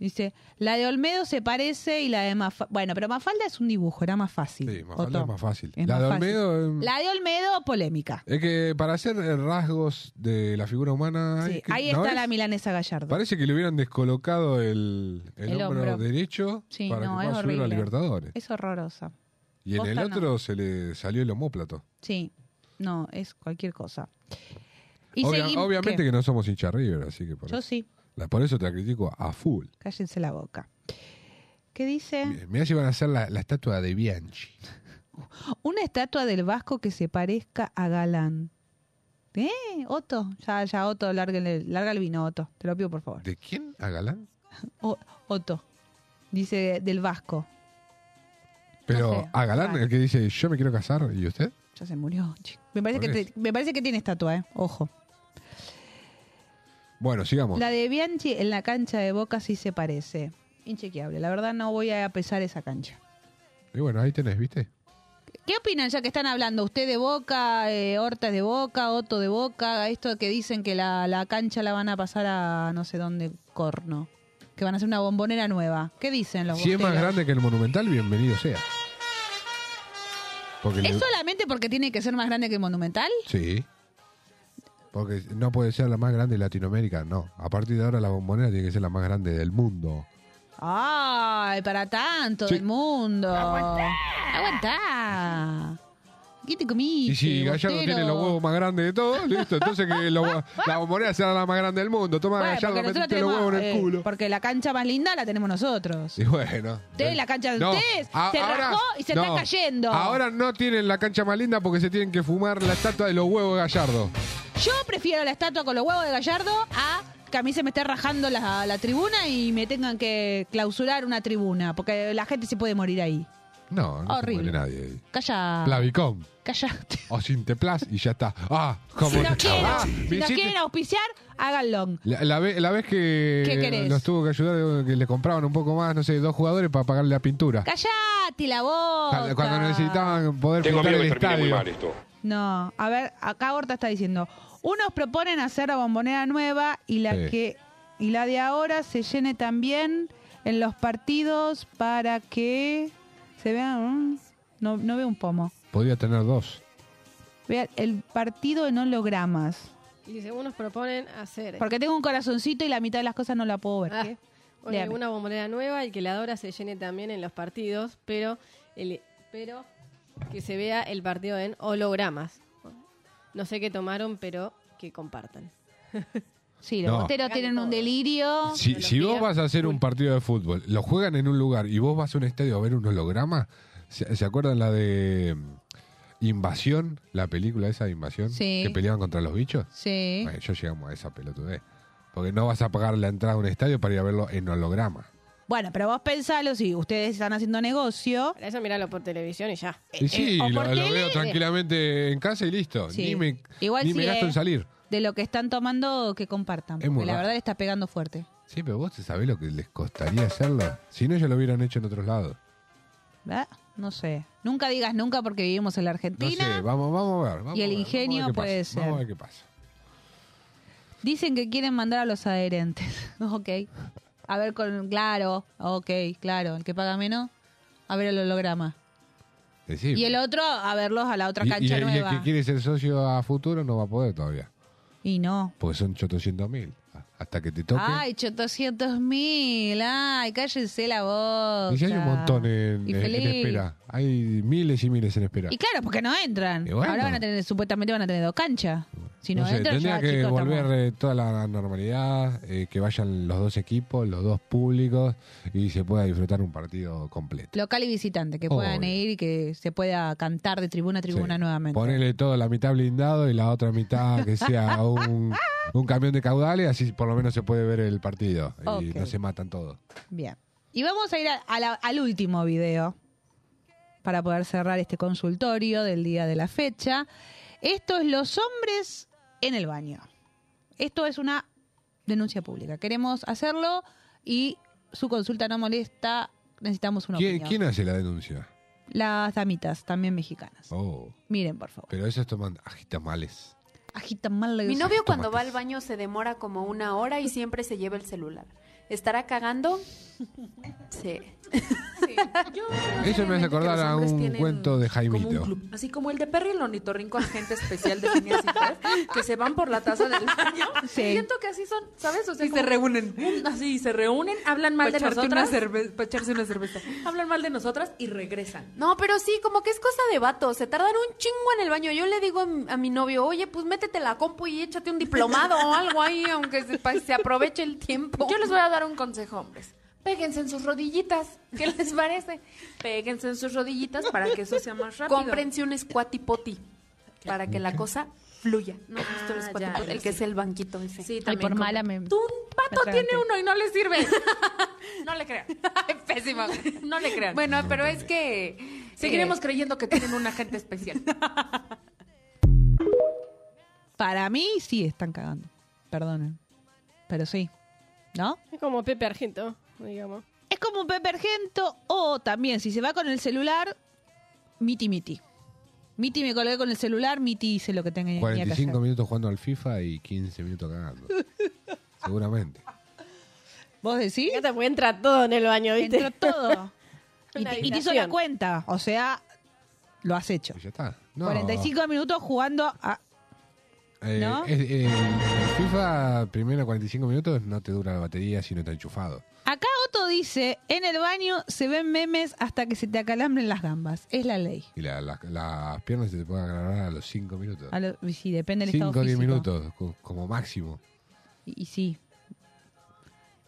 Speaker 2: Dice, la de Olmedo se parece y la de Mafalda... Bueno, pero Mafalda es un dibujo, era más fácil.
Speaker 3: Sí, Mafalda
Speaker 2: Otto.
Speaker 3: es más fácil.
Speaker 2: Es
Speaker 3: La
Speaker 2: más
Speaker 3: de
Speaker 2: fácil.
Speaker 3: Olmedo, em,
Speaker 2: La de Olmedo, polémica.
Speaker 3: Es que para hacer eh, rasgos de la figura humana.
Speaker 2: Sí,
Speaker 3: es que-
Speaker 2: ahí
Speaker 3: ¿no
Speaker 2: está
Speaker 3: es?
Speaker 2: la milanesa Gallardo.
Speaker 3: Parece que le hubieran descolocado el, el,
Speaker 2: El
Speaker 3: hombro,
Speaker 2: hombro.
Speaker 3: derecho
Speaker 2: Sí,
Speaker 3: para
Speaker 2: no,
Speaker 3: que
Speaker 2: es
Speaker 3: pueda subir a
Speaker 2: horrible.
Speaker 3: Libertadores.
Speaker 2: Es horrorosa.
Speaker 3: Y en
Speaker 2: Posta
Speaker 3: el
Speaker 2: no.
Speaker 3: otro se le salió el homóplato.
Speaker 2: Sí, no, es cualquier cosa. Y
Speaker 3: Obvia-
Speaker 2: seguimos-
Speaker 3: obviamente
Speaker 2: ¿qué?
Speaker 3: que no somos hincha River, así que por,
Speaker 2: Yo sí,
Speaker 3: la- por eso te la critico a full.
Speaker 2: cállense la boca. ¿Qué dice?
Speaker 3: Mirá si van a hacer la, la estatua de Bianchi.
Speaker 2: Una estatua del Vasco que se parezca a Galán. ¿Eh? Otto, ya, ya, Otto, lárguenle- larga el vino, Otto. Te lo pido, por favor.
Speaker 3: ¿De quién? ¿A Galán?
Speaker 2: O- Otto, dice del Vasco.
Speaker 3: Pero
Speaker 2: sé,
Speaker 3: a Galán,
Speaker 2: vale.
Speaker 3: el que dice, yo me quiero casar, ¿y usted?
Speaker 2: Ya se murió. chico. Me parece, que
Speaker 3: Por
Speaker 2: te- me parece que tiene estatua, ¿eh? Ojo.
Speaker 3: Bueno, sigamos.
Speaker 2: La de Bianchi en la cancha de Boca sí se parece. Inchequeable. La verdad no voy a pesar esa cancha.
Speaker 3: Y bueno, ahí tenés, ¿viste?
Speaker 2: ¿Qué opinan ya que están hablando? ¿Usted de Boca, eh, Horta es de Boca, Otto de Boca? Esto que dicen que la, la cancha la van a pasar a no sé dónde, corno. Que van a hacer una bombonera nueva. ¿Qué dicen los
Speaker 3: Si es más
Speaker 2: bosteros?
Speaker 3: grande que el Monumental, bienvenido sea. Porque le-
Speaker 2: ¿Es solamente porque tiene que ser más grande que el Monumental?
Speaker 3: Sí. Porque no puede ser la más grande de Latinoamérica, no. A partir de ahora la bombonera tiene que ser la más grande del mundo.
Speaker 2: ¡Ay, para tanto
Speaker 3: Sí.
Speaker 2: del mundo! ¡Aguantá! ¿Qué te comiste?
Speaker 3: Y si Gallardo
Speaker 2: bostero?
Speaker 3: tiene los huevos más grandes de todos, listo. Entonces que lo- la bombonera será la más grande del mundo. Toma
Speaker 2: Bueno,
Speaker 3: Gallardo,
Speaker 2: porque nosotros
Speaker 3: metiste los
Speaker 2: tenemos-
Speaker 3: huevos en el
Speaker 2: eh,
Speaker 3: culo.
Speaker 2: Porque la cancha más linda la tenemos nosotros.
Speaker 3: Y bueno.
Speaker 2: Ustedes, la cancha de
Speaker 3: Eh, No,
Speaker 2: ustedes,
Speaker 3: a-
Speaker 2: se
Speaker 3: ahora-
Speaker 2: rasgó y se
Speaker 3: no.
Speaker 2: está cayendo.
Speaker 3: Ahora no tienen la cancha más linda porque se tienen que fumar la estatua de los huevos de Gallardo.
Speaker 2: Yo prefiero la estatua con los huevos de Gallardo a que a mí se me esté rajando la, la tribuna y me tengan que clausurar una tribuna, porque la gente se puede morir ahí.
Speaker 3: No, no se
Speaker 2: Horrible. Ah.
Speaker 3: muere nadie.
Speaker 2: Calla.
Speaker 3: Plavicom
Speaker 2: Callate.
Speaker 3: o Sinteplas y ya está. Ah,
Speaker 2: Si
Speaker 3: como
Speaker 2: nos quieren,
Speaker 3: Ah,
Speaker 2: si
Speaker 3: me
Speaker 2: nos
Speaker 3: hiciste-
Speaker 2: quieren auspiciar, háganlo.
Speaker 3: La, la ve- la vez
Speaker 2: ¿Qué
Speaker 3: que
Speaker 2: querés?
Speaker 3: nos tuvo que ayudar, que le compraban un poco más, no sé, dos jugadores para pagarle la pintura.
Speaker 2: Callate la voz.
Speaker 3: Cuando, cuando necesitaban poder
Speaker 11: Tengo
Speaker 3: pintar
Speaker 11: miedo
Speaker 3: el
Speaker 11: que termine muy
Speaker 3: estadio.
Speaker 11: mal esto.
Speaker 2: No, a ver, acá Horta está diciendo, unos proponen hacer la bombonera nueva y la
Speaker 3: Sí.
Speaker 2: que y la de ahora se llene también en los partidos para que se vean mm, no, no veo un pomo.
Speaker 3: Podía tener dos.
Speaker 2: Vean el partido en hologramas.
Speaker 7: Y dice, unos proponen hacer.
Speaker 2: Porque tengo un corazoncito y la mitad de las cosas no la puedo ver.
Speaker 7: Ah,
Speaker 2: ¿qué?
Speaker 7: oye,
Speaker 2: Léame.
Speaker 7: una bombonera nueva y que la Dora se llene también en los partidos, pero, el, pero que se vea el partido en hologramas. No sé qué tomaron, pero que compartan.
Speaker 2: Sí, los
Speaker 3: No.
Speaker 2: bosteros tienen un delirio.
Speaker 3: Si, si vos vas a hacer un partido de fútbol, lo juegan en un lugar y vos vas a un estadio a ver un holograma, ¿se, se acuerdan la de mm, Invasión? La película esa de Invasión,
Speaker 2: Sí.
Speaker 3: que peleaban contra los bichos.
Speaker 2: Sí.
Speaker 3: Bueno, yo llegamos a esa pelotudez. Porque no vas a pagar la entrada a un estadio para ir a verlo en holograma.
Speaker 2: Bueno, pero vos pensalo, si ustedes están haciendo negocio.
Speaker 7: Para eso miralo por televisión y ya.
Speaker 3: Y sí,
Speaker 2: Eh, o
Speaker 3: lo,
Speaker 2: por
Speaker 3: lo
Speaker 2: tele.
Speaker 3: veo tranquilamente en casa y listo.
Speaker 2: Sí.
Speaker 3: Ni me,
Speaker 2: Igual
Speaker 3: ni
Speaker 2: si
Speaker 3: me gasto
Speaker 2: es-
Speaker 3: en salir.
Speaker 2: De lo que están tomando, que compartan.
Speaker 3: Es muy
Speaker 2: Porque la
Speaker 3: raro.
Speaker 2: verdad le está pegando fuerte.
Speaker 3: Sí, pero vos sabés lo que les costaría hacerlo. Si no, ya lo hubieran hecho en otros lados.
Speaker 2: ¿verdad? No sé. Nunca digas nunca porque vivimos en la
Speaker 3: No
Speaker 2: Argentina.
Speaker 3: sé, vamos, vamos a ver. vamos
Speaker 2: Y el
Speaker 3: a ver,
Speaker 2: ingenio
Speaker 3: vamos a ver qué
Speaker 2: puede
Speaker 3: pasa,
Speaker 2: ser.
Speaker 3: Vamos a ver qué pasa.
Speaker 2: Dicen que quieren mandar a los adherentes. ok. A ver con... Claro. Ok, claro. El que paga menos, a ver el holograma.
Speaker 3: Eh, sí,
Speaker 2: Y el otro, a verlos a la otra
Speaker 3: Y-
Speaker 2: cancha
Speaker 3: y, el- y
Speaker 2: nueva.
Speaker 3: el que quiere ser socio a futuro no va a poder todavía.
Speaker 2: Y no.
Speaker 3: Porque son 800 mil. Hasta que te toque.
Speaker 2: Ay, 800 mil. Ay, cállense la voz.
Speaker 3: y ya hay un montón en,
Speaker 2: Y
Speaker 3: en- en
Speaker 2: feliz.
Speaker 3: espera. Hay miles y miles en espera.
Speaker 2: Y claro, porque no entran.
Speaker 3: Y bueno.
Speaker 2: Ahora van a tener, supuestamente van a tener dos canchas. Si no,
Speaker 3: sé,
Speaker 2: entra
Speaker 3: tendría
Speaker 2: ya,
Speaker 3: que
Speaker 2: chicos,
Speaker 3: volver
Speaker 2: estamos-
Speaker 3: eh, toda la normalidad, eh, que vayan los dos equipos, los dos públicos y se pueda disfrutar un partido completo.
Speaker 2: Local y visitante, que puedan
Speaker 3: Obvio.
Speaker 2: ir y que se pueda cantar de tribuna a tribuna nuevamente.
Speaker 3: Ponerle todo, la mitad blindado y la otra mitad que sea un, un camión de caudales, así por lo menos se puede ver el partido
Speaker 2: Ok.
Speaker 3: y no se matan todos.
Speaker 2: Bien. Y vamos a ir a- a la- al último video para poder cerrar este consultorio del día de la fecha. Esto es los hombres en el baño. Esto es una denuncia pública. Queremos hacerlo y su consulta no molesta. Necesitamos una
Speaker 3: ¿Quién,
Speaker 2: opinión.
Speaker 3: quién hace la denuncia?
Speaker 2: Las damitas, también mexicanas.
Speaker 3: Oh,
Speaker 2: Miren, por favor.
Speaker 3: pero ellos toman agitamales.
Speaker 2: Agitan mal la
Speaker 8: Mi novio cuando va al baño se demora como una hora y siempre se lleva el celular. ¿Estará cagando? Sí.
Speaker 3: Eso me hace acordar a
Speaker 13: hombres
Speaker 3: un
Speaker 13: tienen
Speaker 3: cuento de
Speaker 13: como un
Speaker 3: Jaimito.
Speaker 13: club. Así como el de Perry el ornitorrinco agente especial de Phineas y Ferb, que se van por la taza del baño.
Speaker 8: Sí.
Speaker 13: Siento que así son, ¿sabes? O sea,
Speaker 8: Y
Speaker 13: como
Speaker 8: se reúnen.
Speaker 13: un- así, se reúnen, hablan mal
Speaker 8: Pa'
Speaker 13: de
Speaker 8: echarte
Speaker 13: nosotras.
Speaker 8: una
Speaker 13: Para echarse una cerveza. Hablan mal de nosotras y regresan.
Speaker 8: No, pero sí, como que es cosa de vato. Se tardan un chingo en el baño. Yo le digo a mi- a mi novio, oye, pues métete la compu y échate un diplomado o algo ahí, aunque se, pa- se aproveche el tiempo.
Speaker 13: Yo les voy a dar un consejo, hombres.
Speaker 8: Péguense en sus rodillitas. ¿Qué les parece?
Speaker 13: Péguense en sus rodillitas para que eso sea más rápido.
Speaker 8: Cómprense un squatipoti para que la cosa fluya. No, justo el
Speaker 13: Ah,
Speaker 8: squatty
Speaker 13: ya,
Speaker 8: potty, el que es el banquito ese.
Speaker 13: Sí,
Speaker 2: Ay, por mala me.
Speaker 13: Tú un pato tiene uno y no le sirve. No le crean.
Speaker 8: Pésimo.
Speaker 13: No le crean.
Speaker 8: Bueno, pero es que... eh,
Speaker 13: Seguiremos creyendo que tienen un agente especial.
Speaker 2: Para mí sí están cagando. Perdonen. Pero sí. ¿No?
Speaker 7: Es como Pepe Argento, digamos.
Speaker 2: Es como un Pepe Argento o también si se va con el celular, miti miti. Miti me colgué con el celular, miti hice lo que tenía que hacer.
Speaker 3: 45 minutos jugando al FIFA y 15 minutos cagando. Seguramente.
Speaker 2: ¿Vos decís?
Speaker 7: Ya te pues, entra todo en el baño, ¿viste?
Speaker 2: Entra todo. Y
Speaker 7: Una
Speaker 2: te, y te hizo la
Speaker 7: habitación.
Speaker 2: cuenta. O sea, lo has hecho.
Speaker 3: ya está. No.
Speaker 2: 45 minutos jugando a...
Speaker 3: Eh,
Speaker 2: ¿No?
Speaker 3: es- eh, el FIFA, primero 45 minutos, no te dura la batería si no está enchufado.
Speaker 2: Acá Otto dice, en el baño se ven memes hasta que se te acalambren las gambas. Es la ley.
Speaker 3: Y la- la- las piernas se te pueden agarrar a los 5 minutos.
Speaker 2: A lo- sí, depende del
Speaker 3: 5
Speaker 2: estado
Speaker 3: o 10
Speaker 2: físico.
Speaker 3: minutos, co- como máximo.
Speaker 2: Y, y sí,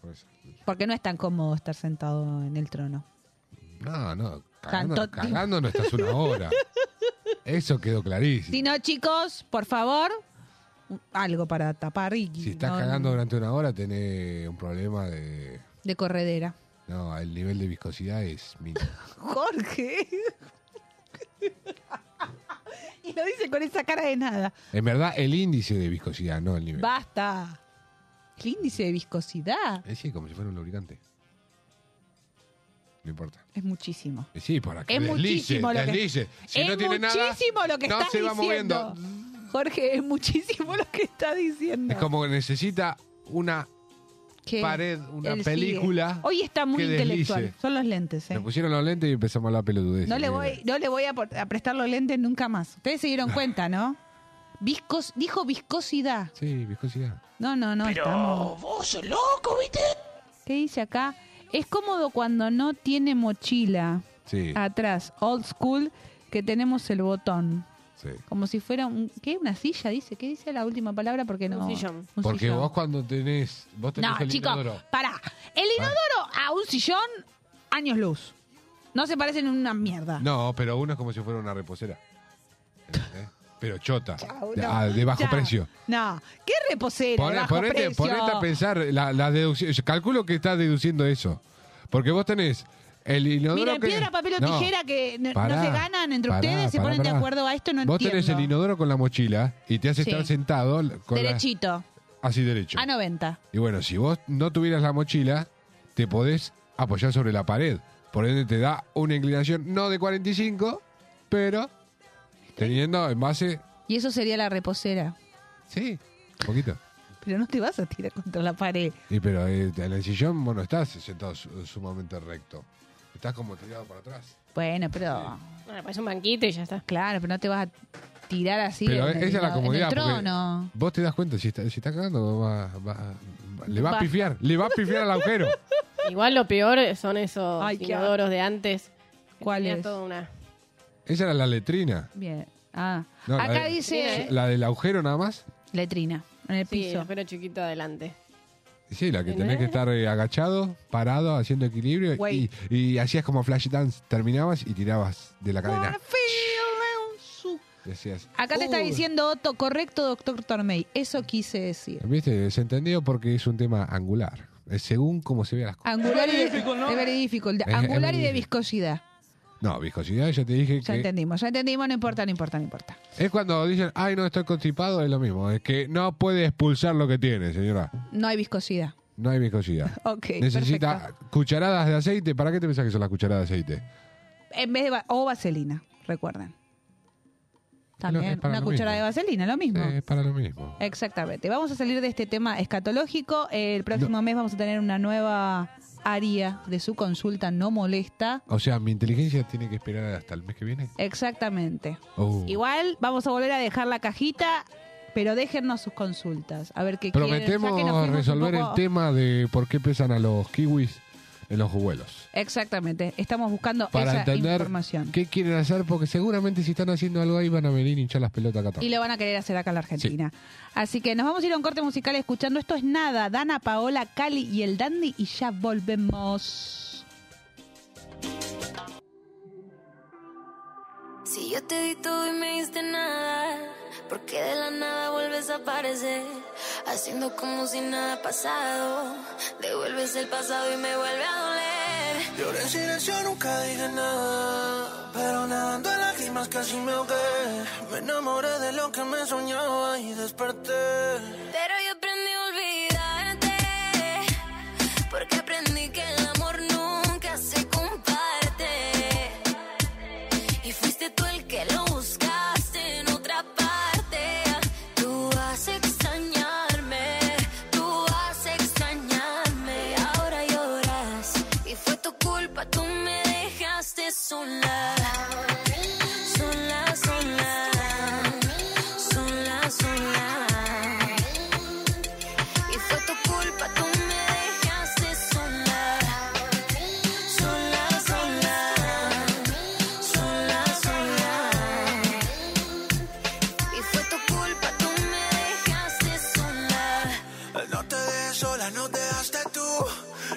Speaker 3: Por eso.
Speaker 2: porque no es tan cómodo estar sentado en el trono.
Speaker 3: No, no. Cagando,
Speaker 2: Tanto
Speaker 3: cagando no estás una hora. Eso quedó clarísimo.
Speaker 2: Si no, chicos, por favor, algo para tapar y...
Speaker 3: Si estás
Speaker 2: no-
Speaker 3: cagando durante una hora, tenés un problema de.
Speaker 2: De corredera.
Speaker 3: No, el nivel de viscosidad es mínimo.
Speaker 2: Jorge. y lo dice con esa cara de nada.
Speaker 3: En verdad, el índice de viscosidad, no el nivel.
Speaker 2: Basta. El índice de viscosidad
Speaker 3: Eh, sí, como si fuera un lubricante. No importa.
Speaker 2: es muchísimo.
Speaker 3: Eh, Sí, para que
Speaker 2: Es
Speaker 3: deslice,
Speaker 2: muchísimo lo que-
Speaker 3: deslice. Si
Speaker 2: es
Speaker 3: no tiene nada,
Speaker 2: muchísimo lo que
Speaker 3: no
Speaker 2: estás
Speaker 3: se va
Speaker 2: diciendo.
Speaker 3: moviendo.
Speaker 2: Jorge, es muchísimo lo que está diciendo.
Speaker 3: Es como que necesita una
Speaker 2: Que
Speaker 3: pared, una
Speaker 2: él sigue.
Speaker 3: película
Speaker 2: Hoy está muy
Speaker 3: que deslice.
Speaker 2: intelectual. Son los lentes, ¿eh?
Speaker 3: Me pusieron los lentes y empezamos a la pelotudez.
Speaker 2: No le
Speaker 3: Mira.
Speaker 2: voy, no le voy a, por- a prestar los lentes nunca más. Ustedes se
Speaker 3: Ah.
Speaker 2: dieron cuenta, ¿no? Viscos, dijo viscosidad.
Speaker 3: Sí, viscosidad.
Speaker 2: No, no, no.
Speaker 3: Pero
Speaker 2: vos sos loco, ¿viste? ¿Qué dice acá? Es cómodo cuando no tiene mochila
Speaker 3: Sí.
Speaker 2: atrás, old school, que tenemos el botón.
Speaker 3: Sí.
Speaker 2: Como si fuera un... ¿Qué? ¿Una silla? Dice. ¿Qué dice la última palabra? Porque no...
Speaker 3: sillón.
Speaker 2: un
Speaker 3: Porque
Speaker 2: sillón.
Speaker 3: vos cuando tenés, vos tenés
Speaker 2: No,
Speaker 3: el
Speaker 2: chicos,
Speaker 3: inodoro. Ah.
Speaker 2: pará. El inodoro a un sillón, años luz. No se parecen una mierda.
Speaker 3: No, pero uno es como si fuera una reposera. ¿Entendés? Pero chota. de,
Speaker 2: no.
Speaker 3: ah, de bajo
Speaker 2: Chao.
Speaker 3: precio.
Speaker 2: No, ¿qué reposera?
Speaker 3: Poné-
Speaker 2: bajo
Speaker 3: ponete,
Speaker 2: precio?
Speaker 3: ponete a pensar la, la deducción. Yo calculo que estás deduciendo eso. Porque vos tenés el inodoro.
Speaker 2: Mira,
Speaker 3: que-
Speaker 2: piedra, papel o
Speaker 3: No,
Speaker 2: tijera que no, no
Speaker 3: pará,
Speaker 2: se ganan entre
Speaker 3: pará,
Speaker 2: ustedes, se
Speaker 3: pará,
Speaker 2: ponen de
Speaker 3: pará.
Speaker 2: acuerdo a esto, no
Speaker 3: Vos
Speaker 2: entiendo.
Speaker 3: tenés el inodoro con la mochila y te hace
Speaker 2: Sí.
Speaker 3: estar sentado con la-
Speaker 2: Derechito, Ah.
Speaker 3: así derecho.
Speaker 2: a 90.
Speaker 3: Y bueno, si vos no tuvieras la mochila, te podés apoyar sobre la pared. Por ende, te da una inclinación no de 45, pero teniendo en base.
Speaker 2: Y eso sería la reposera.
Speaker 3: Sí. Un poquito.
Speaker 2: Pero no te vas a tirar contra la pared.
Speaker 3: Y pero eh, en el sillón vos no estás sentado su- sumamente recto. Estás como tirado para atrás.
Speaker 2: Bueno, pero...
Speaker 7: Bueno, pues un banquito y ya está.
Speaker 2: Claro, pero no te vas a tirar así
Speaker 3: pero
Speaker 2: en,
Speaker 3: esa
Speaker 2: el,
Speaker 3: es la
Speaker 2: en el
Speaker 3: comodidad. porque
Speaker 2: trono.
Speaker 3: Vos te das cuenta, si está, si está cagando, va- va- va- le va,
Speaker 7: Va.
Speaker 3: a pifiar. Le va a pifiar al agujero.
Speaker 7: Igual lo peor son esos
Speaker 2: Ay, qué
Speaker 7: inodoros de antes. que
Speaker 2: ¿Cuál
Speaker 7: tenía
Speaker 2: es?
Speaker 7: toda una...
Speaker 3: Esa era la letrina.
Speaker 2: Bien. Ah.
Speaker 3: No, la
Speaker 2: Acá
Speaker 3: de-
Speaker 2: dice...
Speaker 3: La del agujero nada más.
Speaker 2: Letrina, en el
Speaker 7: ¿eh? Sí,
Speaker 2: piso.
Speaker 7: pero chiquito adelante.
Speaker 3: Sí, la que
Speaker 7: ¿No
Speaker 3: tenés que
Speaker 7: era?
Speaker 3: estar eh, agachado, parado, haciendo equilibrio y,
Speaker 2: Güey.
Speaker 3: y hacías como flash dance, terminabas y tirabas de la cadena. Decías,
Speaker 2: Acá te está
Speaker 3: "Uh".
Speaker 2: diciendo Otto, correcto, doctor Tormey. Eso quise decir.
Speaker 3: Viste, desentendido porque es un tema angular. Es según cómo se vean las cosas.
Speaker 2: Angular y de,
Speaker 4: verídico, ¿no?
Speaker 2: de verídico, el de-
Speaker 3: Es- es
Speaker 2: angular y de
Speaker 3: verídico.
Speaker 2: viscosidad.
Speaker 3: No, viscosidad, yo te dije
Speaker 2: Ya
Speaker 3: que.
Speaker 2: entendimos, ya entendimos, no importa, no importa, no importa.
Speaker 3: Es cuando dicen, ay, no estoy constipado, es lo mismo. Es que no puede expulsar lo que tiene, señora.
Speaker 2: No hay viscosidad.
Speaker 3: No hay viscosidad.
Speaker 2: Ok,
Speaker 3: Necesita cucharadas de aceite. ¿Para qué te pensás que son las cucharadas de aceite?
Speaker 2: En vez de va- o vaselina, recuerden.
Speaker 3: es
Speaker 2: También
Speaker 3: para
Speaker 2: una
Speaker 3: lo
Speaker 2: cuchara de
Speaker 3: mismo.
Speaker 2: vaselina, lo mismo.
Speaker 3: Eh, es para lo mismo.
Speaker 2: Exactamente. Vamos a salir de este tema escatológico. El próximo mes vamos a tener una nueva área de su consulta no molesta.
Speaker 3: O sea, mi inteligencia tiene que esperar hasta el mes que viene.
Speaker 2: Exactamente.
Speaker 3: Oh.
Speaker 2: Igual vamos a volver a dejar la cajita, pero déjennos sus consultas. A ver qué quieren, ya que nos fuimos
Speaker 3: Prometemos
Speaker 2: un
Speaker 3: resolver
Speaker 2: poco-
Speaker 3: el tema de por qué pesan a los kiwis en los vuelos.
Speaker 2: Exactamente. Estamos buscando
Speaker 3: Para
Speaker 2: esa
Speaker 3: entender
Speaker 2: información.
Speaker 3: qué quieren hacer, porque seguramente si están haciendo algo ahí van a venir a hinchar las pelotas acá.
Speaker 2: Y
Speaker 3: también.
Speaker 2: lo van a querer hacer acá en la Argentina. Así que nos vamos a ir a un corte musical escuchando Esto es Nada, Dana, Paola, Cali y el Dandy y ya volvemos.
Speaker 10: Si yo te di todo y me diste nada, ¿por qué de la nada vuelves a aparecer? Haciendo como si nada ha pasado, devuelves el pasado y me vuelve a doler.
Speaker 12: Lloré en Uh. silencio, nunca dije nada. Pero nadando en lágrimas casi me ahogué. Me enamoré de lo que me soñaba y desperté.
Speaker 10: Pero yo aprendí a olvidarte, porque aprendí que el amor nunca se comparte. Y fuiste tú el que lo buscaste en otra parte. Tú vas a extrañarme, tú vas a extrañarme. Y ahora lloras, y fue tu culpa, tú me dejaste sola. Sola, sola, sola, sola. Y fue tu culpa, tú me dejaste sola. Sola, sola. Sola, sola. Y fue tu culpa, tú me dejaste sola.
Speaker 12: No te dejé sola, no dejaste tú.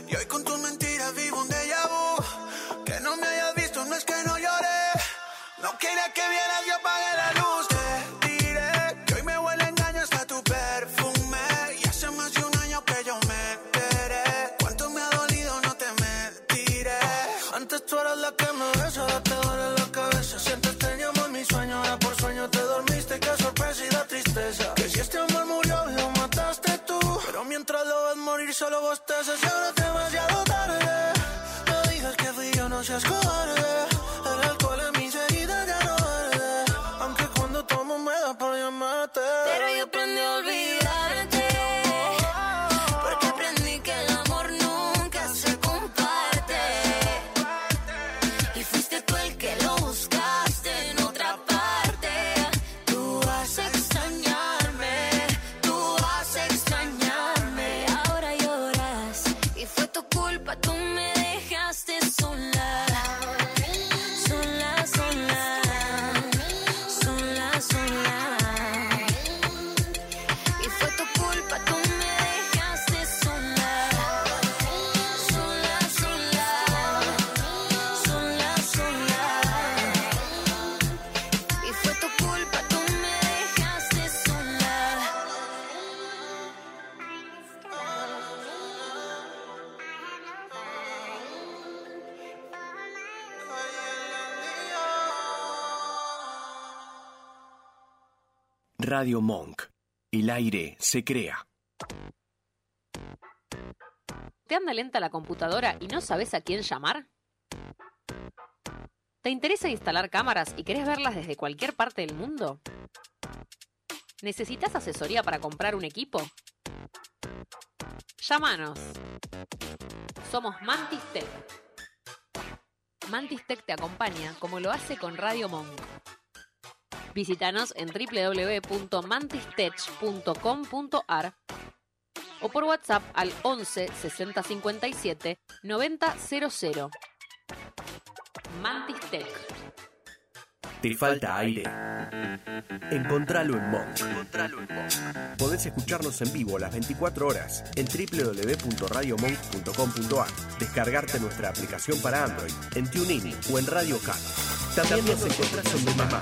Speaker 12: Y hoy con tus mentiras vivo un déjà vu. Que no me hayas visto, no es que no lloré. No quería que vieras, yo apagué la luz. Te diré que hoy me huele a engaño hasta tu perfume. Y hace más de un año que yo me enteré. Cuánto me ha dolido, no te mentiré. Antes tú eras la que me besa, ahora te duele la cabeza. Sientes te llamo en mi sueño, ahora por sueño te dormiste. Qué sorpresa y da tristeza. Que si este amor murió, lo mataste tú. Pero mientras lo vas a morir, solo bostezas. Y ahora es demasiado tarde. No digas que fui yo, no seas cobarde. El alcohol en mis heridas ya no arde. Aunque cuando tomo me da por llamarte.
Speaker 10: Pero yo aprendí a olvidarte, porque aprendí que el amor nunca se comparte. Y fuiste tú el que lo buscaste en otra parte. Tú vas a extrañarme, tú vas a extrañarme. Ahora lloras y fue tu culpa, tú me dejaste sola, sola, sola. Sola, sola. Y fue tu culpa, tú me dejaste sola. Sola, sola. Sola, sola. Y fue tu culpa, tú me dejaste sola.
Speaker 15: Radio Monk. El aire se crea.
Speaker 16: ¿Te anda lenta la computadora y no sabes a quién llamar? ¿Te interesa instalar cámaras y querés verlas desde cualquier parte del mundo? ¿Necesitas asesoría para comprar un equipo? Llámanos. Somos Mantis Tech. Mantis Tech te acompaña como lo hace con Radio Monk. Visítanos en www.mantistech.com.ar o por WhatsApp al 11 60 57 90 00. Mantis Tech.
Speaker 15: Te falta aire. Encontralo en Monk. Podés escucharnos en vivo las 24 horas en www.radiomonk.com.ar. Descargarte nuestra aplicación para Android en TuneIn o en Radio Cat. También nos encontrás en Demand,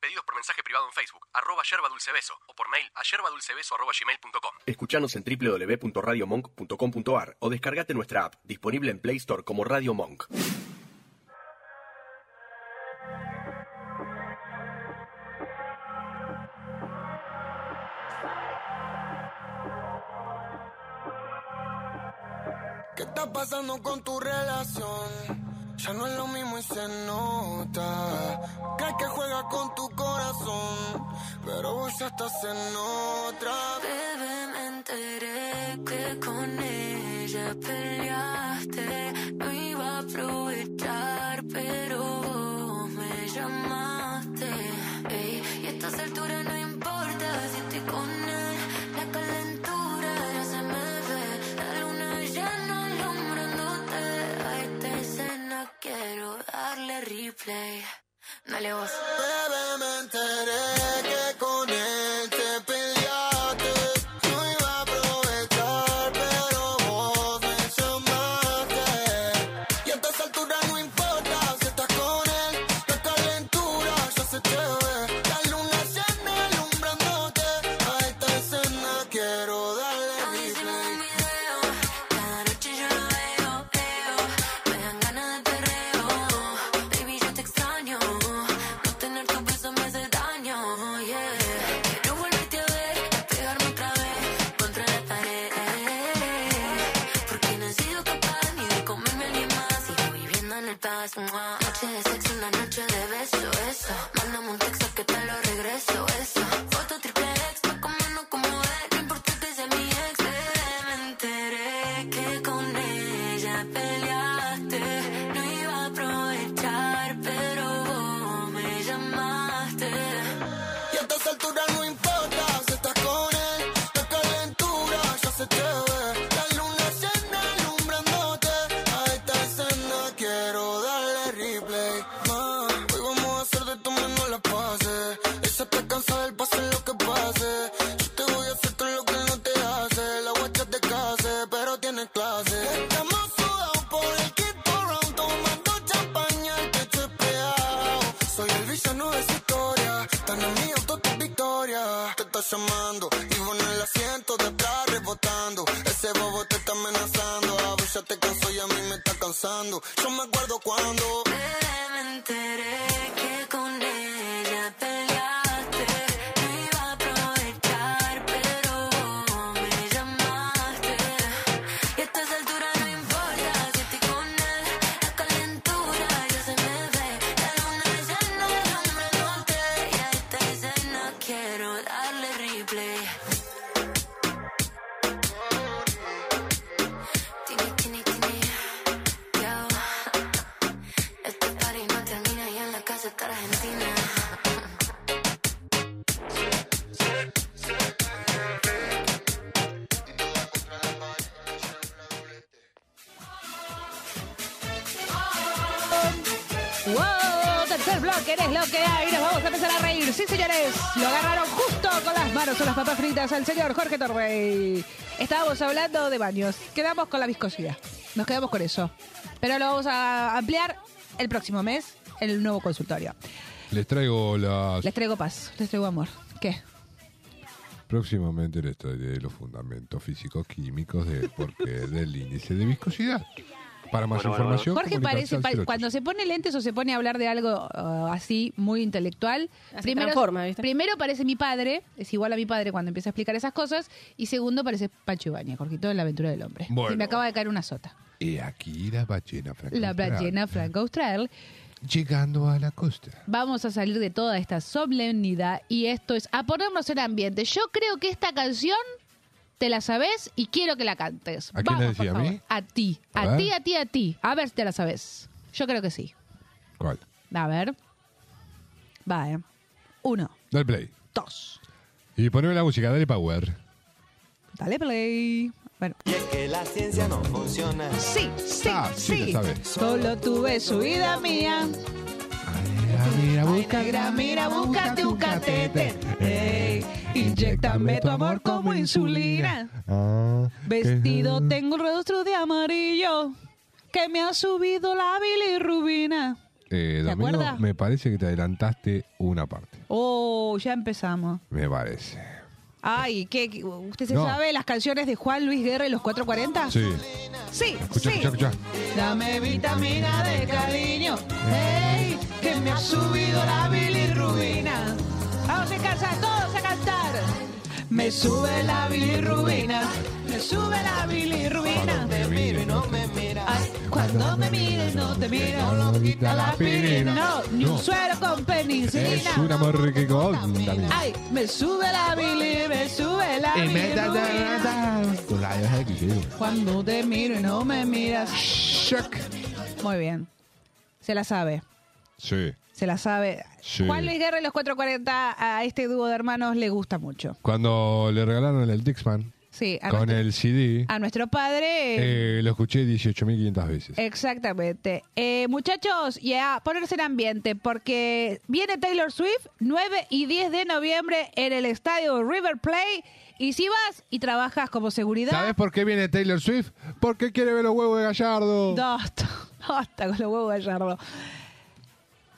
Speaker 15: Pedidos por mensaje privado en Facebook, arroba yerba dulce beso, o por mail a yerbadulcebeso arroba gmail.com. Escuchanos en www.radiomonk.com.ar o descargate nuestra app, disponible en Play Store como Radio Monk.
Speaker 17: ¿Qué está pasando con tu relación? Ya no es lo mismo y se nota. Crees que juega con tu corazón, pero vos ya estás en otra.
Speaker 10: Bebé, me enteré que con ella peleaste. No iba a aprovechar, pero vos me llamaste. Ey, y a estas alturas no importa si estoy con él. La calentura ya se me ve. La luna ya no alumbrándote. A esta escena quiero darle replay. Dale vos.
Speaker 17: Bebé, me enteré que con él te peleaste. No iba a aprovechar, pero vos me llamaste. Y a estas alturas no importa si estás con él. La calentura ya se te ve. La luna llena alumbrándote. A esta escena quiero darle replay.
Speaker 10: Cada noche yo lo veo, veo. Me dan ganas de perreo. Baby, yo te extraño. No tener tu beso me hace daño, yeah. Quiero volverte a ver, pegarme otra vez contra la pared. Porque no he sido capaz ni de comerme a alguien más. Sigo viviendo en el paso. Noche de sexo, una noche de beso, eso. Mándame un texto que te lo regreso, eso. Foto triple extra, como no como él. No importa que sea mi ex, bebé, me enteré que con ella peleaste. No iba a aprovechar, pero vos me llamaste.
Speaker 17: Y a estas alturas no importa si estás con él. La calentura ya se te ve. La luna llena alumbrándote. A esta escena quiero darle replay. Ma, hoy vamos a hacer de tu mano la pase. Esa está cansada del pase lo que pase. Yo te voy a hacer todo lo que no te hace. La guacha te case, pero tiene clase. Estamos sudados por el quinto round. Tomando champaña, el techo es pegado. Soy el villano de esa historia. Tan enemigo toda tu victoria. Te está llamando y vos en el asiento te está rebotando. Ese bobo te está amenazando. A vos ya te cansó y a mí me está cansando. Yo me acuerdo cuando.
Speaker 10: Me enteré que con ella peleaste. No iba a aprovechar, pero vos me llamaste. Y a estas alturas no importa si estoy con él. La calentura ya se me ve. La luna llena de hombre norte. Y a esta escena quiero darle replay. Tini, tini, tini. Yo. Este party no termina y en la casa está Argentina.
Speaker 2: ¡Wow! Tercer bloque, eres lo que hay. Nos vamos a empezar a reír. Sí, señores. Lo agarraron justo con las manos son las papas fritas al señor Jorge Torrey. Estábamos hablando de baños. Quedamos con la viscosidad. Nos quedamos con eso. Pero lo vamos a ampliar el próximo mes en el nuevo consultorio.
Speaker 3: Les traigo las.
Speaker 2: Les traigo paz, les traigo amor. ¿Qué?
Speaker 3: Próximamente les traeré los fundamentos físico-químicos del porqué del índice de viscosidad. Para más información,
Speaker 2: Jorge
Speaker 3: comunicarse
Speaker 2: parece,
Speaker 3: al
Speaker 2: pa-
Speaker 3: 08.
Speaker 2: cuando se pone lentes o se pone a hablar de algo uh, así muy intelectual, primero,
Speaker 7: transforma, ¿viste?
Speaker 2: primero parece mi padre, es igual a mi padre cuando empieza a explicar esas cosas, y segundo parece Pancho Ibañez, Jorgito en la aventura del hombre.
Speaker 3: Bueno.
Speaker 2: Se me acaba de caer una sota.
Speaker 3: He aquí la ballena franca.
Speaker 2: La ballena franco austral.
Speaker 3: llegando a la costa.
Speaker 2: Vamos a salir de toda esta solemnidad y esto es a ponernos en ambiente. Yo creo que esta canción te la sabes y quiero que la cantes.
Speaker 3: ¿A quién le
Speaker 2: Vamos, por
Speaker 3: decía? ¿A mí?
Speaker 2: favor. A ti,
Speaker 3: A
Speaker 2: a,
Speaker 3: ver.
Speaker 2: ti, a ti, a ti. A ver si te la sabes. Yo creo que sí.
Speaker 3: ¿Cuál?
Speaker 2: A ver. Va, eh. Uno,
Speaker 3: Dale play.
Speaker 2: dos.
Speaker 3: Y poneme la música, dale power.
Speaker 2: Dale play. Bueno.
Speaker 18: Que la ciencia no funciona.
Speaker 2: Sí, sí,
Speaker 3: Ah, sí,
Speaker 2: sí.
Speaker 3: la sabe.
Speaker 2: Solo tuve su vida mía.
Speaker 3: Mira, busca.
Speaker 2: Negra, mira, búscate un catete. Ey, inyectame tu amor como insulina.
Speaker 3: Ah, que-
Speaker 2: Vestido tengo un rostro de amarillo que me ha subido la bilirrubina.
Speaker 3: Eh,
Speaker 2: ¿Te
Speaker 3: Domingo,
Speaker 2: acuerdas?
Speaker 3: me parece que te adelantaste una parte.
Speaker 2: Oh, ya empezamos.
Speaker 3: Me parece.
Speaker 2: Ay, ¿qué? qué- ¿Usted se
Speaker 3: No.
Speaker 2: sabe las canciones de Juan Luis Guerra y los 440?
Speaker 3: Sí.
Speaker 2: Sí,
Speaker 3: Escucha,
Speaker 2: sí.
Speaker 3: escucha, escucha.
Speaker 2: Dame vitamina de cariño.
Speaker 3: Eh.
Speaker 2: Ey, que me ha
Speaker 1: subido la bilirrubina.
Speaker 2: Vamos a cantar, todos a cantar.
Speaker 1: Me sube la bilirrubina.
Speaker 2: Me sube la bilirrubina.
Speaker 1: Te miro y no me miras.
Speaker 2: Ay, cuando me mires no te miro.
Speaker 3: No nos quita la pirina.
Speaker 2: No, ni
Speaker 3: No.
Speaker 2: un suero con
Speaker 3: Es
Speaker 2: penicilina.
Speaker 3: un amor que contamina.
Speaker 2: Ay, me sube la bilirrubina, me sube la
Speaker 3: Y me da, da,
Speaker 2: bilirrubina.
Speaker 3: da, da. Con la vieja que quiero.
Speaker 2: Cuando te miro y no me miras. Muy bien. Se la sabe.
Speaker 3: Sí.
Speaker 2: Se la sabe.
Speaker 3: Sí.
Speaker 2: Juan Luis Guerra y los 440 a este dúo de hermanos le gusta mucho.
Speaker 3: Cuando le regalaron el Dixman
Speaker 2: Sí, a,
Speaker 3: con
Speaker 2: nuestro,
Speaker 3: el CD,
Speaker 2: a nuestro padre.
Speaker 3: eh, lo escuché 18.500 veces.
Speaker 2: Exactamente. Eh, muchachos, y a ponerse en ambiente, porque viene Taylor Swift 9 y 10 de noviembre en el estadio River Plate. Y si vas y trabajas como seguridad.
Speaker 3: ¿Sabes por qué viene Taylor Swift? Porque quiere ver los huevos de Gallardo.
Speaker 2: No, hasta, hasta con los huevos gallardo.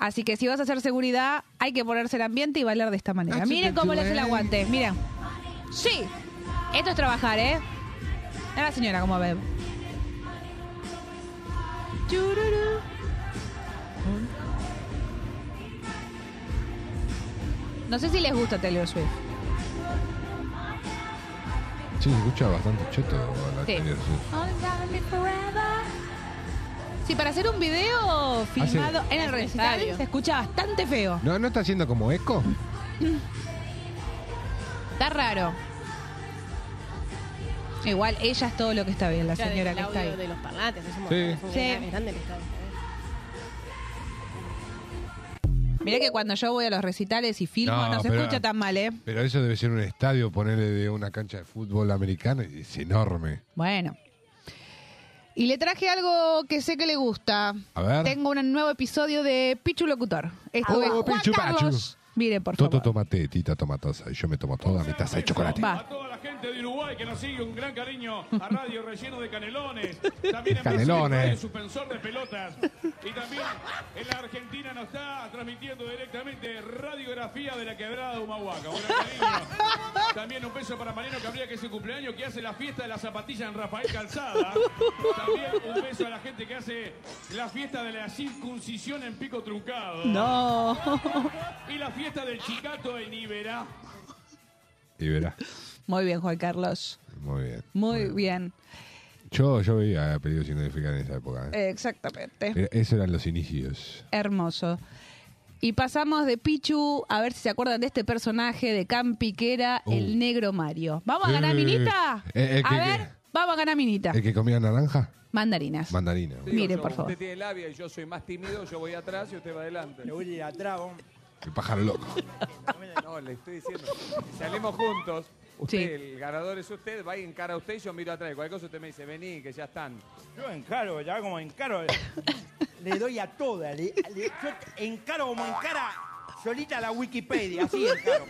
Speaker 2: Así que si vas a hacer seguridad, hay que ponerse en ambiente y bailar de esta manera.
Speaker 1: That's
Speaker 2: Miren
Speaker 1: the
Speaker 2: cómo le hace el
Speaker 1: way.
Speaker 2: aguante. Miren. Sí. Esto es trabajar, ¿eh? A la señora, como ve. Chururú. No sé si les gusta Taylor Swift.
Speaker 3: Sí, se escucha bastante cheto la
Speaker 2: Sí.
Speaker 3: Taylor Swift.
Speaker 2: Sí, para hacer un video filmado en el recital
Speaker 7: Necesario.
Speaker 2: se escucha bastante feo.
Speaker 3: ¿No, ¿No está haciendo como eco?
Speaker 2: Está raro. Igual ella es todo lo que está bien, la
Speaker 7: Claro,
Speaker 2: señora
Speaker 7: el
Speaker 2: que está
Speaker 7: audio
Speaker 2: ahí.
Speaker 7: de los parlantes, es un
Speaker 2: Sí.
Speaker 7: montón, es un
Speaker 2: Sí.
Speaker 7: gran- grande el estadio.
Speaker 2: Mirá que cuando yo voy a los recitales y filmo no,
Speaker 3: No,
Speaker 2: se
Speaker 3: pero-
Speaker 2: escucha tan mal, ¿eh?
Speaker 3: Pero eso debe ser un estadio, ponerle de una cancha de fútbol americano y es enorme.
Speaker 2: Bueno. Y le traje algo que sé que le gusta.
Speaker 3: A ver.
Speaker 2: Tengo un nuevo episodio de Pichu Locutor. Esto
Speaker 3: Oh,
Speaker 2: es Juan
Speaker 3: Pichu Pachu.
Speaker 2: Carlos. Mire, por favor.
Speaker 3: Toto tomate, tita tomatosa. Y yo me tomo toda mi taza de chocolate.
Speaker 2: Va.
Speaker 9: A toda la gente de Uruguay que nos sigue un gran cariño a Radio Relleno de Canelones. También en
Speaker 3: Canelones.
Speaker 9: Brasil, Radio Suspensor de Pelotas. Y también en la Argentina nos está transmitiendo directamente Radiografía de la Quebrada de Humahuaca. Un gran cariño. También un beso para Mariano Cabrera, que es su cumpleaños, que hace la fiesta de la zapatilla en Rafael Calzada. También un beso a la gente que hace la fiesta de la circuncisión en Pico Truncado.
Speaker 2: No.
Speaker 9: Y la fiesta del chicato en Iberá.
Speaker 3: Y verá.
Speaker 2: Muy bien, Juan Carlos.
Speaker 3: Muy bien.
Speaker 2: Muy bien.
Speaker 3: Yo, yo veía apellidos sin unificar en esa época. ¿eh?
Speaker 2: Exactamente.
Speaker 3: Era- Esos eran los inicios.
Speaker 2: Hermoso. Y pasamos de Pichu, a ver si se acuerdan de este personaje de Campi, que era
Speaker 3: Uh.
Speaker 2: el negro Mario. ¿Vamos a
Speaker 3: Eh,
Speaker 2: ganar Minita?
Speaker 3: eh, eh,
Speaker 2: a
Speaker 3: que-
Speaker 2: ver, vamos a ganar Minita.
Speaker 3: El que comía naranja,
Speaker 2: Mandarinas.
Speaker 3: mandarina.
Speaker 2: Mire, por favor.
Speaker 19: Usted tiene labia y yo soy más tímido, yo voy atrás y usted va adelante. Yo voy atrás, hombre.
Speaker 3: El pájaro loco.
Speaker 19: No, le estoy diciendo. Si salimos juntos, usted, el ganador es usted, va y encara a usted y yo miro atrás. Y Cualquier cosa usted me dice, vení, que ya están.
Speaker 20: Yo encaro, ya como encaro. Le doy a toda. Le, le- yo encaro como encara solita la Wikipedia, así encaro.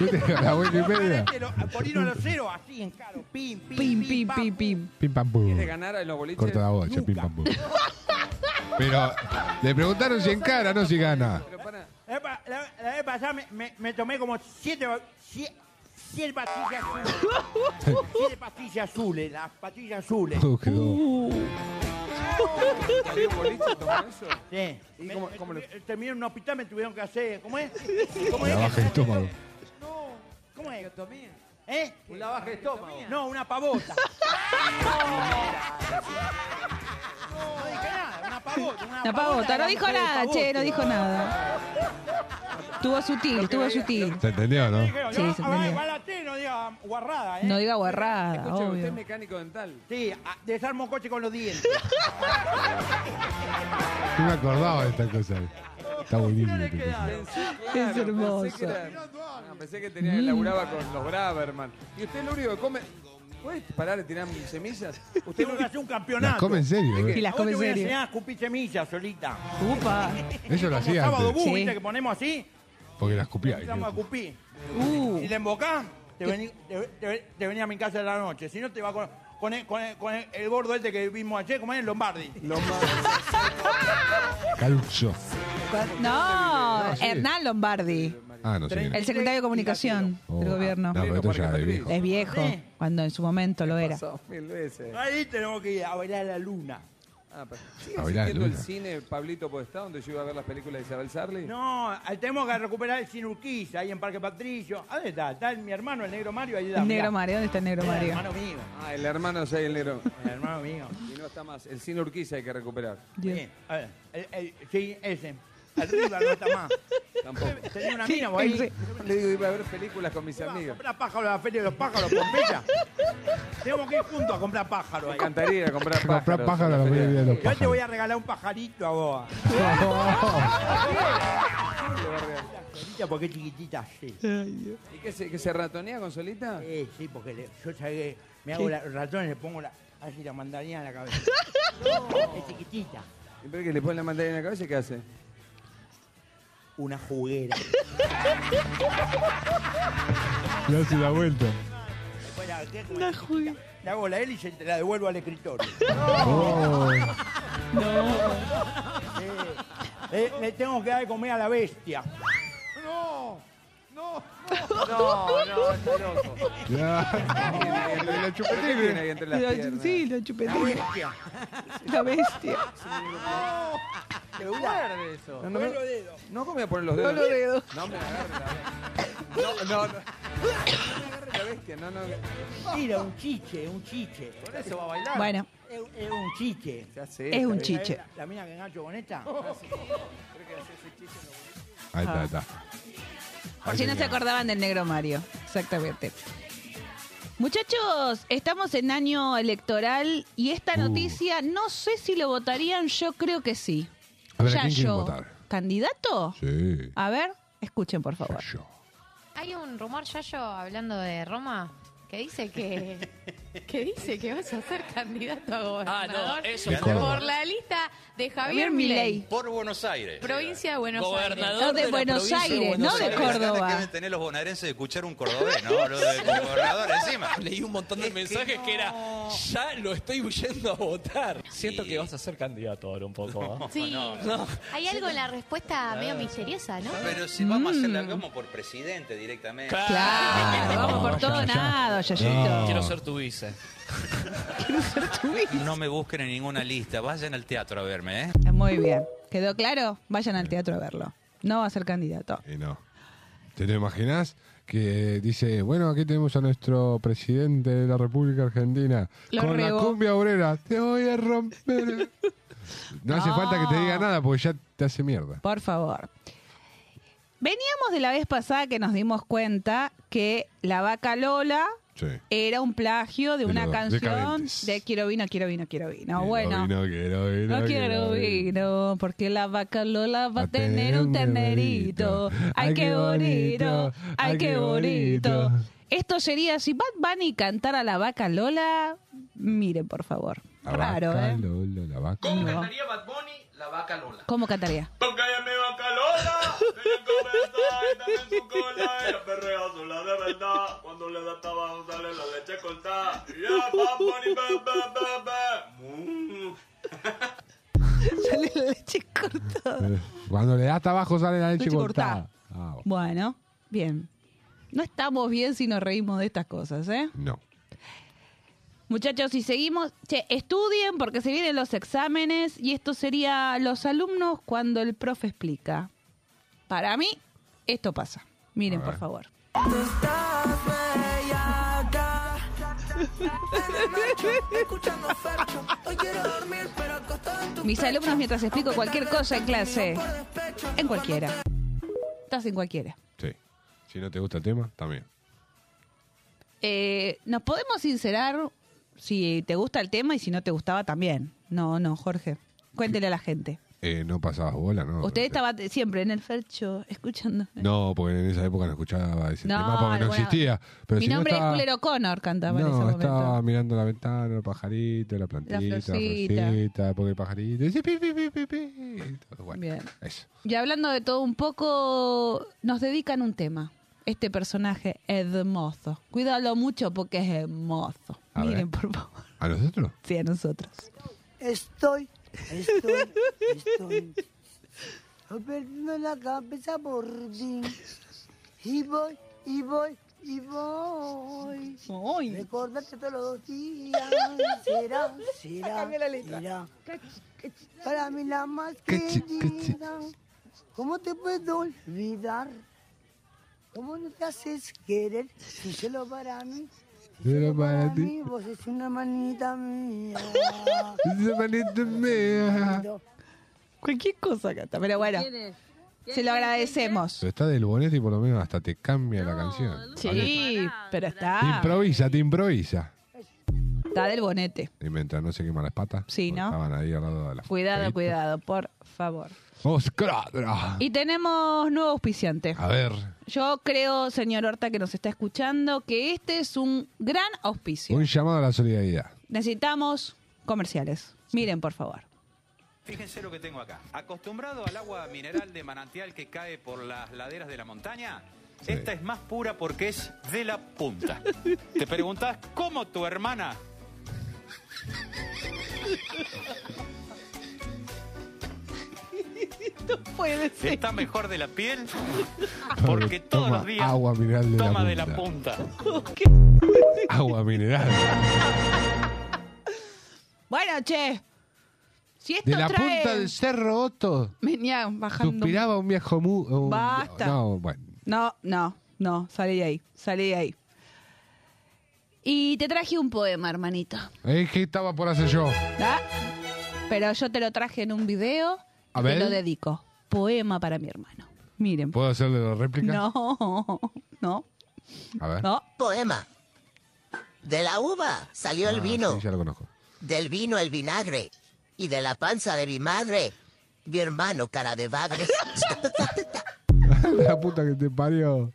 Speaker 3: ¿Viste? La Wikipedia.
Speaker 20: Pero por ir a los cero, así encaro. Pim, pim,
Speaker 2: Pim,
Speaker 20: pim,
Speaker 2: pim,
Speaker 20: pam.
Speaker 2: pim, pim.
Speaker 3: Pim pam pum.
Speaker 19: ganar en los boliches?
Speaker 3: Corta la bocha, pim pam pum. Pero le preguntaron si encara, no si gana.
Speaker 20: La, vez pa- la- la vez pasada me, me- me tomé como siete, ba- sie- siete pastillas azules. siete pastillas azules, las pastillas azules.
Speaker 3: Uh, quedó.
Speaker 20: ¿Salió
Speaker 19: boliche tomar eso?
Speaker 20: Sí. Me- me tuvi- Terminé en un hospital, me tuvieron que hacer. ¿Cómo es? ¿Cómo
Speaker 3: La
Speaker 20: es?
Speaker 3: baja el estómago.
Speaker 20: ¿Cómo es? ¿Eh? Un lavaje de
Speaker 19: estómago.
Speaker 20: No, una pavota. no. No dije nada, una pavota.
Speaker 2: La pavota, no dijo nada, che, no dijo nada. Estuvo sutil, estuvo sutil.
Speaker 3: ¿Se entendió, no?
Speaker 2: Sí, se entendió.
Speaker 20: Igual a ti, no diga guarrada, ¿eh?
Speaker 2: No diga guarrada,
Speaker 20: Escuche,
Speaker 2: obvio.
Speaker 19: mecánico dental.
Speaker 20: Sí, a- desarmo coche con los dientes.
Speaker 3: No me acordaba de esta cosa. Está buenísimo. esta cosa.
Speaker 19: Claro,
Speaker 2: hermoso.
Speaker 19: Pensé que, era- no, pensé que tenía, laburaba con los Braverman. Y usted lo único que come. ¿Puede parar de tirar semillas? Usted
Speaker 20: no hace un campeonato.
Speaker 3: Las come en serio, ¿eh?
Speaker 20: Y las come en serio.
Speaker 3: serio.
Speaker 20: enseñar a escupir semillas solita.
Speaker 2: Upa.
Speaker 3: Eso lo hacía
Speaker 20: Sábado
Speaker 3: antes.
Speaker 20: bus, ¿viste? Que ponemos así,
Speaker 3: Porque la escupía.
Speaker 20: empezamos a escupir. Si le embocás,
Speaker 2: Uh.
Speaker 20: te, vení- te- te- te venía a mi casa de la noche. Si no, te va con, con el, con el- con el- el gordo este que vimos ayer, como es Lombardi.
Speaker 3: Calucho.
Speaker 2: No,
Speaker 3: No, sí.
Speaker 2: Hernán Lombardi.
Speaker 3: Ah, no sé quién
Speaker 2: El
Speaker 3: es.
Speaker 2: secretario de Comunicación del gobierno.
Speaker 3: Oh, No, pero esto ya es viejo.
Speaker 2: Es viejo, cuando en su momento lo era.
Speaker 19: mil veces.
Speaker 20: Ahí tenemos que ir a bailar a la luna.
Speaker 19: Ah, pero ¿Sigue
Speaker 3: A bailar,
Speaker 19: existiendo el
Speaker 3: Luna.
Speaker 19: cine Pablito Podestá donde yo iba a ver las películas de Isabel Sarli?
Speaker 20: No, ahí tenemos que recuperar el Sinurquiza, ahí en Parque Patricio. ¿A ¿Dónde está? Está el- mi hermano, el negro Mario, ahí está.
Speaker 2: El
Speaker 20: mirá.
Speaker 2: Negro Mario, ¿dónde está el Negro
Speaker 20: Era
Speaker 2: Mario?
Speaker 20: hermano mío.
Speaker 19: Ah, el hermano Zay, el negro.
Speaker 20: El hermano mío.
Speaker 19: Y no está más. El cine Urquiza hay que recuperar.
Speaker 20: Sí, a ver, el- el- sí, ese. Arriba no está más.
Speaker 19: Tampoco.
Speaker 20: Tenía una mina por ahí.
Speaker 19: Le digo, iba a ver películas con mis amigos.
Speaker 20: Comprar pájaros a la feria de los pájaros, Pompeya. Tenemos que ir juntos a comprar pájaros.
Speaker 19: Me encantaría comprar pájaros.
Speaker 3: Comprar pájaro a la feria de los
Speaker 20: Yo te voy a
Speaker 3: pájaros.
Speaker 20: regalar un pajarito a vos. Solita porque es chiquitita, sí.
Speaker 19: ¿Y qué se, que se ratonea con solita?
Speaker 20: Sí, sí, porque le- yo saqué, me hago
Speaker 19: Sí.
Speaker 20: la- los ratones, le pongo la, así la mandarina en la cabeza. Es chiquitita.
Speaker 19: ¿Y por qué le ponen la mandarina en la cabeza y qué hace?
Speaker 20: Una juguera.
Speaker 3: Le hace la vuelta.
Speaker 20: Después la- ¿qué es como es chiquitita? Le hago la hélice y te la devuelvo al escritorio.
Speaker 3: Oh.
Speaker 20: Eh, le tengo que dar de comer a la bestia.
Speaker 4: No, no.
Speaker 19: No, no, está loco.
Speaker 3: La
Speaker 19: ¿Qué tiene ahí entre las
Speaker 2: La-
Speaker 19: piernas?
Speaker 2: sí, la
Speaker 19: Ah,
Speaker 2: chupetina. La bestia.
Speaker 20: Te
Speaker 19: muerde eso. No, no, me- no, ¿cómo voy a poner los
Speaker 4: Pon
Speaker 19: dedos?
Speaker 4: los dedos.
Speaker 19: No me agarre la bestia. No, no, no. No me agarre la bestia, no, no.
Speaker 20: Mira, un chiche, un chiche. Por
Speaker 19: eso va a bailar.
Speaker 2: Bueno.
Speaker 20: Es, es un chiche.
Speaker 19: Se hace Es esta, un ¿eh? chiche.
Speaker 20: La, la mina que engancho con esta. Ah,
Speaker 3: Ahí está, ahí está.
Speaker 2: Ah. Por si no se acordaban del negro Mario. Exactamente. Muchachos, estamos en año electoral y esta
Speaker 3: Uh.
Speaker 2: noticia, no sé si lo votarían, yo creo que sí.
Speaker 3: A ver, ¿a
Speaker 2: Ya
Speaker 3: quién quieren
Speaker 2: yo.
Speaker 3: votar?
Speaker 2: ¿Candidato?
Speaker 3: Sí.
Speaker 2: A ver, escuchen, por favor.
Speaker 21: Hay un rumor, Yayo, hablando de Roma, que dice que, que dice que vas a ser candidato a
Speaker 22: Ah,
Speaker 21: gobernador
Speaker 22: no, eso
Speaker 21: por
Speaker 22: es verdad.
Speaker 21: la lista de Javier Javier Milei. Milei.
Speaker 22: Por Buenos Aires.
Speaker 21: Provincia de Buenos Aires.
Speaker 22: Gobernador la provincia Buenos Aires. Las ganas que deben tener los bonaerenses de escuchar un cordobés, ¿no? Lo de como gobernador encima.
Speaker 23: Leí un montón de mensajes que, era, ya Ah, lo estoy huyendo a votar. Siento que vas a ser candidato ahora un poco. ¿eh?
Speaker 21: Sí.
Speaker 23: No.
Speaker 21: Hay algo en la respuesta
Speaker 22: Claro.
Speaker 21: medio misteriosa, ¿no?
Speaker 22: Pero si vamos a hacer la vamos por presidente directamente.
Speaker 2: Claro, vamos por todo nada, Yayito.
Speaker 22: Quiero
Speaker 23: ser tu vice.
Speaker 22: No me busquen en ninguna lista. Vayan al teatro a verme, ¿eh?
Speaker 2: Muy bien. ¿Quedó claro? Vayan al teatro a verlo. No va a ser candidato.
Speaker 3: Y no. ¿Te lo imaginas? Que dice, bueno, aquí tenemos a nuestro presidente de la República Argentina.
Speaker 2: Lo
Speaker 3: con la
Speaker 2: regó.
Speaker 3: cumbia obrera, te voy a romper. No hace
Speaker 2: No.
Speaker 3: falta que te diga nada porque ya te hace mierda.
Speaker 2: Por favor. Veníamos de la vez pasada que nos dimos cuenta que la vaca Lola
Speaker 3: Sí.
Speaker 2: era un plagio
Speaker 3: De
Speaker 2: de, una
Speaker 3: los
Speaker 2: canción
Speaker 3: decadentes.
Speaker 2: de quiero vino, quiero vino, quiero vino. bueno.
Speaker 3: No, quiero vino,
Speaker 2: No quiero vino, porque la vaca Lola va a tener un ternerito. Ay, qué bonito, ay, qué bonito. Esto sería, si Bad Bunny cantara la vaca Lola, miren, por favor.
Speaker 3: La
Speaker 2: Raro,
Speaker 3: vaca,
Speaker 2: ¿eh?
Speaker 3: Lola, la vaca.
Speaker 2: No.
Speaker 23: Bad Bunny la vaca Lola?
Speaker 2: ¿Cómo cantaría?
Speaker 4: Cuando le da trabajo sale la leche cortada. Ya, Bad Bunny, be, be, be, be. Mm.
Speaker 2: Sale la leche cortada.
Speaker 3: Eh, Cuando le das hasta abajo sale la leche
Speaker 2: Leche
Speaker 3: cortada. Ah,
Speaker 2: Bueno, bien. No estamos bien si nos reímos de estas cosas, ¿eh?
Speaker 3: no.
Speaker 2: Muchachos, si seguimos, che, estudien porque se vienen los exámenes y esto sería los alumnos cuando el profe explica. Para mí, esto pasa. Miren, por favor.
Speaker 17: Escuchando Fercho, hoy quiero dormir pero acostado en tu
Speaker 2: Mis alumnos mientras explico cualquier cosa en clase. En cualquiera. Estás en cualquiera.
Speaker 3: Sí. Si no te gusta el tema, también.
Speaker 2: Eh, Nos podemos sincerar si te gusta el tema y si no te gustaba también. No, no, Jorge. Cuéntele a la gente.
Speaker 3: Eh, no pasabas bola, ¿no?
Speaker 2: Usted estaba siempre en el Fercho escuchando.
Speaker 3: No, porque en esa época no escuchaba ese
Speaker 2: No,
Speaker 3: tema porque no
Speaker 2: bueno.
Speaker 3: existía. Pero
Speaker 2: Mi
Speaker 3: si no
Speaker 2: nombre
Speaker 3: estaba-
Speaker 2: es Culero Connor, cantaba en ese
Speaker 3: No,
Speaker 2: momento.
Speaker 3: estaba mirando la ventana, los pajaritos, la plantita, la
Speaker 2: florcita.
Speaker 3: florcita, porque el pajarito. dice, "Pi, pi, pi, pi, pi", y todo, bueno,
Speaker 2: Bien.
Speaker 3: eso.
Speaker 2: Y hablando de todo un poco, nos dedican un tema. Este personaje es hermoso. Cuídalo mucho porque es hermoso.
Speaker 3: A ver.
Speaker 2: Miren, por favor.
Speaker 3: ¿A nosotros?
Speaker 2: Sí, a nosotros.
Speaker 24: Estoy, estoy, estoy. Perdiendo la cabeza por ti. Y voy, y voy, y voy. Recordarte todos los días. Será, será, será. Para mí la más querida. ¿Cómo te puedo olvidar? ¿Cómo no te haces querer? Si solo para mí,
Speaker 3: Pero para
Speaker 24: para
Speaker 3: ti.
Speaker 24: mí, vos es una manita mía.
Speaker 2: Cualquier cosa, Cata. Pero bueno, se lo agradecemos.
Speaker 3: Pero está del bonete y por lo menos hasta te cambia la canción.
Speaker 2: Sí, Ah. pero
Speaker 3: Te
Speaker 2: está,
Speaker 3: improvisa, te improvisa.
Speaker 2: está del bonete.
Speaker 3: Y mientras no se queman las patas.
Speaker 2: Sí,
Speaker 3: porque
Speaker 2: ¿no?
Speaker 3: Estaban ahí al lado de la.
Speaker 2: Cuidado, cuidado, por favor.
Speaker 3: ¡Vos, cradra!
Speaker 2: Y tenemos nuevo auspiciante.
Speaker 3: A ver.
Speaker 2: Yo creo, señor Horta, que nos está escuchando, que este es un gran auspicio.
Speaker 3: Un llamado a la solidaridad.
Speaker 2: Necesitamos comerciales. Miren, por favor.
Speaker 22: Fíjense lo que tengo acá. Acostumbrado al agua mineral de manantial que cae por las laderas de la montaña, esta es más pura porque es de la punta. Te preguntás cómo tu hermana
Speaker 2: puede
Speaker 22: está mejor de la piel porque todos
Speaker 3: Toma
Speaker 22: los días
Speaker 3: agua mineral de la
Speaker 22: toma de
Speaker 3: punta.
Speaker 22: la punta.
Speaker 3: Agua mineral.
Speaker 2: Bueno, che. Si esto
Speaker 3: De la
Speaker 2: trae...
Speaker 3: punta del cerro Otto.
Speaker 2: Venía bajando.
Speaker 3: Suspiraba un viejo mu. un-
Speaker 2: Basta.
Speaker 3: No, bueno.
Speaker 2: No, no, no. Salí de ahí. Salí de ahí. Y te traje un poema, hermanito.
Speaker 3: Es que estaba por hacer yo.
Speaker 2: ¿da? Pero yo te lo traje en un video.
Speaker 3: A
Speaker 2: y
Speaker 3: ver.
Speaker 2: Te lo dedico. Poema para mi hermano. Miren.
Speaker 3: ¿Puedo hacerle la réplica?
Speaker 2: No, no,
Speaker 3: A ver.
Speaker 2: no.
Speaker 1: Poema. De la uva salió el
Speaker 3: Ah,
Speaker 1: vino,
Speaker 3: sí, ya lo conozco.
Speaker 1: del vino el vinagre, y de la panza de mi madre, mi hermano cara de bagre.
Speaker 3: la puta que te parió.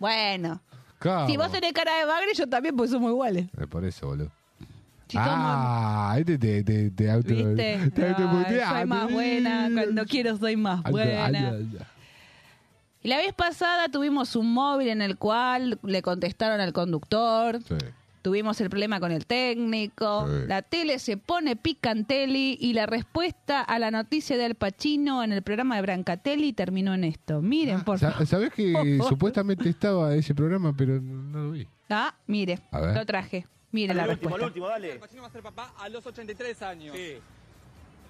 Speaker 2: Bueno.
Speaker 3: Claro.
Speaker 2: Si vos tenés cara de bagre, yo también, porque somos iguales.
Speaker 3: Es por eso, boludo.
Speaker 2: Chicos,
Speaker 3: ah, este te, te, te auto.
Speaker 2: ¿Viste?
Speaker 3: Te
Speaker 2: Ay,
Speaker 3: autoputea.
Speaker 2: soy más buena. Cuando quiero soy más
Speaker 3: Ay, ay,
Speaker 2: buena.
Speaker 3: ay, ay.
Speaker 2: Y la vez pasada tuvimos un móvil en el cual le contestaron al conductor. Tuvimos el problema con el técnico.
Speaker 3: Sí.
Speaker 2: La tele se pone picantelli y la respuesta a la noticia del Pachino en el programa de Brancatelli terminó en esto. Miren, por
Speaker 3: Ah, Sa-
Speaker 2: favor.
Speaker 3: ¿Sabés
Speaker 2: Oh,
Speaker 3: que supuestamente estaba ese programa, pero no lo vi?
Speaker 2: Ah, mire,
Speaker 3: A ver.
Speaker 2: lo traje. Mire la respuesta.
Speaker 14: dale. Pacino va a ser papá a los 83 años. Sí.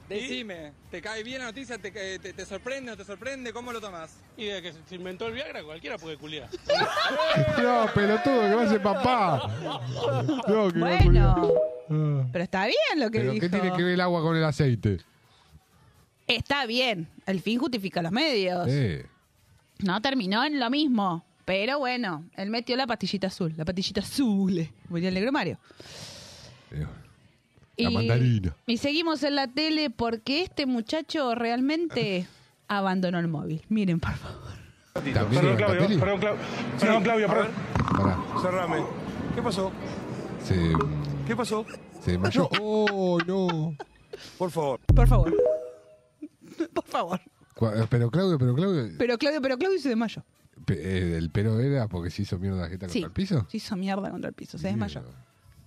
Speaker 14: Decime, ¿te cae bien la noticia? ¿Te, eh, te, te sorprende o te sorprende? ¿Cómo lo tomás?
Speaker 25: Y de que se inventó el Viagra, cualquiera puede culiar.
Speaker 3: No, pelotudo, que va a ser papá. No, que va a
Speaker 2: Bueno.
Speaker 3: culiar. Ah.
Speaker 2: Pero está bien lo que
Speaker 3: ¿Pero
Speaker 2: dijo.
Speaker 3: qué tiene que ver el agua con el aceite?
Speaker 2: Está bien. El fin justifica los medios.
Speaker 3: Eh,
Speaker 2: No terminó en lo mismo. Pero bueno, él metió la pastillita azul. La pastillita azul. eh, Voy al negro Mario.
Speaker 3: Eh, la mandarina.
Speaker 2: Y seguimos en la tele porque este muchacho realmente abandonó el móvil. Miren, por favor.
Speaker 3: También
Speaker 26: Perdón,
Speaker 3: en la
Speaker 26: Claudio,
Speaker 3: tele.
Speaker 26: perdón, Claudio. Perdón, Claudio, perdón.
Speaker 3: Pará,
Speaker 26: Cerrame. ¿Qué pasó?
Speaker 3: se,
Speaker 26: ¿Qué pasó?
Speaker 3: se desmayó. ¡Oh, no!
Speaker 26: Por favor.
Speaker 2: Por favor. Por favor.
Speaker 3: Cua- eh, Pero Claudio, pero Claudio,
Speaker 2: Pero Claudio, pero Claudio se desmayó.
Speaker 3: pe- eh, el pero era porque se hizo mierda la jeta
Speaker 2: Sí.
Speaker 3: contra el piso. Eh,
Speaker 2: Se hizo mierda contra el piso. Se desmayó.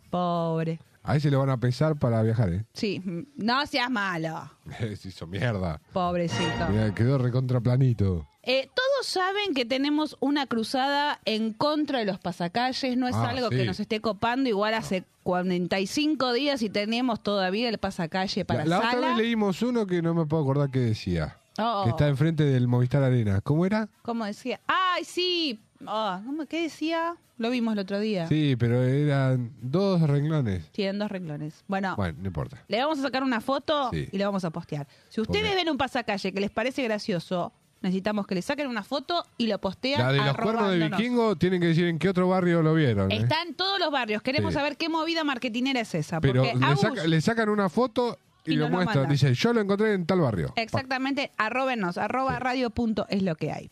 Speaker 2: Pobre.
Speaker 3: A ese lo van a pesar para viajar, ¿eh?
Speaker 2: Sí. mm, No seas malo.
Speaker 3: se hizo mierda.
Speaker 2: Pobrecito.
Speaker 3: Mirá, quedó recontraplanito.
Speaker 2: Eh, todos saben que tenemos una cruzada en contra de los pasacalles, no es
Speaker 3: Ah,
Speaker 2: algo
Speaker 3: sí.
Speaker 2: que nos esté copando, igual hace 45 días y tenemos todavía el pasacalle para
Speaker 3: La, la otra
Speaker 2: sala.
Speaker 3: vez leímos uno que no me puedo acordar qué decía.
Speaker 2: Oh.
Speaker 3: Que está enfrente del Movistar Arena. ¿Cómo era?
Speaker 2: Como decía, ah, Ay, sí. Ah, ¿cómo- ¿Qué decía? Lo vimos el otro día.
Speaker 3: Sí, pero eran dos renglones.
Speaker 2: Tienen dos renglones. Bueno,
Speaker 3: Bueno, no importa.
Speaker 2: le vamos a sacar una foto
Speaker 3: Sí.
Speaker 2: y la vamos a postear. Si ustedes
Speaker 3: Porque-
Speaker 2: ven un pasacalle que les parece gracioso, necesitamos que le saquen una foto y lo postean.
Speaker 3: La de los cuernos de
Speaker 2: arrobándonos.
Speaker 3: vikingo tienen que decir en qué otro barrio lo vieron. ¿eh?
Speaker 2: Está en todos los barrios. Queremos
Speaker 3: Sí.
Speaker 2: saber qué movida marketinera es esa.
Speaker 3: Pero
Speaker 2: porque
Speaker 3: le,
Speaker 2: Agus-
Speaker 3: saca- le sacan una foto y,
Speaker 2: Y
Speaker 3: lo
Speaker 2: nos Eh. lo
Speaker 3: muestran.
Speaker 2: mandan.
Speaker 3: Dice, yo lo encontré en tal barrio.
Speaker 2: Exactamente, arrobenos, arroba radio punto es lo que hay.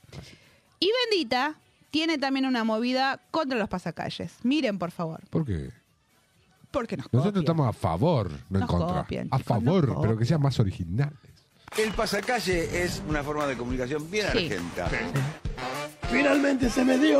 Speaker 2: Y Bendita tiene también una movida contra los pasacalles. Miren, por favor.
Speaker 3: ¿Por qué?
Speaker 2: Porque nos
Speaker 3: Nosotros estamos a favor, no en
Speaker 2: Nos
Speaker 3: contra.
Speaker 2: copian,
Speaker 3: a
Speaker 2: chicos, nos
Speaker 3: favor, pero que
Speaker 2: copian.
Speaker 3: sean más originales.
Speaker 19: El pasacalle es una forma de comunicación bien
Speaker 2: Sí.
Speaker 19: argenta.
Speaker 12: ¡Finalmente se me dio!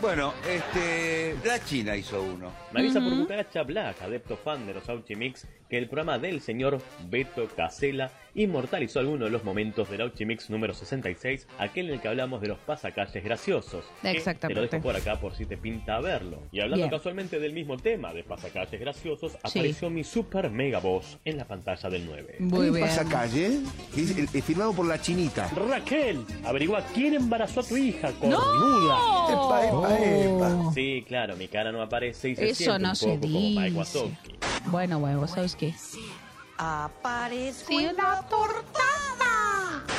Speaker 19: Bueno, este. La China hizo uno.
Speaker 11: Me avisa por Cucaracha Black, adepto fan de los Auchimix, que el programa del señor Beto Casella inmortalizó algunos de los momentos del Auchimix número 66, aquel en el que hablamos de los pasacalles graciosos. que
Speaker 2: Eh, Exactamente.
Speaker 11: Te lo dejo por acá por si te pinta verlo. Y hablando
Speaker 2: Bien.
Speaker 11: casualmente del mismo tema, de pasacalles graciosos, apareció mi super mega voz en la pantalla del 9.
Speaker 19: Muy bien. pasacalle que es, eh, firmado por la Chinita.
Speaker 11: Raquel, averigua quién embarazó a tu hija, cornuda.
Speaker 19: Epa, epa, epa.
Speaker 11: Sí, claro, mi cara no aparece y se
Speaker 2: Oh. Eso
Speaker 11: siente
Speaker 2: no
Speaker 11: un
Speaker 2: se
Speaker 11: poco como Mike
Speaker 2: dice.
Speaker 11: Wazowski.
Speaker 2: Bueno, huevos, ¿sabes qué?
Speaker 22: Aparezco en la portada.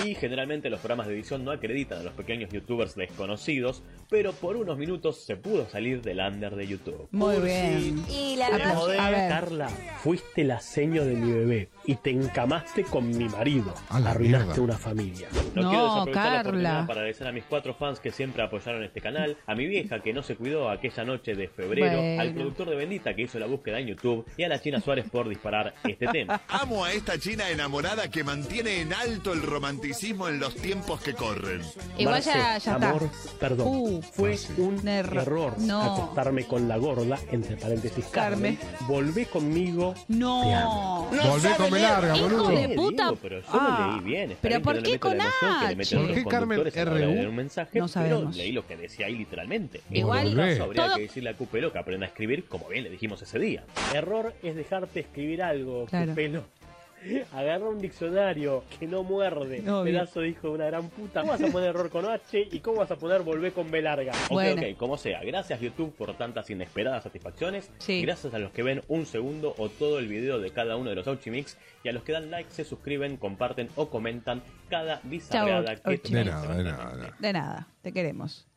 Speaker 11: Y generalmente los programas de edición no acreditan a los pequeños youtubers desconocidos, pero por unos minutos se pudo salir del under de YouTube.
Speaker 2: Muy bien.
Speaker 22: Y la
Speaker 2: Apa- a ver.
Speaker 15: Carla, fuiste la seño de mi bebé y te encamaste con mi marido. Arruinaste
Speaker 11: mierda.
Speaker 15: una familia.
Speaker 11: No,
Speaker 2: No,
Speaker 11: quiero desaprovechar la oportunidad
Speaker 2: Carla.
Speaker 11: para agradecer a mis cuatro fans que siempre apoyaron este canal, a mi vieja que no se cuidó aquella noche de febrero,
Speaker 2: Bueno.
Speaker 11: al productor de Bendita que hizo la búsqueda en YouTube y a la China Suárez por disparar este tema.
Speaker 27: Amo a esta china enamorada que mantiene en alto el romanticismo en los tiempos que corren.
Speaker 2: Igual ya, ya está.
Speaker 15: amor, perdón.
Speaker 2: Uh,
Speaker 15: Fue un
Speaker 2: error.
Speaker 15: error
Speaker 2: No.
Speaker 15: acostarme con la gorda, entre paréntesis Carmen. Volvé conmigo. te
Speaker 2: No.
Speaker 15: amo.
Speaker 3: Volvé con larga,
Speaker 2: Hijo
Speaker 3: boludo.
Speaker 2: de puta.
Speaker 11: Pero yo
Speaker 2: Ah.
Speaker 11: lo leí bien. está
Speaker 2: Pero
Speaker 11: bien que
Speaker 2: ¿por
Speaker 11: no le
Speaker 2: qué
Speaker 11: meto la
Speaker 2: con
Speaker 11: emoción que le
Speaker 2: H?
Speaker 11: meten
Speaker 2: ¿Por
Speaker 11: los
Speaker 2: qué Carmen
Speaker 11: conductores a la hora de
Speaker 2: RU?
Speaker 11: leer un mensaje,
Speaker 2: No
Speaker 11: pero
Speaker 2: sabemos.
Speaker 11: leí lo que decía ahí literalmente.
Speaker 2: Igual,
Speaker 11: Por habría
Speaker 2: todo-
Speaker 11: que decirle a Cupelo que aprenda a escribir como bien le dijimos ese día.
Speaker 15: Error es dejarte escribir algo,
Speaker 2: Claro.
Speaker 15: pelo. Agarra un diccionario que no muerde,
Speaker 2: Obvio.
Speaker 15: pedazo de hijo de una gran puta. ¿Cómo vas a poner error con H y cómo vas a poner volver con B larga?
Speaker 11: Ok, ok, como sea. Gracias YouTube por tantas inesperadas satisfacciones.
Speaker 15: Sí.
Speaker 11: Gracias a los que ven un segundo o todo el video de cada uno de los Auchimix y a los que dan like, se suscriben, comparten o comentan cada bizarreada que este
Speaker 3: De nada, de nada.
Speaker 2: De nada, te queremos.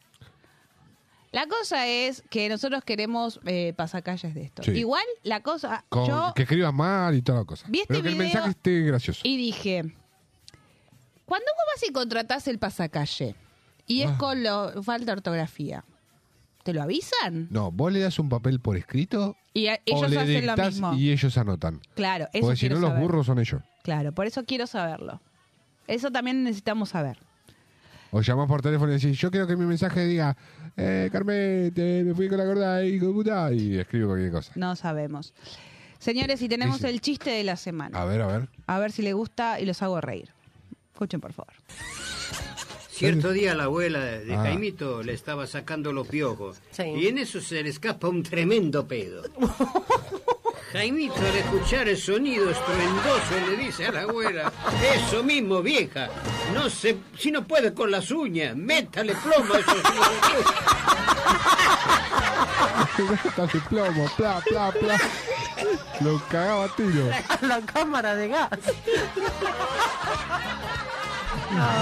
Speaker 2: La cosa es que nosotros queremos eh, pasacalles de esto.
Speaker 3: Sí.
Speaker 2: Igual la cosa,
Speaker 3: Con-
Speaker 2: yo
Speaker 3: Que escribas mal y toda la cosa.
Speaker 2: Vi este
Speaker 3: Pero que el
Speaker 2: video-
Speaker 3: mensaje esté gracioso.
Speaker 2: y dije, cuando vos vas y contratás el pasacalle y
Speaker 3: Ah.
Speaker 2: es con lo, falta de ortografía, ¿te lo avisan?
Speaker 3: No, vos le das un papel por escrito
Speaker 2: Y a-
Speaker 3: o
Speaker 2: ellos
Speaker 3: le
Speaker 2: hacen lo
Speaker 3: dictás
Speaker 2: mismo.
Speaker 3: y ellos anotan.
Speaker 2: Claro, eso
Speaker 3: Porque si
Speaker 2: quiero
Speaker 3: no, los
Speaker 2: saber.
Speaker 3: burros son ellos.
Speaker 2: Claro, por eso quiero saberlo. Eso también necesitamos saber.
Speaker 3: O llamás por teléfono y decís, yo quiero que mi mensaje diga, eh, Carmen, te- me fui con la gorda hijo de puta, y escribo cualquier cosa.
Speaker 2: No sabemos. Señores, y tenemos
Speaker 3: Dice-
Speaker 2: el chiste de la semana.
Speaker 3: A ver, a ver.
Speaker 2: A ver si les gusta y los hago reír. Escuchen, por favor.
Speaker 20: Cierto día la abuela de
Speaker 3: Ah.
Speaker 20: Jaimito le estaba sacando los piojos y en eso se le escapa un tremendo pedo. Jaimito al escuchar el sonido estruendoso le dice a la abuela, eso mismo vieja, no se, si no puede con las uñas, métale plomo a esos piojos".
Speaker 3: Estás de plomo, pla, pla, pla. Lo cagaba a tiro.
Speaker 28: La cámara de gas.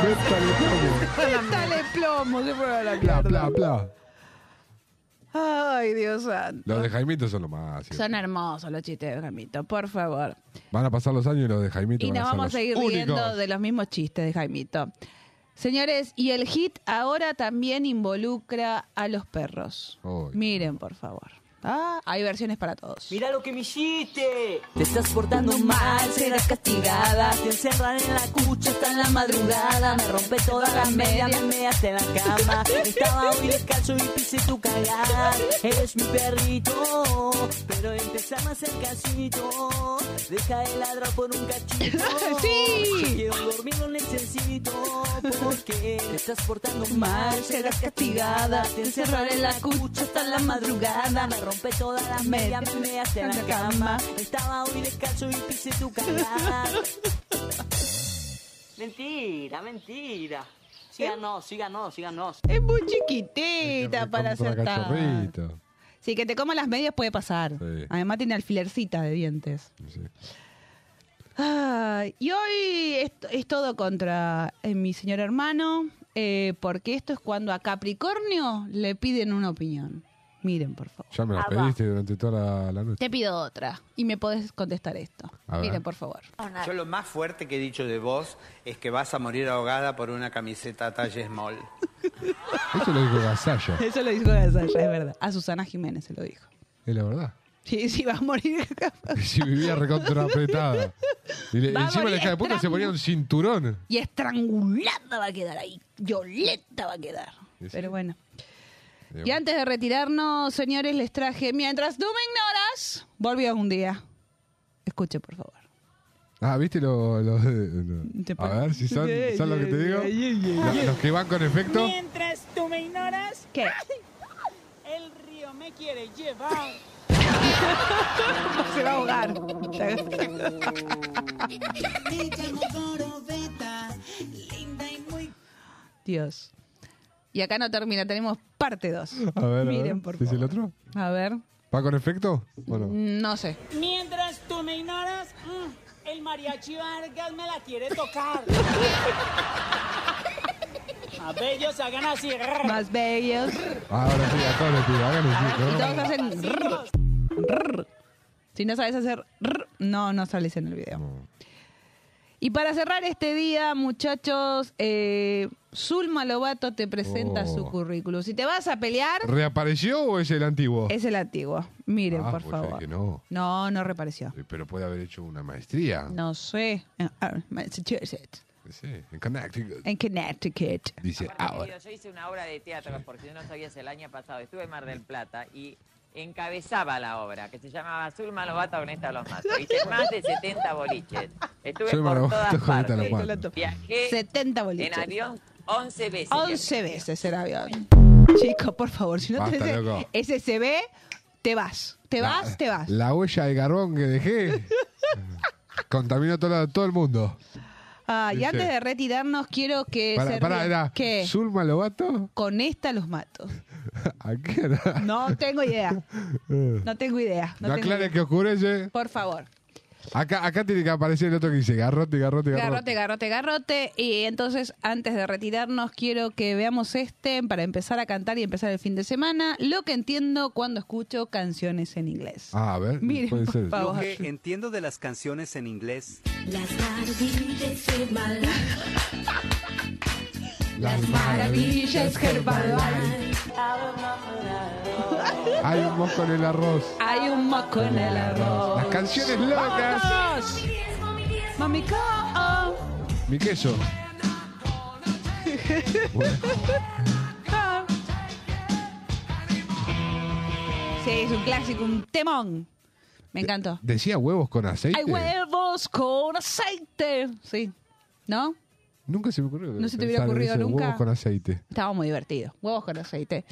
Speaker 3: Métale plomo.
Speaker 2: Dale plomo, se fue a la
Speaker 3: Pla,
Speaker 2: mierda.
Speaker 3: pla, pla.
Speaker 2: Ay, Dios santo.
Speaker 3: Los de Jaimito son lo más. sí.
Speaker 2: Son hermosos los chistes de Jaimito, por favor.
Speaker 3: Van a pasar los años y los de Jaimito
Speaker 2: Y
Speaker 3: van
Speaker 2: nos
Speaker 3: a ser
Speaker 2: vamos
Speaker 3: los
Speaker 2: a seguir
Speaker 3: únicos.
Speaker 2: riendo de los mismos chistes de Jaimito. Señores, y el hit ahora también involucra a los perros. Miren, por favor. Ah, hay versiones para todos.
Speaker 28: Mira lo que me hiciste. Te estás portando mal, serás castigada. Te encerran en la cucha hasta en la madrugada. Me rompé todas las medias, me measte en la cama. Estaba muy descalzo y pisé tu cagada. Eres mi perrito, pero empezamos a hacer casito. Deja el ladro por un cachito.
Speaker 2: ¡Sí!
Speaker 28: Quiero dormir, lo necesito. Porque te estás portando mal, serás castigada. Te encerraré en la cucha hasta la madrugada. Me rompe todas las medias, me measte en la cama. Estaba hoy descalzo y pisé tu cagada. mentira, mentira. Síganos, síganos, síganos.
Speaker 2: Es muy chiquitita para hacer tan. Sí, que te coma las medias puede pasar. Además tiene alfilercita de dientes. Ay, y hoy es, es todo contra eh, mi señor hermano, eh, porque esto es cuando a Capricornio le piden una opinión. Miren, por favor.
Speaker 3: Ya me la
Speaker 2: Ah, va.
Speaker 3: pediste durante toda la, la noche.
Speaker 2: Te pido otra y me podés contestar esto.
Speaker 3: A ver.
Speaker 2: Miren, por favor.
Speaker 5: Yo lo más fuerte que he dicho de vos es que vas a morir ahogada por una camiseta talle small.
Speaker 3: Eso lo dijo Gasalla.
Speaker 2: Eso lo dijo Gasalla, es verdad. A Susana Jiménez se lo dijo.
Speaker 3: Es la verdad.
Speaker 2: Sí, sí, vas a morir.
Speaker 3: Si vivía recontra apretada. Y le-
Speaker 2: Va a
Speaker 3: encima le
Speaker 2: morir
Speaker 3: hija de puta se ponía un cinturón.
Speaker 2: Y estrangulada va a quedar ahí. Violeta va a quedar. Pero bueno. Y antes de retirarnos, señores, les traje Mientras tú me ignoras, volvió un día. Escuche, por favor.
Speaker 3: Ah, ¿viste lo, lo-
Speaker 2: Te
Speaker 3: lo- A
Speaker 2: pare-
Speaker 3: ver si son,
Speaker 2: Yeah,
Speaker 3: son lo que te
Speaker 2: yeah,
Speaker 3: digo.
Speaker 2: yeah, yeah,
Speaker 3: La-
Speaker 2: yeah.
Speaker 3: Los que van con efecto.
Speaker 7: Mientras tú me ignoras,
Speaker 2: ¿qué?
Speaker 7: El río me quiere llevar.
Speaker 2: Se va a ahogar. Dios. Y acá no termina, tenemos parte 2.
Speaker 3: A ver, a ver.
Speaker 2: Miren, por Mm.
Speaker 3: ¿Es el otro?
Speaker 2: A ver,
Speaker 3: ¿Va con efecto? ¿O no?
Speaker 2: no sé.
Speaker 7: Mientras tú me ignoras, mm, el mariachi Vargas me la quiere tocar. A bellos hagan así.
Speaker 2: Más bellos.
Speaker 3: Ah, Ahora sí, a todos les pido. Háganlo,
Speaker 2: Y
Speaker 3: chicos.
Speaker 2: todos hacen. rrr, rrr. Si no sabes hacer. rrr, No, no sales en el video. Y para cerrar este día, muchachos, eh, Zulma Lobato te presenta
Speaker 3: Oh.
Speaker 2: su currículum. Si te vas a pelear,
Speaker 3: ¿Reapareció o es el antiguo?
Speaker 2: es el antiguo. Miren,
Speaker 3: Oh. Ah,
Speaker 2: por
Speaker 3: pues ya
Speaker 2: favor.
Speaker 3: que no.
Speaker 2: No, no repareció.
Speaker 3: Pero puede haber hecho una maestría.
Speaker 2: No sé. En ah, Massachusetts.
Speaker 3: Sí, en Connecticut.
Speaker 2: En Connecticut.
Speaker 3: Dice "Ah, ahora.
Speaker 29: Querido, yo hice una obra de teatro, por si no sabías, el año pasado estuve en Mar del Plata y encabezaba la obra, que se llamaba Zulma Lobato honesta a los más. Hice más de 70 boliches. Estuve
Speaker 3: Zulma
Speaker 29: por
Speaker 3: Lobato
Speaker 29: todas
Speaker 3: Honesta a los
Speaker 29: partes.
Speaker 3: Matos.
Speaker 29: Viajé
Speaker 2: 70 boliches.
Speaker 29: en avión 11 veces.
Speaker 2: 11 veces el avión. Chicos, por favor, si no
Speaker 3: Basta,
Speaker 2: tenés
Speaker 3: loco.
Speaker 2: SSB, te vas. Te vas, te vas.
Speaker 3: La huella de garrón que dejé contaminó todo, la- todo el mundo.
Speaker 2: Ah, y
Speaker 3: Dice-
Speaker 2: antes de retirarnos, quiero que
Speaker 3: Pará,
Speaker 2: se
Speaker 3: pará,
Speaker 2: rían.
Speaker 3: era
Speaker 2: ¿Qué?
Speaker 3: Zulma Lobato.
Speaker 2: Con esta los mato.
Speaker 3: ¿A qué era?
Speaker 2: No tengo idea.
Speaker 3: No,
Speaker 2: No tengo idea. No tengo
Speaker 3: aclare
Speaker 2: idea.
Speaker 3: que oscurece.
Speaker 2: Por favor.
Speaker 3: Acá, acá tiene que aparecer el otro que dice garrote, garrote, garrote.
Speaker 2: Garrote, garrote, garrote. Y entonces, antes de retirarnos, quiero que veamos este para empezar a cantar y empezar el fin de semana. Lo que entiendo cuando escucho canciones en inglés.
Speaker 3: Ah, a ver.
Speaker 2: Miren,
Speaker 3: puede
Speaker 2: por
Speaker 3: ser.
Speaker 2: favor.
Speaker 9: Lo que entiendo de las canciones en inglés.
Speaker 10: Las maravillas de Herbalife.
Speaker 3: Las
Speaker 2: maravillas
Speaker 3: Hay un mosco en el arroz.
Speaker 2: Hay un moco en el arroz.
Speaker 3: Las canciones locas.
Speaker 2: ¡Vámonos! Mami, oh, go.
Speaker 3: Mi queso.
Speaker 2: Sí, es un clásico, un temón. Me encantó.
Speaker 3: Decía huevos con aceite.
Speaker 2: Hay huevos con aceite. Sí. ¿No?
Speaker 3: Nunca se me ocurrió.
Speaker 2: No se te hubiera
Speaker 3: pensar en
Speaker 2: ocurrido
Speaker 3: eso,
Speaker 2: nunca.
Speaker 3: Huevos con aceite.
Speaker 2: Estaba muy divertido. Huevos con aceite.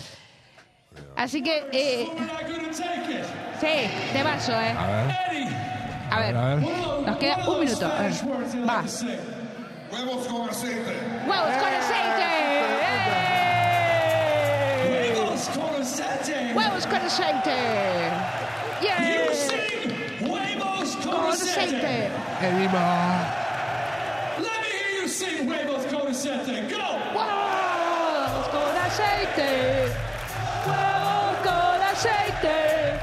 Speaker 2: Así que. eh, sí, te paso, ¿eh?
Speaker 3: A ver.
Speaker 2: A ver.
Speaker 3: A ver.
Speaker 2: Nos queda un minuto. A ver, Va.
Speaker 17: Huevos con aceite.
Speaker 2: Huevos con aceite. ¡Eh!
Speaker 17: Huevos con aceite.
Speaker 2: Huevos con aceite. Yeah.
Speaker 17: You sing huevos con,
Speaker 2: Con aceite.
Speaker 17: aceite.
Speaker 3: Edima.
Speaker 17: Let me hear you sing huevos con aceite. Go.
Speaker 2: Huevos con aceite. Huevos con aceite.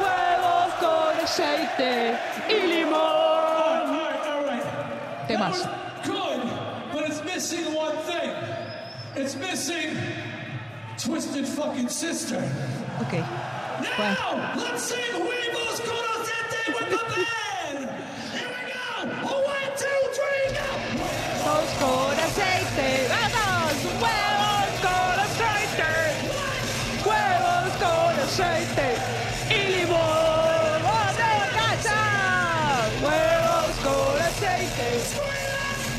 Speaker 2: Huevos con aceite y
Speaker 17: All
Speaker 2: limón.
Speaker 17: right, all right.
Speaker 2: Temazo.
Speaker 17: That was Good, but it's missing one thing. It's missing twisted fucking sister.
Speaker 2: Ok.
Speaker 17: Now let's sing huevos con aceite with the band. Here we go. One, two, three, go.
Speaker 2: Huevos con aceite. Vamos. Huevos con aceite. Huevos con aceite y limón. ¡Vamos, casa! Huevos con aceite.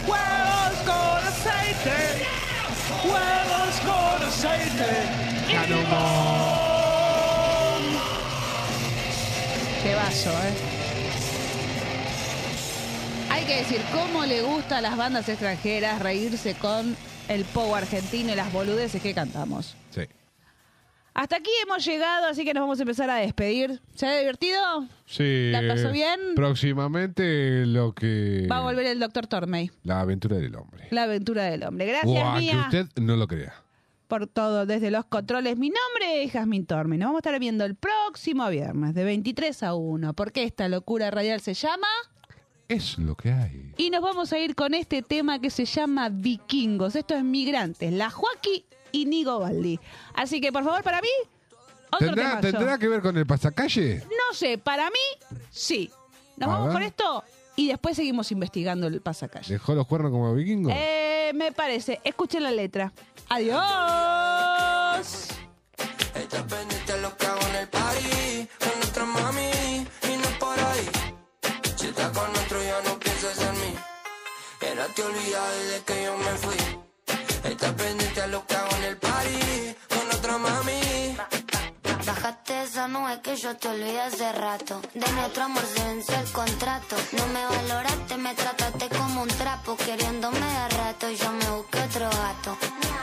Speaker 2: Huevos con aceite. Huevos con aceite. y limón. Qué vaso, eh. Hay que decir cómo le gusta a las bandas extranjeras reírse con el power argentino y las boludeces que cantamos.
Speaker 3: Sí.
Speaker 2: Hasta aquí hemos llegado, así que nos vamos a empezar a despedir. ¿Se ha divertido?
Speaker 3: Sí.
Speaker 2: ¿La pasó bien?
Speaker 3: Próximamente lo que...
Speaker 2: Va a volver el doctor Tormey.
Speaker 3: La aventura del hombre.
Speaker 2: La aventura del hombre. Gracias,
Speaker 3: Guau, que
Speaker 2: Mía,
Speaker 3: usted no lo crea.
Speaker 2: por todo, desde los controles. Mi nombre es Jazmín Tormey. Nos vamos a estar viendo el próximo viernes, de 23 a 1, porque esta locura radial se llama...
Speaker 3: Es lo que hay.
Speaker 2: Y nos vamos a ir con este tema que se llama Vikingos. Esto es Migrantes, La Joaquí y Nigo Baldi. Así que, por favor, para mí, otro
Speaker 3: ¿Tendrá,
Speaker 2: temazo.
Speaker 3: ¿Tendrá que ver con el pasacalle?
Speaker 2: No sé, para mí, sí. Nos
Speaker 3: A
Speaker 2: vamos
Speaker 3: ver.
Speaker 2: con esto y después seguimos investigando el pasacalle.
Speaker 3: ¿Dejó los cuernos como vikingo?
Speaker 2: Eh, me parece. Escuchen la letra. Adiós.
Speaker 17: Ella pendiente a lo que hago en el party Con otra mami y no por ahí Si está con otro ya no piensas en mí Era te olvidar de que yo me fui Ella pendiente a lo que hago en el party Con otra mami
Speaker 24: Bájate esa nube que yo te olvidé hace rato. De nuestro amor se venció el contrato. No me valoraste, me trataste como un trapo. Queriéndome de rato, yo me busqué otro gato.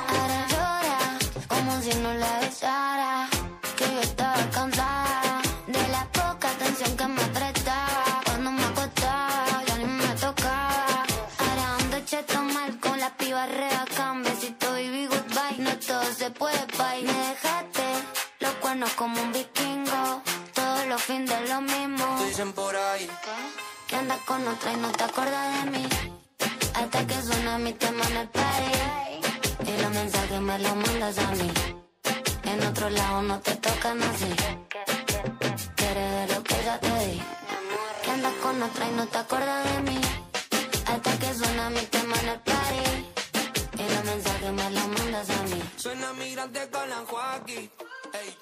Speaker 24: Ahora llora, como si no la besara. Que yo estaba cansada de la poca atención que me prestaba. Cuando me acostaba, ya ni me tocaba. Ahora ando cheto mal con la piba rea. Cambecito y goodbye. No todo se puede, bye. Me dejaste. Los cuernos como un vikingo, todos los fines de lo mismo.
Speaker 17: Dicen por ahí
Speaker 24: Que andas con otra y no te acuerdas de mí. Hasta que suena mi tema en el party. Y los mensajes me los mandas a mí. En otro lado no te tocan así. Que eres de lo que ya te di. Que andas con otra y no te acuerdas de mí. Hasta que suena mi tema en el party. Y los mensajes me los mandas a mí.
Speaker 17: Suena migrante con la Joaquín Ey,